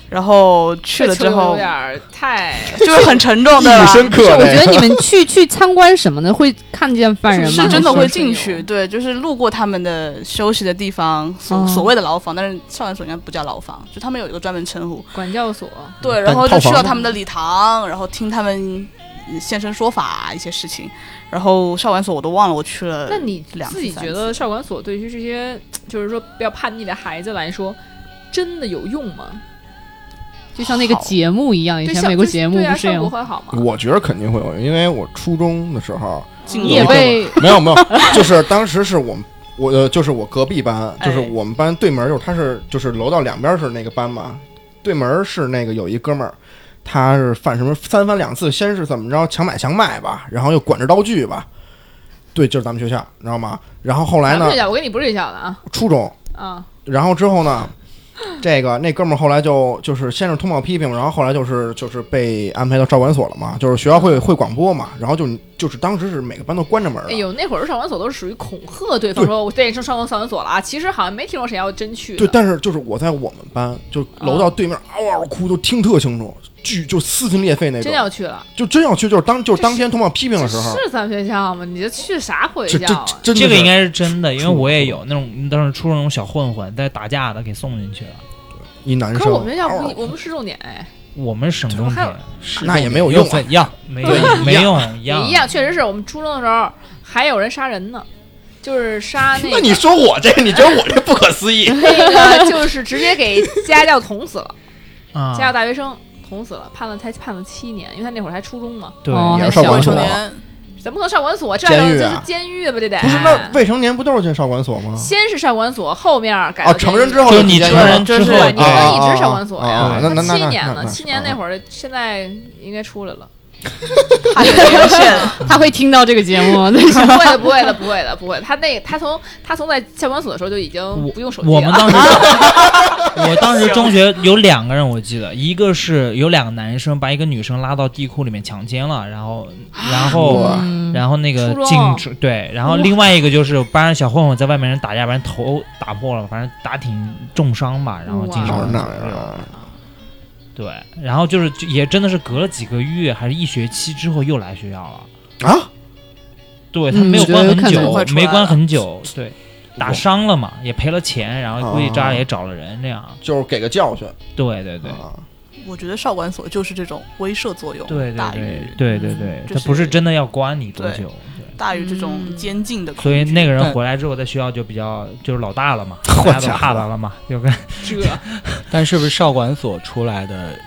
Speaker 5: 然后去了之
Speaker 1: 这球有
Speaker 5: 后
Speaker 1: 点儿太
Speaker 5: 就是很沉重的，
Speaker 3: 深刻
Speaker 6: 是，我
Speaker 3: 嘞
Speaker 6: 觉得你们去去参观什么呢？会看见犯人吗？
Speaker 5: 是真的会进
Speaker 1: 还
Speaker 5: 去，
Speaker 1: 是
Speaker 5: 对，就是路过他们的休息的地方，所、
Speaker 6: 哦
Speaker 5: 所谓的牢房，但是少管所应该不叫牢房，就他们有一个专门称呼。
Speaker 1: 管教所，
Speaker 5: 对，
Speaker 3: 嗯
Speaker 5: 然后
Speaker 3: 套
Speaker 5: 就去
Speaker 3: 房
Speaker 5: 到他们的礼堂，然后听他们现身说法一些事情，然后少管所我都忘了我去了。
Speaker 1: 那你
Speaker 5: 两
Speaker 1: 自己
Speaker 5: 次三
Speaker 1: 觉得少管所对于这些就是说比较叛逆的孩子来说，真的有用吗？
Speaker 6: 就像那个节目一样，以
Speaker 1: 对，
Speaker 6: 前
Speaker 1: 像
Speaker 6: 美国
Speaker 1: 就是
Speaker 6: 节目
Speaker 1: 对啊，
Speaker 6: 不是嗯
Speaker 1: 效
Speaker 6: 也
Speaker 1: 果很好吗？
Speaker 3: 我觉得肯定会有，因为我初中的时候
Speaker 5: 进
Speaker 6: 你也
Speaker 5: 入
Speaker 6: 被
Speaker 3: (laughs) 没有没有，就是当时是我们我呃就是我隔壁班，
Speaker 1: 哎
Speaker 3: 就是我们班对门儿就是他是就是楼道两边是那个班嘛，对门儿是那个有一哥们儿，他是犯什么三番两次，先是怎么着强买强卖吧，然后又管制刀具吧，对，就是咱们学校，你知道吗？然后后来
Speaker 1: 咱们
Speaker 3: 呢
Speaker 1: 这，校，我跟你不是这校的啊
Speaker 3: 初中，
Speaker 1: 啊！
Speaker 3: 然后之后呢，这个那哥们儿后来就就是先是通报批评，然后后来就是就是被安排到少管所了嘛，就是学校会会广播嘛，然后就就是当时是每个班都关着门儿
Speaker 1: 哎
Speaker 3: 的。
Speaker 1: 呦，那会儿少管所都是属于恐吓对方，
Speaker 3: 嗯对
Speaker 1: 说我对你上少管少管所了啊。其实好像没听说谁要真去
Speaker 3: 对，
Speaker 1: 的。
Speaker 3: 但是就是我在我们班，就楼道对面嗷嗷哭，都听特清楚，巨就撕心裂肺那
Speaker 1: 真
Speaker 3: 种，
Speaker 1: 要去了，
Speaker 3: 就真要去，就是当就是
Speaker 1: 这
Speaker 3: 当
Speaker 1: 是
Speaker 3: 天通报批评的
Speaker 1: 这
Speaker 3: 时候，
Speaker 1: 是咱们学校吗？你这去啥鬼
Speaker 3: 这
Speaker 1: 校
Speaker 3: 这
Speaker 1: 啊？
Speaker 3: 真的
Speaker 4: 这个
Speaker 3: 是
Speaker 4: 应该是真的，因为我也有那种当时初中那种小混混，在打架的给送进去了。
Speaker 3: 一男
Speaker 1: 可
Speaker 3: 生
Speaker 1: 是，我们学校
Speaker 3: 嗷嗷
Speaker 1: 不，
Speaker 3: 哭
Speaker 1: 我们是重点哎，
Speaker 4: 我们省重
Speaker 1: 还
Speaker 4: 点
Speaker 1: 有
Speaker 4: 是
Speaker 3: 那也没有用啊，
Speaker 2: 怎样？
Speaker 1: (laughs)
Speaker 4: 没
Speaker 3: 对
Speaker 4: 用没用一
Speaker 1: 也
Speaker 4: 样
Speaker 1: 一样，确实是我们初中的时候还有人杀人呢，就是杀那
Speaker 3: 那
Speaker 1: 个
Speaker 3: 你说我这，你觉得我这不可思议？
Speaker 1: 那 (laughs) 个就是直接给家教捅死了，
Speaker 4: 啊
Speaker 1: 家教大学生捅死了，判了才判了七年，因为他那会儿还初中嘛，
Speaker 4: 对，
Speaker 6: 哦
Speaker 3: 也
Speaker 6: 还
Speaker 3: 是少
Speaker 6: 小
Speaker 3: 管
Speaker 5: 未
Speaker 3: 所
Speaker 5: 成
Speaker 3: 啊，
Speaker 5: 年，
Speaker 1: 咱不能上管所，这样
Speaker 3: 监狱
Speaker 1: 就
Speaker 3: 啊
Speaker 1: 是监狱吧，这得哎
Speaker 3: 不是那未成年不都是进少管所吗？
Speaker 1: 先是上管所，后面改
Speaker 3: 哦，
Speaker 1: 到
Speaker 3: 成
Speaker 1: 监
Speaker 3: 人
Speaker 1: 狱
Speaker 3: 之后
Speaker 4: 就
Speaker 3: 就是
Speaker 4: 你
Speaker 3: 进
Speaker 4: 成
Speaker 3: 去了
Speaker 4: 人之
Speaker 5: 这是
Speaker 4: 后，
Speaker 1: 对，你
Speaker 3: 啊
Speaker 1: 这一直上管所
Speaker 3: 啊啊
Speaker 1: 呀
Speaker 3: 啊，那那那
Speaker 1: 七年
Speaker 3: 那
Speaker 1: 了，
Speaker 3: 那
Speaker 1: 七年那会啊儿，现在应该出来了。
Speaker 5: 他有年限，
Speaker 1: (laughs)
Speaker 6: 他会听到这个节目， (laughs) 对
Speaker 1: 不会的，不会的，不会的，不会的。他那他从他从在校管所的时候就已经不用手机了。
Speaker 4: 我们
Speaker 1: (laughs)
Speaker 4: 当时，我当时中学有两个人，我记得，一个是有两个男生把一个女生拉到地库里面强奸了，然后，然后，
Speaker 3: 哇
Speaker 4: 然后那个
Speaker 1: 啊初中哦
Speaker 4: 警车对，然后另外一个就是班上小混混在外面人打架，把人头打破了，反正打挺重伤吧，然后进
Speaker 3: 哪
Speaker 4: 手
Speaker 3: 儿
Speaker 1: 哇
Speaker 3: 哪儿啊？
Speaker 4: 对，然后就是就也真的是隔了几个月，还是一学期之后又来学校了。
Speaker 3: 啊，
Speaker 4: 对
Speaker 6: 嗯
Speaker 4: 他没有关很
Speaker 6: 觉得可
Speaker 4: 久
Speaker 6: 能
Speaker 5: 会，出来
Speaker 4: 没
Speaker 5: 了
Speaker 4: 关很久，对，打
Speaker 3: 我
Speaker 4: 伤了嘛，也赔了钱，然后估计
Speaker 3: 哦
Speaker 4: 渣也找了人这样。
Speaker 3: 就是给个教训
Speaker 2: 哦
Speaker 4: 对对对，
Speaker 3: 啊！
Speaker 5: 我觉得少管所就是这种威慑作用
Speaker 4: 对
Speaker 5: 大
Speaker 4: 对
Speaker 5: 于
Speaker 4: 对对对对，
Speaker 5: 就
Speaker 4: 他不
Speaker 5: 是
Speaker 4: 是真的要关你多
Speaker 5: 对
Speaker 4: 久。对
Speaker 5: 大于这种
Speaker 6: 嗯
Speaker 5: 监禁的恐惧。
Speaker 4: 所以那个人
Speaker 2: 但
Speaker 4: 回来之后，在学校就比较就是老大了嘛，
Speaker 2: (laughs) 我
Speaker 4: 大家都
Speaker 2: 家伙
Speaker 4: 怕他了嘛，就跟
Speaker 1: 这
Speaker 2: 但是不是少管所出来的，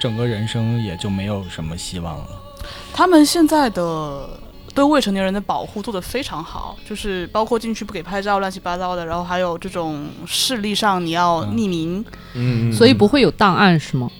Speaker 2: 整个人生也就没有什么希望了？
Speaker 5: 他们现在的对未成年人的保护做得非常好，就是包括进去不给拍照，乱七八糟的，然后还有这种视力上你要
Speaker 2: 嗯
Speaker 5: 匿名，
Speaker 3: 嗯，
Speaker 6: 所以不会有档案是
Speaker 1: 嗯
Speaker 6: 吗？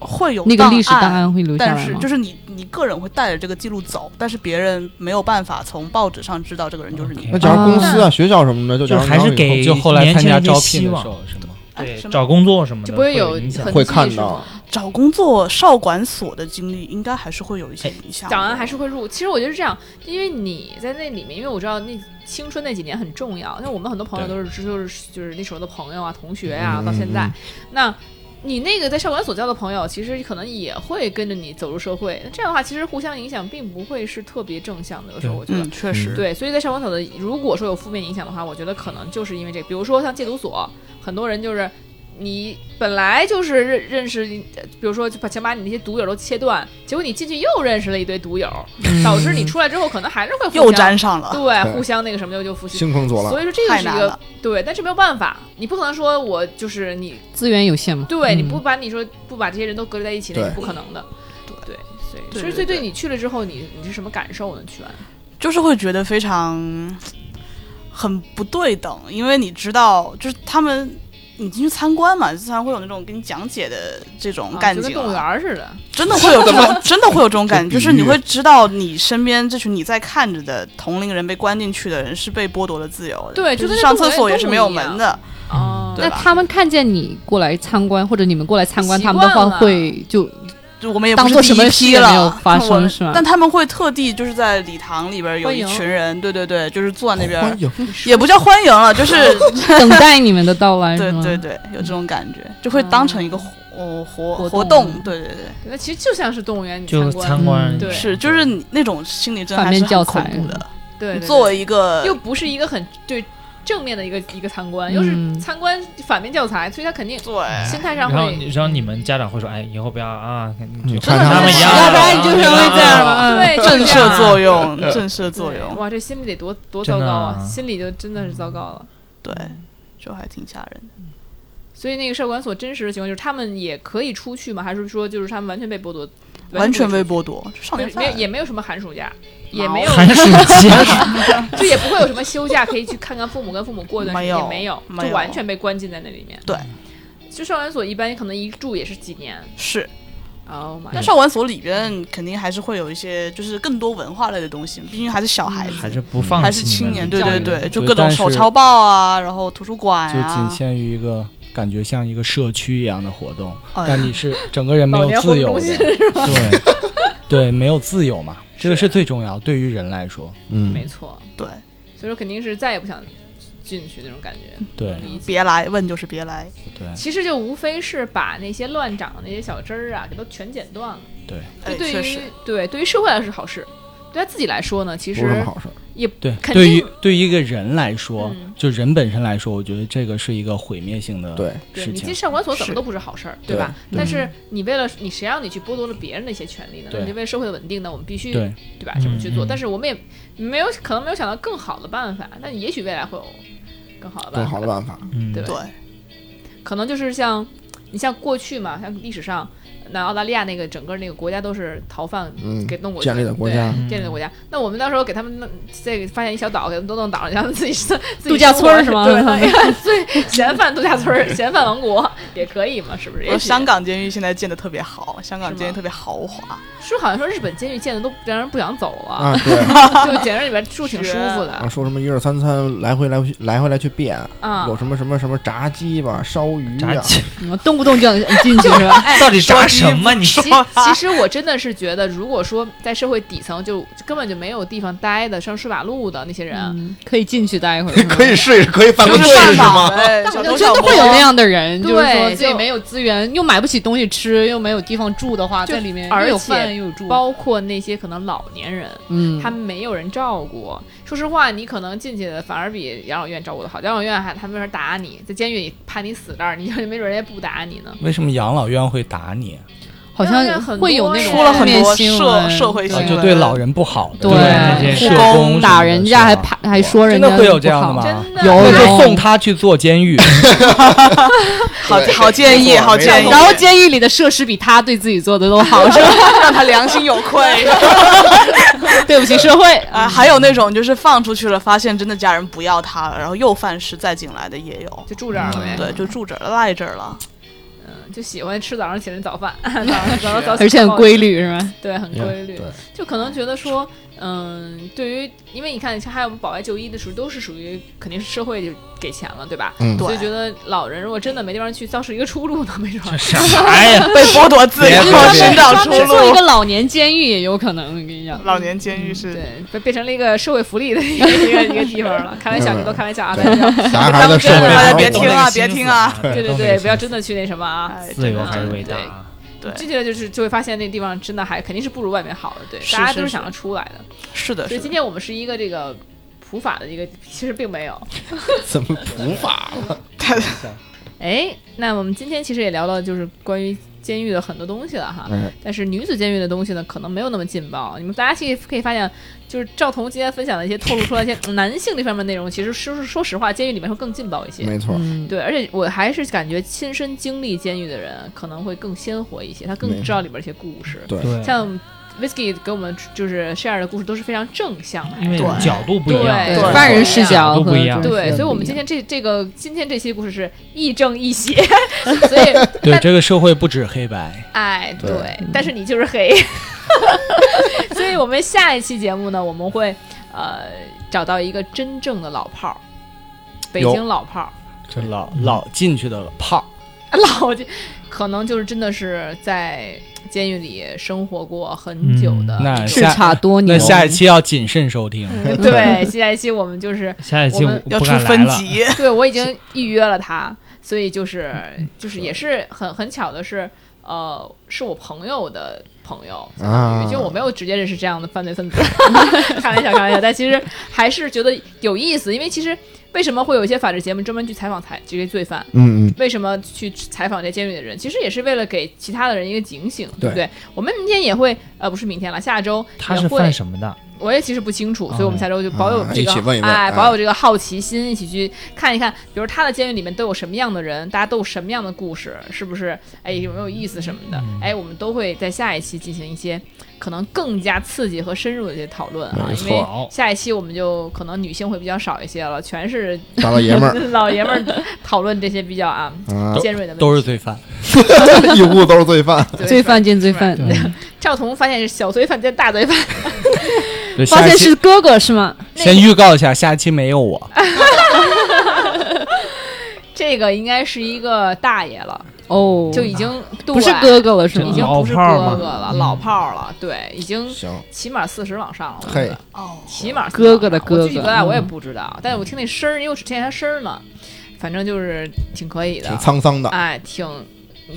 Speaker 5: 会有
Speaker 6: 那个
Speaker 5: 档
Speaker 6: 历史档
Speaker 5: 案
Speaker 6: 案会留下
Speaker 5: 但
Speaker 6: 来
Speaker 5: 是
Speaker 6: 吗
Speaker 5: 就？是你你个人会带着这个记录走，但是别人没有办法从报纸上知道这个人就是你。
Speaker 3: 那假如公司
Speaker 6: 啊
Speaker 3: 啊、学校什么的，就
Speaker 4: 就
Speaker 3: 假如
Speaker 4: 还是
Speaker 3: 然后
Speaker 4: 给
Speaker 2: 就后来
Speaker 4: 年
Speaker 2: 参
Speaker 4: 轻
Speaker 2: 加
Speaker 4: 人一些
Speaker 2: 招聘
Speaker 4: 希
Speaker 2: 的时
Speaker 4: 望
Speaker 2: 候是吗？
Speaker 5: 哎
Speaker 4: 对
Speaker 5: 什么
Speaker 4: 找工作什么的
Speaker 1: 这不会有
Speaker 4: 影响
Speaker 1: 很
Speaker 3: 你会
Speaker 1: 记
Speaker 3: 看
Speaker 1: 是
Speaker 3: 到
Speaker 1: 吗，
Speaker 5: 找工作，少管所的经历应该还是会有一些影响的。
Speaker 1: 档案哎还是会入。其实我觉得是这样，因为你在那里面，因为我知道那青春那几年很重要。那我们很多朋友都是就是就是那时候的朋友啊、同学啊，到现在，那你那个在少管所交的朋友，其实可能也会跟着你走入社会。那这样的话，其实互相影响并不会是特别正向的。有时候
Speaker 4: 对
Speaker 1: 我觉得，
Speaker 5: 嗯，确实，
Speaker 1: 对，所以在少管所的，如果说有负面影响的话，我觉得可能就是因为这个比如说像戒毒所，很多人就是你本来就是认认识，呃比如说就把想把你那些毒友都切断，结果你进去又认识了一堆毒友，导致你出来之后可能还是会互
Speaker 5: 又
Speaker 1: 相
Speaker 5: 粘上了。
Speaker 1: 对
Speaker 3: 对
Speaker 1: 互相那个什么就就复习。
Speaker 3: 兴风作浪
Speaker 1: 所，以说这个
Speaker 5: 太
Speaker 1: 是一
Speaker 5: 难
Speaker 1: 个
Speaker 5: 了，
Speaker 1: 对，但是没有办法，你不可能说我就是你，
Speaker 6: 资源有限嘛。
Speaker 1: 对，你
Speaker 4: 嗯
Speaker 1: 不把你说不把这些人都隔离在一起，那
Speaker 3: 对
Speaker 1: 是不可能的。对，所以
Speaker 5: 对
Speaker 1: 所以
Speaker 5: 对
Speaker 1: 所以对
Speaker 5: 对
Speaker 1: 你去了之后，你你是什么感受呢？去完
Speaker 5: 就是会觉得非常很不对等，因为你知道，就是他们你进去参观嘛，经常会有那种给你讲解的这种
Speaker 1: 啊
Speaker 5: 感
Speaker 1: 就
Speaker 5: 觉
Speaker 1: 跟动物园儿似的，
Speaker 5: 真的会有这种，真的会有这种感觉，
Speaker 3: 这
Speaker 5: 就
Speaker 3: 比
Speaker 5: 是你
Speaker 3: 喻
Speaker 5: 会知道你身边这群你在看着的同龄人被关进去的人是被剥夺了自由的，
Speaker 1: 对
Speaker 5: 就
Speaker 1: 就跟
Speaker 5: 是
Speaker 1: 那
Speaker 5: 上
Speaker 1: 动物
Speaker 5: 厕
Speaker 1: 园
Speaker 5: 所也
Speaker 1: 动
Speaker 5: 是
Speaker 1: 物
Speaker 5: 没有
Speaker 1: 一样
Speaker 5: 门的，
Speaker 4: 嗯
Speaker 1: 哦，
Speaker 5: 对
Speaker 6: 那
Speaker 5: 吧
Speaker 6: 他们看见你过来参观，或者你们过来参观
Speaker 1: 习
Speaker 6: 他
Speaker 1: 惯
Speaker 6: 们的话，
Speaker 1: 了
Speaker 6: 会就
Speaker 5: 就我们也不
Speaker 6: 当
Speaker 5: 是
Speaker 6: 做
Speaker 5: 第
Speaker 6: 什
Speaker 5: 一
Speaker 6: 么事
Speaker 5: 批
Speaker 6: 也
Speaker 5: 了，
Speaker 6: 没有发生
Speaker 5: 我们
Speaker 6: 是吧
Speaker 5: 但他们会特地就是在礼堂里边有
Speaker 1: 欢
Speaker 5: 一
Speaker 1: 迎
Speaker 5: 群人，对对对，就是坐在那边
Speaker 3: 哦欢，迎
Speaker 5: 也不叫欢迎了，就是
Speaker 6: 等待你们的到
Speaker 5: (laughs)
Speaker 6: 来，
Speaker 5: 对
Speaker 6: 是吗？
Speaker 5: 对对，有这种感觉，就会当成一个活哦活
Speaker 6: 活
Speaker 5: 活
Speaker 6: 动
Speaker 5: 动，对对对，
Speaker 1: 那其实就像是动物园你
Speaker 4: 就
Speaker 1: 参观，
Speaker 4: 参观
Speaker 6: 嗯
Speaker 1: 对
Speaker 5: 是就是你那种心理真的
Speaker 6: 反
Speaker 5: 还是
Speaker 6: 面
Speaker 5: 很
Speaker 6: 教
Speaker 5: 恐
Speaker 6: 材
Speaker 5: 怖的。
Speaker 1: 对
Speaker 5: 你
Speaker 1: 对对
Speaker 5: 作为一个
Speaker 1: 又不是一个很对正面的一个一个参观，又是
Speaker 6: 嗯
Speaker 1: 参观反面教材，所以他肯定
Speaker 5: 对
Speaker 1: 心态上
Speaker 4: 哎然后
Speaker 1: 会
Speaker 4: 你然后你们家长会说，哎，以后不要啊，
Speaker 3: 你
Speaker 4: 就
Speaker 2: 嗯
Speaker 3: 看
Speaker 4: 跟
Speaker 3: 他
Speaker 4: 他
Speaker 3: 们
Speaker 4: 们一样，
Speaker 6: 要不然你就是会这样嗯
Speaker 4: 啊
Speaker 6: 了。
Speaker 1: 对
Speaker 5: 嗯震慑作
Speaker 1: 用
Speaker 5: 用，震慑作用，
Speaker 1: 哇，这心里得多多
Speaker 4: 真
Speaker 1: 糟
Speaker 4: 的
Speaker 1: 糕啊！
Speaker 4: 啊
Speaker 1: 心里就真的是糟糕了。
Speaker 5: 对，就还挺吓人的。
Speaker 1: 所以那个少管所真实的情况就是，他们也可以出去吗？还是说就是他们完全被剥夺？
Speaker 5: 完全被
Speaker 1: 被
Speaker 5: 剥夺，少年
Speaker 1: 没有
Speaker 5: 犯
Speaker 1: 也没有什么寒暑假，也
Speaker 5: 毛
Speaker 1: 没有
Speaker 4: 寒暑假，
Speaker 1: (laughs) 就也不会有什么休假可以去看看父母，跟父母过一段时间，也
Speaker 5: 没
Speaker 1: 没
Speaker 5: 有
Speaker 1: 有，
Speaker 5: 没有
Speaker 1: 就完全被关进在那里面。
Speaker 5: 对，
Speaker 1: 就少管所一般可能一住也是几年。
Speaker 5: 是，
Speaker 1: 哦妈呀！
Speaker 5: 但少管所里边肯定还是会有一些，就是更多文化类的东西，毕竟还是小孩
Speaker 4: 还
Speaker 5: 子，
Speaker 4: 是不放
Speaker 5: 还
Speaker 4: 弃
Speaker 5: 是
Speaker 4: 你
Speaker 5: 青
Speaker 4: 们
Speaker 5: 年，
Speaker 4: 的
Speaker 5: 对
Speaker 4: 这
Speaker 5: 对
Speaker 4: 个
Speaker 5: 对，就
Speaker 2: 对
Speaker 5: 各种
Speaker 2: 但
Speaker 5: 手
Speaker 2: 是
Speaker 5: 抄报啊，然后图书馆
Speaker 1: 哎
Speaker 2: 就仅
Speaker 5: 啊，
Speaker 2: 限于一个感觉像一个社区一样的活动，
Speaker 5: 哎
Speaker 2: 但你是整个人没
Speaker 1: 老年
Speaker 2: 有
Speaker 1: 活
Speaker 2: 自
Speaker 1: 动
Speaker 2: 由
Speaker 1: 中
Speaker 2: 的
Speaker 1: 心，
Speaker 2: 对对，没有自由嘛，这个是最重要，对于人来说，
Speaker 1: 没
Speaker 3: 嗯，
Speaker 1: 错，
Speaker 5: 对，
Speaker 1: 所以说肯定是再也不想进去那种感
Speaker 5: 嗯
Speaker 1: 觉。
Speaker 2: 对
Speaker 1: 理解。
Speaker 5: 别来问就是别来，
Speaker 2: 对
Speaker 1: 其实就无非是把那些乱长的那些小枝儿啊，给都全剪断了。
Speaker 2: 对，
Speaker 5: 哎，
Speaker 1: 这对
Speaker 5: 确实
Speaker 1: 于，对对于社会来说是好事，对他自己来说呢，其
Speaker 3: 不是什么
Speaker 1: 实
Speaker 3: 好事。
Speaker 2: 对，
Speaker 1: 肯定
Speaker 2: 对于对于一个人来说，
Speaker 1: 嗯
Speaker 2: 就人本身来说，我觉得这个是一个毁灭性的
Speaker 3: 对
Speaker 1: 对
Speaker 2: 事
Speaker 1: 你
Speaker 2: 情
Speaker 1: 进。少管所怎
Speaker 5: 是
Speaker 1: 么
Speaker 5: 嗯
Speaker 1: 都不是好事儿，
Speaker 3: 对
Speaker 1: 吧？
Speaker 3: 对
Speaker 1: 但是你为了你谁让你去剥夺了别人的一些权利呢？
Speaker 2: 对
Speaker 1: 你为了社会的稳定呢，我们必须
Speaker 2: 对
Speaker 1: 对吧？这么去做？
Speaker 4: 嗯嗯
Speaker 1: 但是我们也没有可能没有想到更好的办法，但也许未来会有更好的办
Speaker 3: 更
Speaker 1: 法。
Speaker 3: 好的办法，
Speaker 4: 嗯，
Speaker 1: 对吧
Speaker 5: 对，
Speaker 1: 可能就是像你像过去嘛，像历史上那澳大利亚那个整个那个国家都是逃犯
Speaker 3: 嗯
Speaker 1: 给弄过去、
Speaker 3: 建立的国家
Speaker 6: 嗯
Speaker 1: 对建立的国家。那我们到时候给他们弄这个发现一小岛，给他们都弄岛上，让他们自己自己
Speaker 6: 度假村儿
Speaker 1: 生活
Speaker 6: 是吗 (laughs)
Speaker 1: 对，最嫌犯度假村儿、嫌犯王国也可以嘛，是不是？
Speaker 6: 哦
Speaker 1: 也
Speaker 5: 呃
Speaker 1: 许
Speaker 5: 香港监狱现在建的特别好，香港
Speaker 1: 是吗
Speaker 5: 监狱特别豪华，
Speaker 1: 是不是好像说日本监狱建的都让人不想走了，
Speaker 3: 啊，对，
Speaker 1: 就简直里边住挺舒服
Speaker 3: 啊，
Speaker 1: 的
Speaker 3: 说什么一日三餐来回来去来回来去变，
Speaker 1: 啊
Speaker 3: 有。什么什么什么炸鸡吧、烧鱼
Speaker 4: 炸
Speaker 3: 啊，，
Speaker 4: 鸡
Speaker 6: 你们动不动就想进去是吧？
Speaker 1: 哎
Speaker 4: 到底炸什么？你
Speaker 1: 其
Speaker 4: 说
Speaker 1: 其实我真的是觉得，如果说在社会底层就就根本就没有地方待的，上水马路的那些人，
Speaker 6: 嗯， (laughs) 可以进去待一会儿嗯
Speaker 3: 可以试一试，可以犯
Speaker 5: 就
Speaker 3: 个
Speaker 5: 是哎
Speaker 3: 罪
Speaker 5: 饭
Speaker 3: 是
Speaker 5: 岛
Speaker 3: 吗？
Speaker 5: 呗，
Speaker 1: 但
Speaker 5: 小
Speaker 1: 我
Speaker 5: 偷
Speaker 1: 就
Speaker 6: 真
Speaker 5: 小
Speaker 6: 的
Speaker 5: 摸
Speaker 6: 会有那样的人，
Speaker 1: 对
Speaker 6: 就是说自己
Speaker 1: 就
Speaker 6: 没有资源，又买不起东西吃，又没有地方住的话，
Speaker 1: 就
Speaker 6: 在里面
Speaker 1: 而
Speaker 6: 又有
Speaker 1: 且
Speaker 6: 饭又有住，
Speaker 1: 包括那些可能老年人，
Speaker 6: 嗯，
Speaker 1: 他们没有人照顾。说说实话，你可能进去的反而比养老院照顾的好，养老院还他没人打你，在监狱里判你死那儿，你没准人家不打你呢。
Speaker 2: 为什么养老院会打你？
Speaker 6: 好像会有那种
Speaker 1: 出了很
Speaker 5: 多
Speaker 6: 负面新闻
Speaker 5: 社社会
Speaker 6: 对
Speaker 5: 新
Speaker 2: 啊，
Speaker 5: 闻
Speaker 2: 就对老人不好的，
Speaker 6: 对
Speaker 2: 那些
Speaker 4: 护
Speaker 2: 社
Speaker 4: 工
Speaker 2: 工什么的
Speaker 6: 打人家
Speaker 2: 是
Speaker 6: 还
Speaker 2: 吧
Speaker 6: 怕还说人
Speaker 2: 真
Speaker 6: 家
Speaker 2: 的会有
Speaker 6: 不
Speaker 2: 这样的
Speaker 6: 好
Speaker 2: 吗？
Speaker 1: 真的
Speaker 6: 啊有
Speaker 2: 那就
Speaker 6: 有
Speaker 2: 送他去坐监
Speaker 1: (laughs)
Speaker 2: 狱，
Speaker 5: 好好建
Speaker 3: 没
Speaker 5: 议，
Speaker 3: 错
Speaker 5: 好
Speaker 3: 没
Speaker 5: 建议，
Speaker 3: 错
Speaker 6: 然后监狱里的设施比他对自己做的都好， (laughs)
Speaker 1: (laughs)
Speaker 6: 是吧？
Speaker 5: 让他良心有愧。
Speaker 6: 对不起社会
Speaker 5: (laughs) 啊，还有那种就是放出去了，发现真的家人不要他了，然后又犯事再进来的也有。
Speaker 1: 就住这儿了
Speaker 6: 嗯
Speaker 1: 呗，
Speaker 5: 对，就住这儿赖这儿了。
Speaker 1: 就喜欢吃早上起来早
Speaker 6: (laughs)
Speaker 1: 饭，早上早上早，
Speaker 6: 而且很规，律，是吧？
Speaker 1: 对，很规律。 (laughs)
Speaker 3: 对
Speaker 1: 就可能觉得说，嗯，对于，因为你看，像还有我们保外就医的时候，都是属于肯定是社会就给钱了，对吧？
Speaker 3: 嗯
Speaker 5: 对
Speaker 1: 所以觉得老人如果真的没地方去，倒是一个出路呢，没准儿。
Speaker 4: 啥呀？
Speaker 5: (laughs) 被剥夺自
Speaker 2: 别
Speaker 5: 由
Speaker 2: 别，别
Speaker 5: 寻找出
Speaker 6: 专门做一
Speaker 5: 路
Speaker 6: 个。老年监狱也有可能，我跟你讲。
Speaker 5: 老年监狱是
Speaker 1: 对，被变成了一个社会福利的一个一个一个地方了。开玩笑，
Speaker 3: 对
Speaker 1: 你都开玩笑啊！
Speaker 3: 对
Speaker 1: (laughs) 大家
Speaker 3: 小孩的社会
Speaker 5: 大
Speaker 3: 化
Speaker 5: 家别听啊别听啊
Speaker 1: 对对
Speaker 4: 都没
Speaker 1: 对，
Speaker 4: 心思
Speaker 1: 不要真的去那什么啊！
Speaker 5: 哎
Speaker 4: 自由
Speaker 1: 真的
Speaker 4: 还是伟大
Speaker 1: 对
Speaker 4: 啊。
Speaker 5: 对，
Speaker 1: 进去了就是就会发现那地方真的还肯定是不如外面好的，对，
Speaker 5: 是
Speaker 1: 大家都
Speaker 5: 是
Speaker 1: 是
Speaker 5: 是
Speaker 1: 想要出来的。
Speaker 5: 是的，
Speaker 1: 所以
Speaker 5: 是
Speaker 1: 今
Speaker 5: 的。
Speaker 1: 天我们是一个这个普法的一个，其实并没有。
Speaker 3: 怎么普法了？
Speaker 1: 哎，那我们今天其实也聊了就是关于监狱的很多东西了哈。
Speaker 3: 哎
Speaker 1: 但是女子监狱的东西呢，可能没有那么劲爆。你们大家其实可以发现，就是赵彤今天分享的一些透露出来一些嗯男性这方面内容，其实说说实话，监狱里面会更劲爆一些。
Speaker 3: 没错，
Speaker 6: 嗯，
Speaker 1: 对，而且我还是感觉亲身经历监狱的人可能会更鲜活一些，他
Speaker 3: 没
Speaker 1: 更
Speaker 3: 错
Speaker 1: 知道里边一些故事。
Speaker 3: 对
Speaker 4: 对，
Speaker 1: 像 Whisky 给我们就是 share 的故事都是非常正向的，
Speaker 4: 因为
Speaker 5: 对
Speaker 4: 角度不一样，
Speaker 1: 对
Speaker 5: 对
Speaker 6: 犯人视角
Speaker 4: 都不
Speaker 6: 和
Speaker 4: 一样
Speaker 6: 真实
Speaker 1: 对，
Speaker 6: 的
Speaker 1: 所以，我
Speaker 6: 不
Speaker 1: 们
Speaker 6: 一
Speaker 1: 今
Speaker 6: 样
Speaker 1: 天这这个今天这期故事是亦正亦邪， (laughs) 所以
Speaker 2: 对这个社会不止黑白，
Speaker 1: 哎，
Speaker 3: 对
Speaker 1: 对，但是你就是黑， (laughs) 所以我们下一期节目呢，我们会呃找到一个真正的老炮儿，北
Speaker 3: 有
Speaker 1: 京老炮儿，
Speaker 2: 这老老进去的胖，
Speaker 1: (laughs) 老就可能就是真的是在监狱里生活过很久
Speaker 3: 啊
Speaker 1: 的。
Speaker 2: 那
Speaker 6: 叱
Speaker 2: 下
Speaker 6: 咤多
Speaker 2: 那
Speaker 6: 年。
Speaker 2: 下一期要谨慎收听，
Speaker 3: 嗯
Speaker 1: 对，下一期我们就是
Speaker 4: 下一期
Speaker 1: 我
Speaker 4: 我
Speaker 1: 们
Speaker 5: 要
Speaker 4: 不
Speaker 5: 出
Speaker 4: 敢来
Speaker 5: 分
Speaker 4: 了。
Speaker 5: 级，
Speaker 1: 对我已经预约了他，所以就是
Speaker 4: 嗯
Speaker 1: 嗯就是也是很很巧的是，呃，是我朋友的朋友，
Speaker 3: 啊，
Speaker 1: 就我没有直接认识这样的犯罪分
Speaker 4: (laughs)
Speaker 1: 子，开玩笑，开玩笑。但其实还是觉得有意思，因为其实为什么会有一些法制节目专门去采访采这些罪犯？
Speaker 3: 嗯嗯，
Speaker 1: 为什么去采访这些监狱的人？其实也是为了给其他的人一个警醒，对不对？我们明天也会，呃，不是明天了，下周
Speaker 4: 他
Speaker 1: 也
Speaker 4: 是
Speaker 1: 会
Speaker 4: 犯什么的？
Speaker 1: 我也其实不清楚，所以我们下周就保有
Speaker 3: 啊
Speaker 1: 这个、
Speaker 3: 哦一起问一问
Speaker 1: 哎，
Speaker 3: 哎
Speaker 1: 保有这个好奇心，一起去看一看，比如他的监狱里面都有什么样的人，大家都有什么样的故事，是不是？哎，有没有意思什么的？
Speaker 3: 嗯
Speaker 1: 哎，我们都会在下一期进行一些可能更加刺激和深入的一些讨论啊，
Speaker 3: 没
Speaker 1: 因
Speaker 3: 错
Speaker 1: 为下一期我们就可能女性会比较少一些了，全是
Speaker 3: 大老爷们 (laughs) 儿
Speaker 1: 老爷们儿 (laughs) 讨论这些比较啊
Speaker 3: 啊，
Speaker 1: 尖锐的问题，
Speaker 2: 都是罪犯。
Speaker 3: (laughs) 一屋都是罪犯，
Speaker 1: 对
Speaker 6: 罪犯见罪犯，
Speaker 1: 赵彤发现是小罪犯见大罪犯，
Speaker 2: 对
Speaker 6: 发
Speaker 2: 下
Speaker 6: 现
Speaker 2: 一期
Speaker 6: 是哥哥是吗？
Speaker 2: 先预告一下，下期没有我，
Speaker 1: (laughs) 这个应该是一个大爷了，
Speaker 6: 哦，
Speaker 1: 就已经
Speaker 3: 嗯
Speaker 6: 不是
Speaker 1: 对
Speaker 6: 哥哥了是
Speaker 1: 已
Speaker 6: 嗯吗？
Speaker 1: 经不是哥
Speaker 4: 老炮儿
Speaker 1: 哥
Speaker 4: 嘛
Speaker 1: 了，老炮儿了，对，已经
Speaker 3: 行，
Speaker 1: 起码四十往上了。我觉
Speaker 3: 嘿
Speaker 1: 得，起码40
Speaker 6: 哥哥的哥哥
Speaker 1: 我具体多大我也
Speaker 6: 嗯
Speaker 1: 不知道，但是我听那声儿，因为我只听见他声儿嘛，反正就是挺可以的
Speaker 3: 挺，沧桑的，
Speaker 1: 哎，挺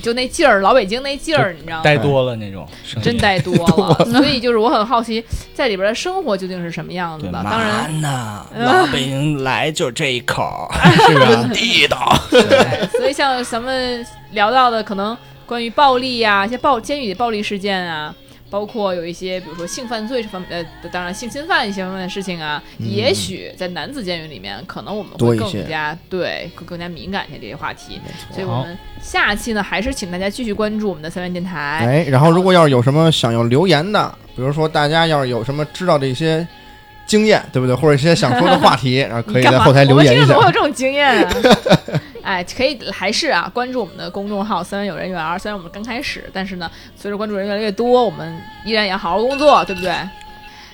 Speaker 1: 就那劲儿，老北京那劲儿，你知道吗？
Speaker 2: 呆多了那种声音，
Speaker 1: 真呆多
Speaker 6: (laughs)
Speaker 1: 了，所以就是我很好奇，在里边的生活究竟是什么样子
Speaker 2: 对
Speaker 1: 的。
Speaker 2: 吧？
Speaker 1: 当然，
Speaker 2: 呢，老北京来就这一口，是吧？地道。
Speaker 1: 对，所以像咱们聊到的，可能关于暴力呀、一些暴监狱里暴力事件啊，包括有一些比如说性犯罪这方面，呃，当然性侵犯一些方面的事情啊，也许在男子监狱里面，可能我们
Speaker 3: 嗯多
Speaker 1: 会
Speaker 3: 一些嗯
Speaker 1: 更加对更更加敏感一些这些话题。
Speaker 3: 没
Speaker 1: 所
Speaker 3: 错
Speaker 1: 以我们下期呢，还是请大家继续关注我们的三元电台。
Speaker 3: 哎，然后如果要是有什么想要留言的，比如说大家要是有什么知道的一些经验，对不对？或者一些想说的话
Speaker 1: (laughs)
Speaker 3: 题，然后可以
Speaker 1: 你干
Speaker 3: 在
Speaker 1: 嘛
Speaker 3: 后台留言一下
Speaker 1: 我们听着怎么会。有这种经验啊？
Speaker 3: (laughs)
Speaker 1: 哎，可以还是啊，关注我们的公众号“三元有人缘”。虽然我们刚开始，但是呢，随着关注人越来越多，我们依然也好好工作，对不对？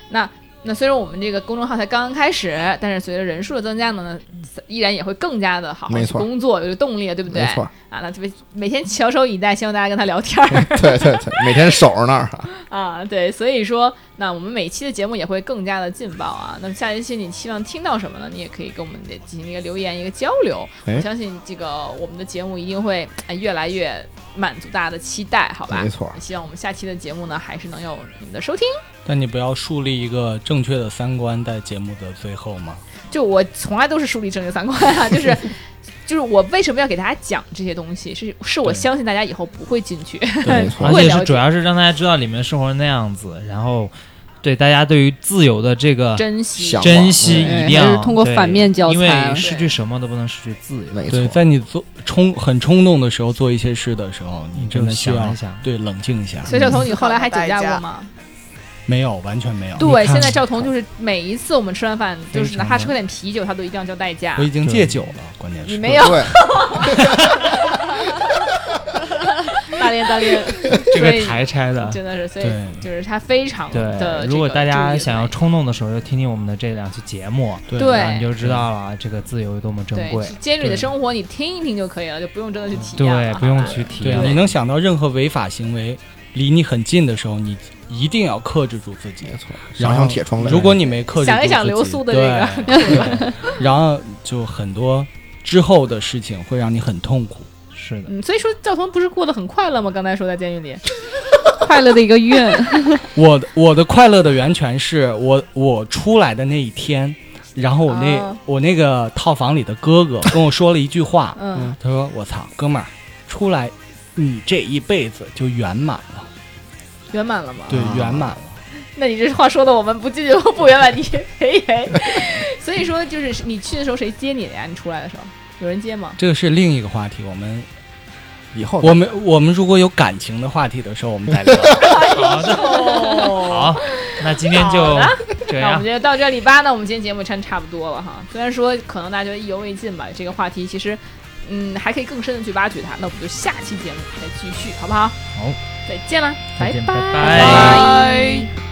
Speaker 1: 那那虽然我们这个公众号才刚刚开始，但是随着人数的增加呢，依然也会更加的好好
Speaker 3: 没
Speaker 1: 去
Speaker 3: 错
Speaker 1: 工作，有动力，对不对？
Speaker 3: 没错
Speaker 1: 啊，，那特别每天翘首以待，希望大家跟他聊天儿。
Speaker 3: 对对对，每天守着那儿。
Speaker 1: (laughs) 啊，对，所以说，那我们每期的节目也会更加的劲爆啊。那么下一期你希望听到什么呢？你也可以跟我们的进行一个留言，一个交流。
Speaker 3: 哎
Speaker 1: 我相信这个我们的节目一定会哎越来越满足大家的期待，好吧？
Speaker 3: 没错
Speaker 1: 希望我们下期的节目呢，还是能有你们的收听。
Speaker 2: 但你不要树立一个正确的三观在节目的最后嘛。
Speaker 1: 就我从来都是树立正确三观啊， (laughs) 就是就是我为什么要给大家讲这些东西，是是我
Speaker 2: 对
Speaker 1: 相信大家以后不会进去。
Speaker 3: 没
Speaker 4: 而
Speaker 3: 错
Speaker 1: 会，
Speaker 4: 且
Speaker 1: 了
Speaker 4: 是
Speaker 1: 解
Speaker 4: 主要是让大家知道里面生活是那样子，然后对大家对于自由的这个
Speaker 1: (laughs) 珍惜
Speaker 3: 想
Speaker 4: 珍惜
Speaker 6: 对
Speaker 4: 一定要
Speaker 6: 还是通过
Speaker 4: 对
Speaker 6: 反面教材啊
Speaker 4: 因为
Speaker 6: 对
Speaker 4: 失去什么都不能失去自由。
Speaker 3: 没错，
Speaker 2: 对，在你做冲很冲动的时候做一些事的时候，你真的需
Speaker 4: 想
Speaker 2: 要
Speaker 4: 一想
Speaker 2: 对冷静一下。
Speaker 1: 所以赵彤，你后来还请假过吗？
Speaker 2: 没有，完全没有。
Speaker 1: 对，
Speaker 4: 看
Speaker 1: 现在赵彤就是每一次我们吃完饭，
Speaker 4: 非
Speaker 1: 就是哪
Speaker 4: 常
Speaker 1: 怕
Speaker 4: 的
Speaker 1: 喝点啤酒，他都一定要叫代驾
Speaker 2: 我。已经戒酒了，关键
Speaker 1: 你
Speaker 2: 是
Speaker 1: 没有
Speaker 3: 对，
Speaker 1: 大连大连，
Speaker 4: 这
Speaker 1: 所以
Speaker 4: 个台拆的。
Speaker 1: 真的是，所以
Speaker 2: 对
Speaker 1: 就是他非常的这
Speaker 4: 对，
Speaker 1: 个
Speaker 4: 如果大家想要
Speaker 1: 注
Speaker 4: 冲动的时候，就听听我们的这两期节目，
Speaker 2: 对
Speaker 1: 对
Speaker 4: 然后你就知道了这个自由有多么
Speaker 1: 意
Speaker 4: 珍
Speaker 1: 的
Speaker 4: 贵
Speaker 1: 对。监狱里的生活，你听一听就可以了，就不用真的去体验
Speaker 4: 对
Speaker 1: 了，
Speaker 4: 不用去体
Speaker 2: 对啊
Speaker 4: 验
Speaker 2: 你能想到任何违法行为离你很近的时候，你一定要克制住自己
Speaker 3: 没。错，
Speaker 2: 然
Speaker 3: 想
Speaker 2: 后
Speaker 3: 想铁窗泪，
Speaker 2: 如果你没克制住自己，
Speaker 1: 想一想流苏的这个
Speaker 2: (laughs) 对，对然后就很多之后的事情会让你很痛苦。
Speaker 4: 是的，
Speaker 1: 嗯，所以说赵彤不是过得很快乐吗？刚才说在监狱里，
Speaker 6: (laughs) 快乐的一个愿。
Speaker 2: 我我的快乐的源泉是我我出来的那一天，然后我那、
Speaker 1: 啊，
Speaker 2: 我那个套房里的哥哥跟我说了一句话
Speaker 1: 嗯，
Speaker 2: 他说：“我操，哥们儿，出来，你这一辈子就圆满了，
Speaker 1: 圆满了吗？
Speaker 2: 对，
Speaker 3: 啊
Speaker 2: 圆满了。
Speaker 1: 那你这话说的我们不进去不圆满，你 (laughs) 赔赔。所以说就是你去的时候谁接你的呀？你出来的时候有人接吗？
Speaker 2: 这个是另一个话题，我们
Speaker 3: 以后
Speaker 2: 我们我们如果有感情的话题的时候，我们再聊。
Speaker 4: 好的，
Speaker 5: (laughs) 哦
Speaker 4: 好，那今天就
Speaker 1: 那我
Speaker 4: 这样
Speaker 1: 们。就到这里吧。那我们今天节目也差差不多了哈。虽然说可能大家觉得意犹未尽吧，这个话题其实，嗯，还可以更深的去挖掘它。那我们就下期节目再继续，好不好？
Speaker 4: 好，
Speaker 1: 再见啦，
Speaker 4: 再见拜
Speaker 1: 拜
Speaker 4: 拜
Speaker 5: 拜。